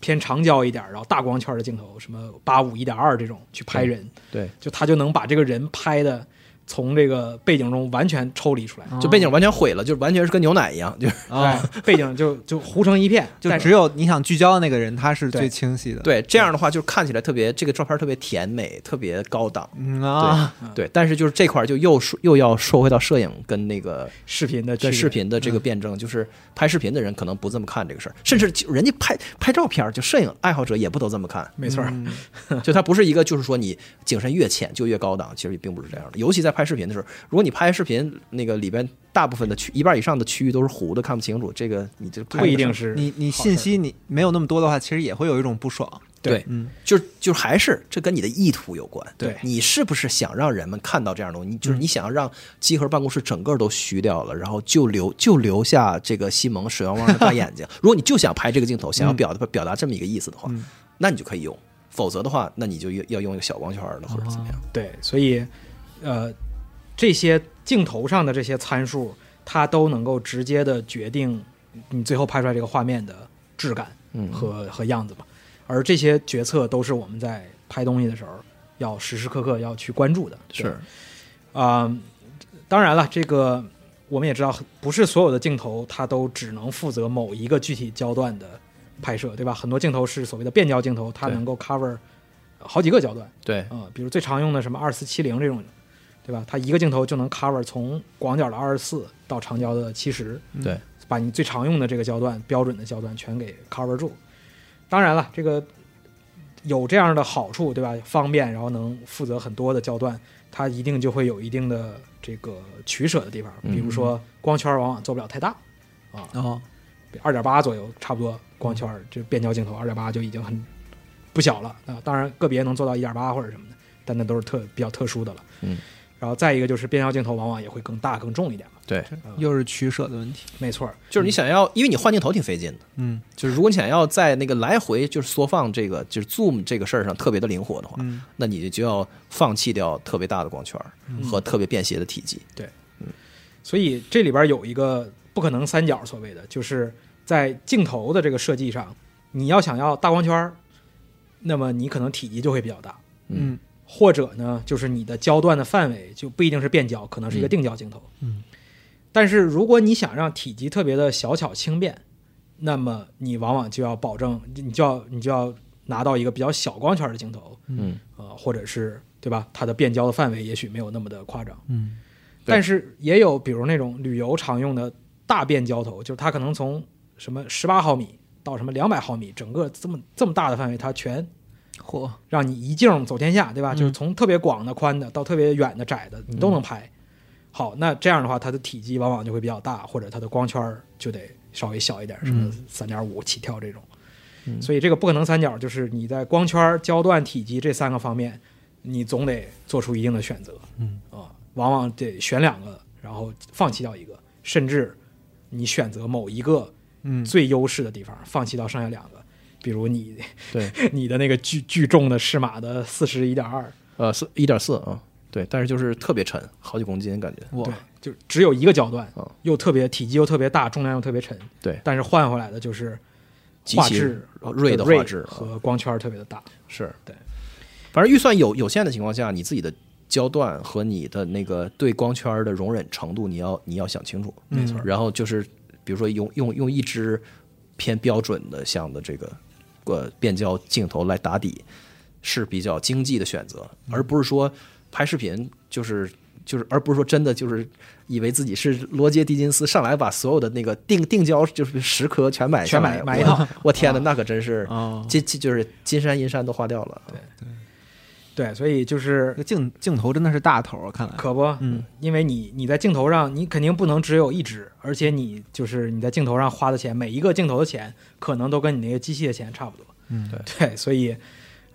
D: 偏长焦一点，然后大光圈的镜头，什么八五一点二这种去拍人，
C: 对，
D: 就他就能把这个人拍的从这个背景中完全抽离出来。
B: 哦
C: 就背景完全毁了，就完全是跟牛奶一样，就是
B: 啊，
D: 哎，背景就就糊成一片，
B: 就
D: 但
B: 只有你想聚焦的那个人，他是最
D: 对
B: 清晰的。，
C: 对这样的话，就是看起来特别这个照片特别甜美，特别高档。
B: 嗯啊，
C: 对，但是就是这块儿就又说又要说回到摄影跟那个
D: 视频的区
C: 跟
D: 别。
C: 视频的这个辩证，就是拍视频的人可能不这么看这个事儿，甚至就人家拍拍照片儿，就摄影爱好者也不都这么看
D: 没错儿，
B: 嗯
C: 就它不是一个就是说你景深越浅就越高档，其实也并不是这样的。尤其在拍视频的时候，如果你拍视频那个里边大部分的区一半以上的区域都是糊的，看不清楚，这个你这拍
D: 不一
C: 的时
D: 定是
C: 候
B: 你你信息你没有那么多的话，其实也会有一种不爽。
C: 对，
B: 嗯，
C: 就是就是还是这跟你的意图有关。
D: 对嗯
C: 你是不是想让人们看到这样的东西？你就是你想要让集合办公室整个都虚掉了，然后就留就留下这个西蒙水汪汪的大眼睛。如果你就想拍这个镜头，
D: 嗯
C: 想要表达表达这么一个意思的话，那你就可以用。否则的话，那你就要要用一个小光圈的或者怎么样。
D: 对，所以呃，这些镜头上的这些参数，它都能够直接的决定你最后拍出来这个画面的质感
C: 嗯
D: 和、和样子嘛。而这些决策都是我们在拍东西的时候要时时刻刻要去关注的。对
C: 是
D: 啊、当然了，这个我们也知道，不是所有的镜头它都只能负责某一个具体焦段的拍摄，对吧？很多镜头是所谓的变焦镜头，它
C: 对
D: 能够 cover 好几个焦段
C: 对
D: 啊、比如最常用的什么二四七零这种，对吧？它一个镜头就能 cover 从广角的二十四到长焦的七十，
C: 对，
D: 把你最常用的这个焦段、标准的焦段全给 cover 住。当然了，这个有这样的好处，对吧？方便，然后能负责很多的焦段，它一定就会有一定的这个取舍的地方。比如说，光圈往往做不了太大，
B: 哦，
D: 二点八左右，差不多光圈就变焦镜头二点八就已经很不小了啊。当然，个别能做到一点八或者什么的，但那都是特比较特殊的了。
C: 嗯，
D: 然后再一个就是变焦镜头往往也会更大更重一点嘛。嗯
C: 对，
B: 又是取舍的问题。
D: 没错儿，
C: 就是你想要，因为你换镜头挺费劲的，
B: 嗯
C: 就是如果你想要在那个来回就是缩放这个就是 zoom 这个事儿上特别的灵活的话，
B: 嗯，
C: 那你就要放弃掉特别大的光圈儿和特别便携的体积。
D: 所以这里边有一个不可能三角，所谓的就是在镜头的这个设计上，你要想要大光圈儿，那么你可能体积就会比较大，
B: 嗯，
D: 或者呢，就是你的焦段的范围就不一定是变焦，可能是一个定焦镜头。
E: 嗯，
D: 但是如果你想让体积特别的小巧轻便，那么你往往就要保证，你就要你就要拿到一个比较小光圈的镜头，
C: 嗯，
D: 呃，或者是对吧？它的变焦的范围也许没有那么的夸张。
E: 嗯，
C: 对
D: 但是也有比如那种旅游常用的大变焦头，就是它可能从什么十八毫米到什么两百毫米，整个这么这么大的范围，它全
B: 嚯，
D: 让你一镜走天下，对吧？
B: 嗯
D: 就是从特别广的、宽的到特别远的、窄的，你都能拍。好，那这样的话，它的体积往往就会比较大，或者它的光圈儿就得稍微小一点，什么
B: 嗯
D: 三点五起跳这种。所以这个不可能三角就是你在光圈儿、焦段、体积这三个方面，你总得做出一定的选择。
E: 嗯
D: 啊，往往得选两个，然后放弃掉一个，甚至你选择某一个
B: 嗯
D: 最优势的地方，放弃到剩下两个。比如你
C: 对，
D: 你的那个巨巨重的适马的四十一点二，
C: 呃，是一点四啊，对，但是就是特别沉，好几公斤感觉。
B: 我
D: 对，就只有一个焦段
C: 哦，
D: 又特别体积又特别大，重量又特别沉，
C: 对，
D: 但是换回来的就是
C: 极
D: 画
C: 其
D: 质
C: 锐的画质嗯
D: 和光圈特别的大。
C: 是
D: 对，
C: 反正预算有有限的情况下，你自己的焦段和你的那个对光圈儿的容忍程度，你要你要想清楚。嗯
D: 没错
C: 然后就是比如说用用用一支偏标准的像的这个呃变焦镜头来打底是比较经济的选择，
D: 嗯
C: 而不是说拍视频就是。就是，而不是说真的就是以为自己是罗杰·狄金斯，上来把所有的那个定定焦就是十颗全买下
D: 全买
C: 来
D: 买一
C: 我
D: 套。
C: 我天哪，那可真是
B: 哦
C: 金金就是金山银山都花掉了。
D: 对，所以就是
B: 这个镜镜头真的是大头，看来
D: 可不，
B: 嗯，
D: 因为你你在镜头上，你肯定不能只有一支，而且你就是你在镜头上花的钱，每一个镜头的钱，可能都跟你那个机器的钱差不多。
B: 嗯
D: 对，对，所以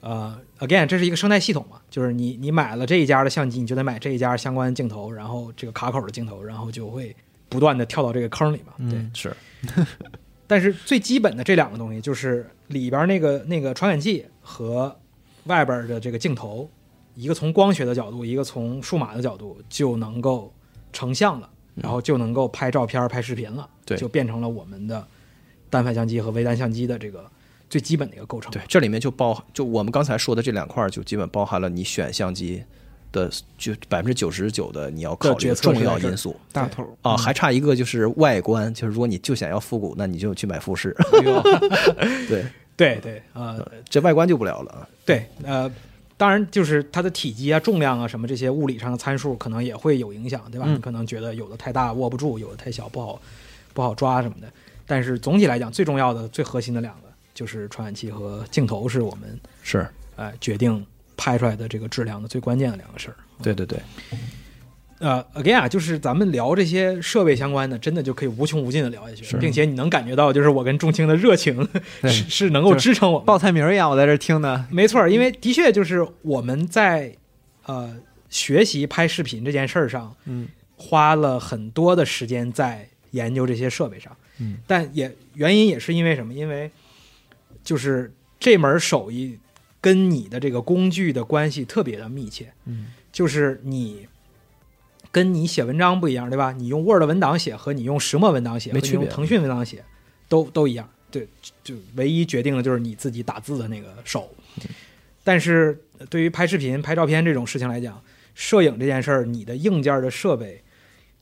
D: 呃，again，这是一个生态系统嘛，就是你你买了这一家的相机，你就得买这一家相关镜头，然后这个卡口的镜头，然后就会不断的跳到这个坑里嘛。对，
B: 嗯
C: 是，
D: 但是最基本的这两个东西，就是里边那个那个传感器和外边的这个镜头，一个从光学的角度，一个从数码的角度，就能够成像了，然后就能够拍照片、拍视频了，
C: 嗯对
D: 就变成了我们的单反相机和微单相机的这个最基本的一个构成。
C: 对，，这里面就包就我们刚才说的这两块儿，就基本包含了你选相机的就百分之九十九的你要考
D: 的
C: 虑
D: 决
C: 的
D: 策是
C: 重要
D: 在这儿嗯
C: 因素。
B: 大头
C: 啊，还差一个就是外观，就是如果你就想要复古，那你就去买富士。
D: 哎
C: 对，
D: 对对，呃，
C: 这外观就不聊了啊。
D: 对，呃，当然就是它的体积啊、重量啊什么这些物理上的参数，可能也会有影响，对吧？
B: 嗯
D: 你可能觉得有的太大握不住，有的太小不好不好抓什么的。但是总体来讲，最重要的、最核心的两个就是传感器和镜头，是我们
C: 是
D: 呃决定拍出来的这个质量的最关键的两个事儿。
C: 对对对，
D: 呃，again 啊，就是咱们聊这些设备相关的，真的就可以无穷无尽的聊下去，并且你能感觉到，就是我跟钟青的热情
B: 对
D: 是是能够
B: 就是
D: 支撑我们的
B: 报菜名儿一样，我在这儿听呢。
D: 没错儿，因为的确就是我们在呃学习拍视频这件事儿上，
B: 嗯，
D: 花了很多的时间在研究这些设备上，
E: 嗯，
D: 但也原因也是因为什么？因为就是这门手艺跟你的这个工具的关系特别的密切，
B: 嗯，
D: 就是你。跟你写文章不一样，对吧？你用 Word 文档写和你用石墨文档写，和
C: 没
D: 你
C: 区
D: 用
C: 别
D: 腾讯文档写，都都一样。对，就就唯一决定的就是你自己打字的那个手。
C: 嗯
D: 但是呃对于拍视频、拍照片这种事情来讲，摄影这件事儿，你的硬件的设备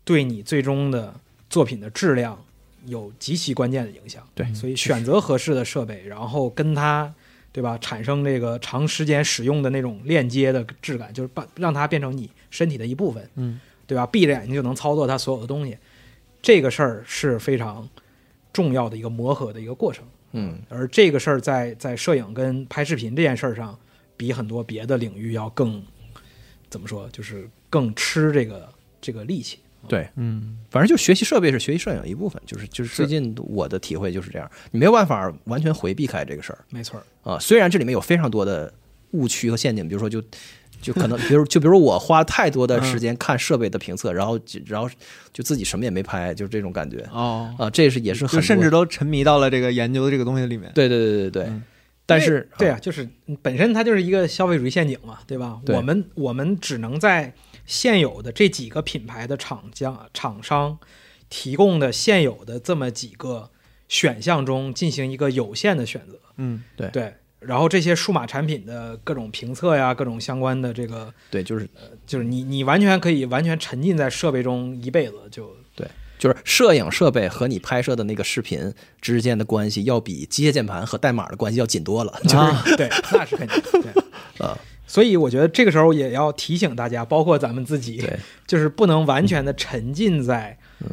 D: 对你最终的作品的质量有极其关键的影响。
C: 对
D: 所以选择合适的设备，然后跟它，对吧，产生这个长时间使用的那种链接的质感，就是把让它变成你身体的一部分，
B: 嗯，
D: 对吧？闭着眼睛就能操作它所有的东西，这个事儿是非常重要的一个磨合的一个过程。
C: 嗯，
D: 而这个事儿在在摄影跟拍视频这件事儿上，比很多别的领域要更怎么说，就是更吃这个这个力气。
C: 对，
B: 嗯，
C: 反正就学习设备是学习摄影一部分，就是就是最近我的体会就是这样，你没有办法完全回避开这个事儿
D: 没错儿，
C: 啊。虽然这里面有非常多的误区和陷阱，比如说就。就可能，比如就比如我花太多的时
B: 嗯
C: 间看设备的评测，然后就然后就自己什么也没拍，就是这种感觉
B: 哦，
C: 啊，这是也是很
B: 就
C: 多
B: 甚至都沉迷到了这个研究这个东西里面。
C: 对对对对对对
B: 嗯，
C: 但是
D: 对啊，就是本身它就是一个消费主义陷阱嘛，对吧？
C: 对
D: 我们我们只能在现有的这几个品牌的厂家厂商提供的现有的这么几个选项中进行一个有限的选择。
B: 嗯，
D: 对，然后这些数码产品的各种评测呀，各种相关的这个，
C: 对就是
D: 就是你你完全可以完全沉浸在设备中一辈子， 就
C: 就是摄影设备和你拍摄的那个视频之间的关系，要比机械键盘和代码的关系要紧多了。 就是
B: 啊，
D: 对，那是肯定对。
C: 啊，
D: 所以我觉得这个时候也要提醒大家，包括咱们自己，
C: 对
D: 就是不能完全的沉浸在，
C: 嗯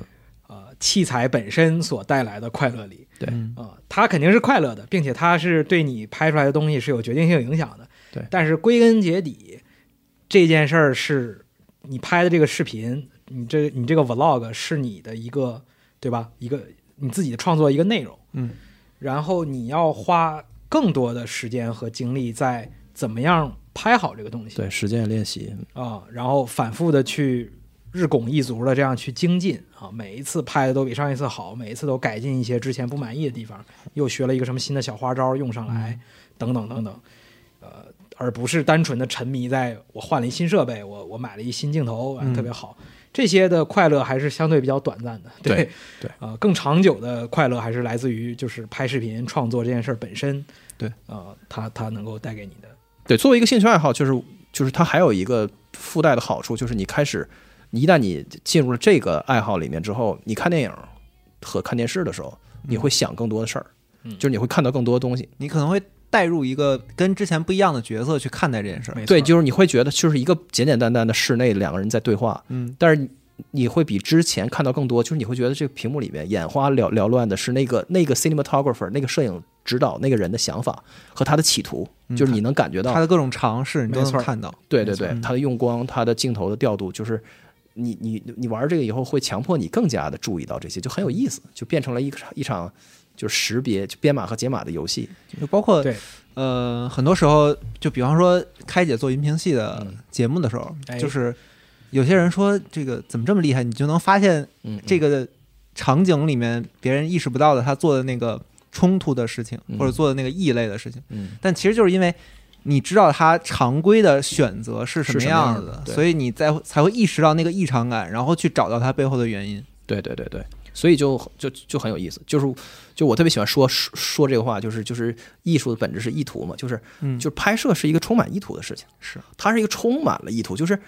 D: 呃，器材本身所带来的快乐里。
C: 对
D: 啊、它肯定是快乐的，并且它是对你拍出来的东西是有决定性影响的。
C: 对
D: 但是归根结底，这件事儿是你拍的这个视频，你这你这个 vlog 是你的一个对吧？一个你自己的创作一个内容。
B: 嗯，
D: 然后你要花更多的时间和精力在怎么样拍好这个东西。
C: 对，实践练习，嗯
D: 啊，然后反复的去日拱一卒的这样去精进啊，每一次拍的都比上一次好，每一次都改进一些之前不满意的地方，又学了一个什么新的小花招用上来，等等等等，呃，而不是单纯的沉迷在我换了一新设备，我我买了一新镜头，啊、特别好。这些的快乐还是相对比较短暂的，
C: 对
D: 对
C: 对
D: 啊、更长久的快乐还是来自于就是拍视频创作这件事儿本身，
C: 对
D: 啊、它它能够带给你的
C: 对，作为一个兴趣爱好，就是就是它还有一个附带的好处，就是你开始，你一旦你进入了这个爱好里面之后，你看电影和看电视的时候，你会想更多的事儿，
D: 嗯
C: 就是你会看到更多的东西。
B: 你可能会带入一个跟之前不一样的角色去看待这件事儿。
D: 没错
C: 对，就是你会觉得就是一个简简单单的室内两个人在对话，
B: 嗯，
C: 但是你你会比之前看到更多，就是你会觉得这个屏幕里面眼花缭缭乱的是那个那个 cinematographer 那个摄影指导那个人的想法和他的企图，
B: 嗯
C: 就是你能感觉到
B: 他的各种尝试你都
D: 没错
B: 能看到。
C: 对
B: 没
C: 对
B: 错嗯
C: 对，它的用光、它的镜头的调度，就是你你你玩这个以后会强迫你更加的注意到这些，就很有意思，就变成了一个一场就是识别就编码和解码的游戏。
B: 就包括
D: 对
B: 呃，很多时候，就比方说开姐做音频系的
C: 嗯
B: 节目的时候，
D: 哎
B: 就是有些人说这个怎么这么厉害，你就能发现
C: 嗯，
B: 这
C: 个
B: 个场景里面别人意识不到的他做的那个冲突的事情，
C: 嗯
B: 或者做的那个异类的事情。
C: 嗯
B: 但其实就是因为你知道他常规的选择是什
C: 是
B: 么
C: 什么样
B: 样子
C: 的
B: 的，
C: 对
B: 所以你在才会意识到那个异常感，然后去找到它背后的原因。
C: 对对对对，所以就就就很有意思，就是就我特别喜欢说说说这个话，就是就是艺术的本质是意图嘛，就是
B: 嗯，
C: 就是拍摄是一个充满意图的事情，
B: 是
C: 它是一个充满了意图，就是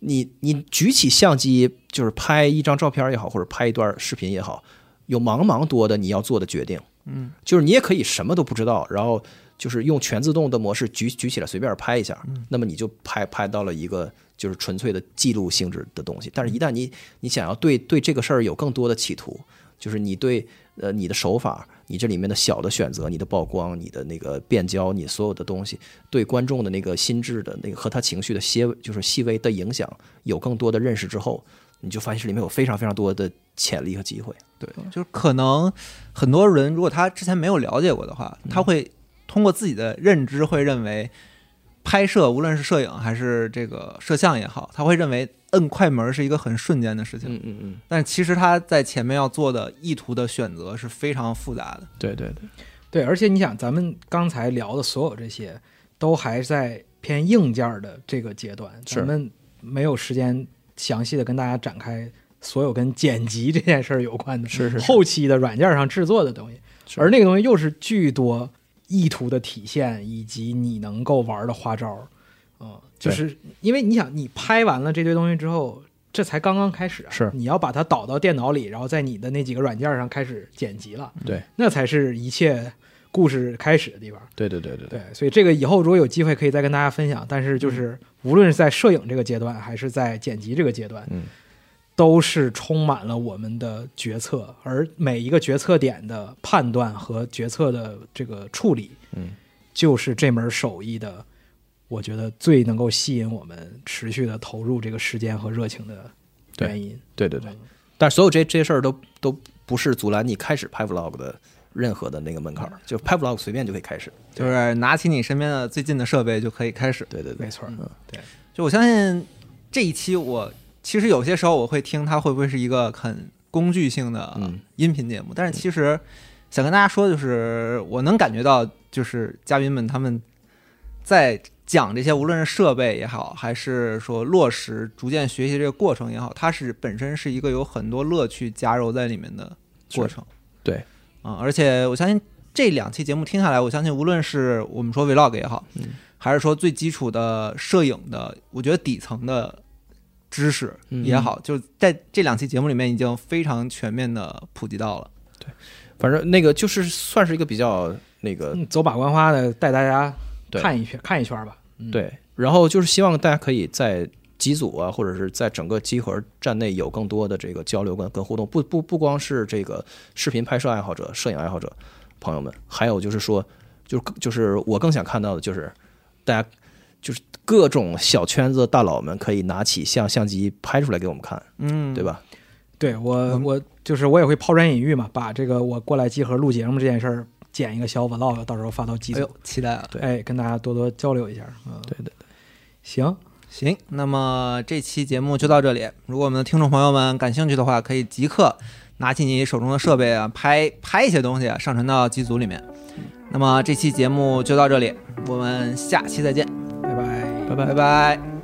C: 你你举起相机，就是拍一张照片也好，或者拍一段视频也好，有茫茫多的你要做的决定，
B: 嗯，
C: 就是你也可以什么都不知道，然后就是用全自动的模式举举起来随便拍一下，
B: 嗯
C: 那么你就拍拍到了一个就是纯粹的记录性质的东西，
B: 嗯
C: 但是一旦你你想要对对这个事儿有更多的企图，就是你对呃你的手法，你这里面的小的选择，你的曝光，你的那个变焦，你所有的东西，对观众的那个心智的那个和他情绪的些就是细微的影响有更多的认识之后，你就发现这里面有非常非常多的潜力和机会。
B: 对，就是可能很多人如果他之前没有了解过的话，他会通过自己的认知会认为拍摄，无论是摄影还是这个摄像也好，他会认为摁快门是一个很瞬间的事情。
C: 嗯嗯，
B: 但其实他在前面要做的意图的选择是非常复杂的。
C: 对对对，
D: 对，而且你想，咱们刚才聊的所有这些，都还在偏硬件儿的这个阶段，
C: 是
D: 咱们没有时间详细的跟大家展开所有跟剪辑这件事儿有关的，
C: 是是是
D: 后期的软件上制作的东西，
C: 是
D: 而那个东西又是巨多意图的体现，以及你能够玩的花招儿，嗯、就是因为你想，你拍完了这堆东西之后。这才刚刚开始啊！
C: 是
D: 你要把它导到电脑里，然后在你的那几个软件上开始剪辑了。
C: 对
D: 那才是一切故事开始的地方。
C: 对对对对对
D: 对，所以这个以后如果有机会可以再跟大家分享。但是就是无论是在摄影这个阶段，还是在剪辑这个阶段，
C: 嗯，
D: 都是充满了我们的决策，而每一个决策点的判断和决策的这个处理，
C: 嗯，
D: 就是这门手艺的，我觉得最能够吸引我们持续的投入这个时间和热情的
C: 对
D: 原因。
C: 对对对。但是所有这这些事儿都都不是阻拦你开始拍 vlog 的任何的那个门槛儿，就拍 vlog 随便就可以开始。
B: 就是拿起你身边的最近的设备就可以开始。
C: 对对对
D: 没，错儿，对，
B: 就我相信这一期我其实有些时候我会听它会不会是一个很工具性的
C: 嗯
B: 音频节目，但是其实想跟大家说，就是我能感觉到，就是嘉宾们他们在讲这些，无论是设备也好，还是说落实逐渐学习这个过程也好，它是本身是一个有很多乐趣夹糅在里面的过程。
C: 对
B: 啊、而且我相信这两期节目听下来，我相信无论是我们说 vlog 也好，
C: 嗯
B: 还是说最基础的摄影的，我觉得底层的知识
C: 嗯
B: 也好，就是在这两期节目里面已经非常全面的普及到了。
C: 反正那个就是算是一个比较那个
D: 嗯走马观花的带大家
C: 对
D: 看一圈，看一圈吧。嗯，
C: 对，然后就是希望大家可以在机组啊，或者是在整个集合站内有更多的这个交流跟跟互动，不不不光是这个视频拍摄爱好者、摄影爱好者朋友们，还有就是说，就是就是我更想看到的就是大家就是各种小圈子的大佬们可以拿起相相机拍出来给我们看，
B: 嗯
C: 对？吧？
D: 对我
B: 嗯
D: 我就是我也会抛砖引玉嘛，把这个我过来集合录节目这件事儿剪一个小 vlog，到时候发到机
B: 哎
D: 组
B: 呦，，期待啊！
C: 对
D: 哎，跟大家多多交流一下。嗯，
C: 对对
D: 行，
B: 行，那么这期节目就到这里。如果我们的听众朋友们感兴趣的话，可以即刻拿起你手中的设备啊，拍拍一些东西啊，上传到机组里面。那么这期节目就到这里，我们下期再见，
D: 拜拜。
C: 拜拜
B: 拜拜。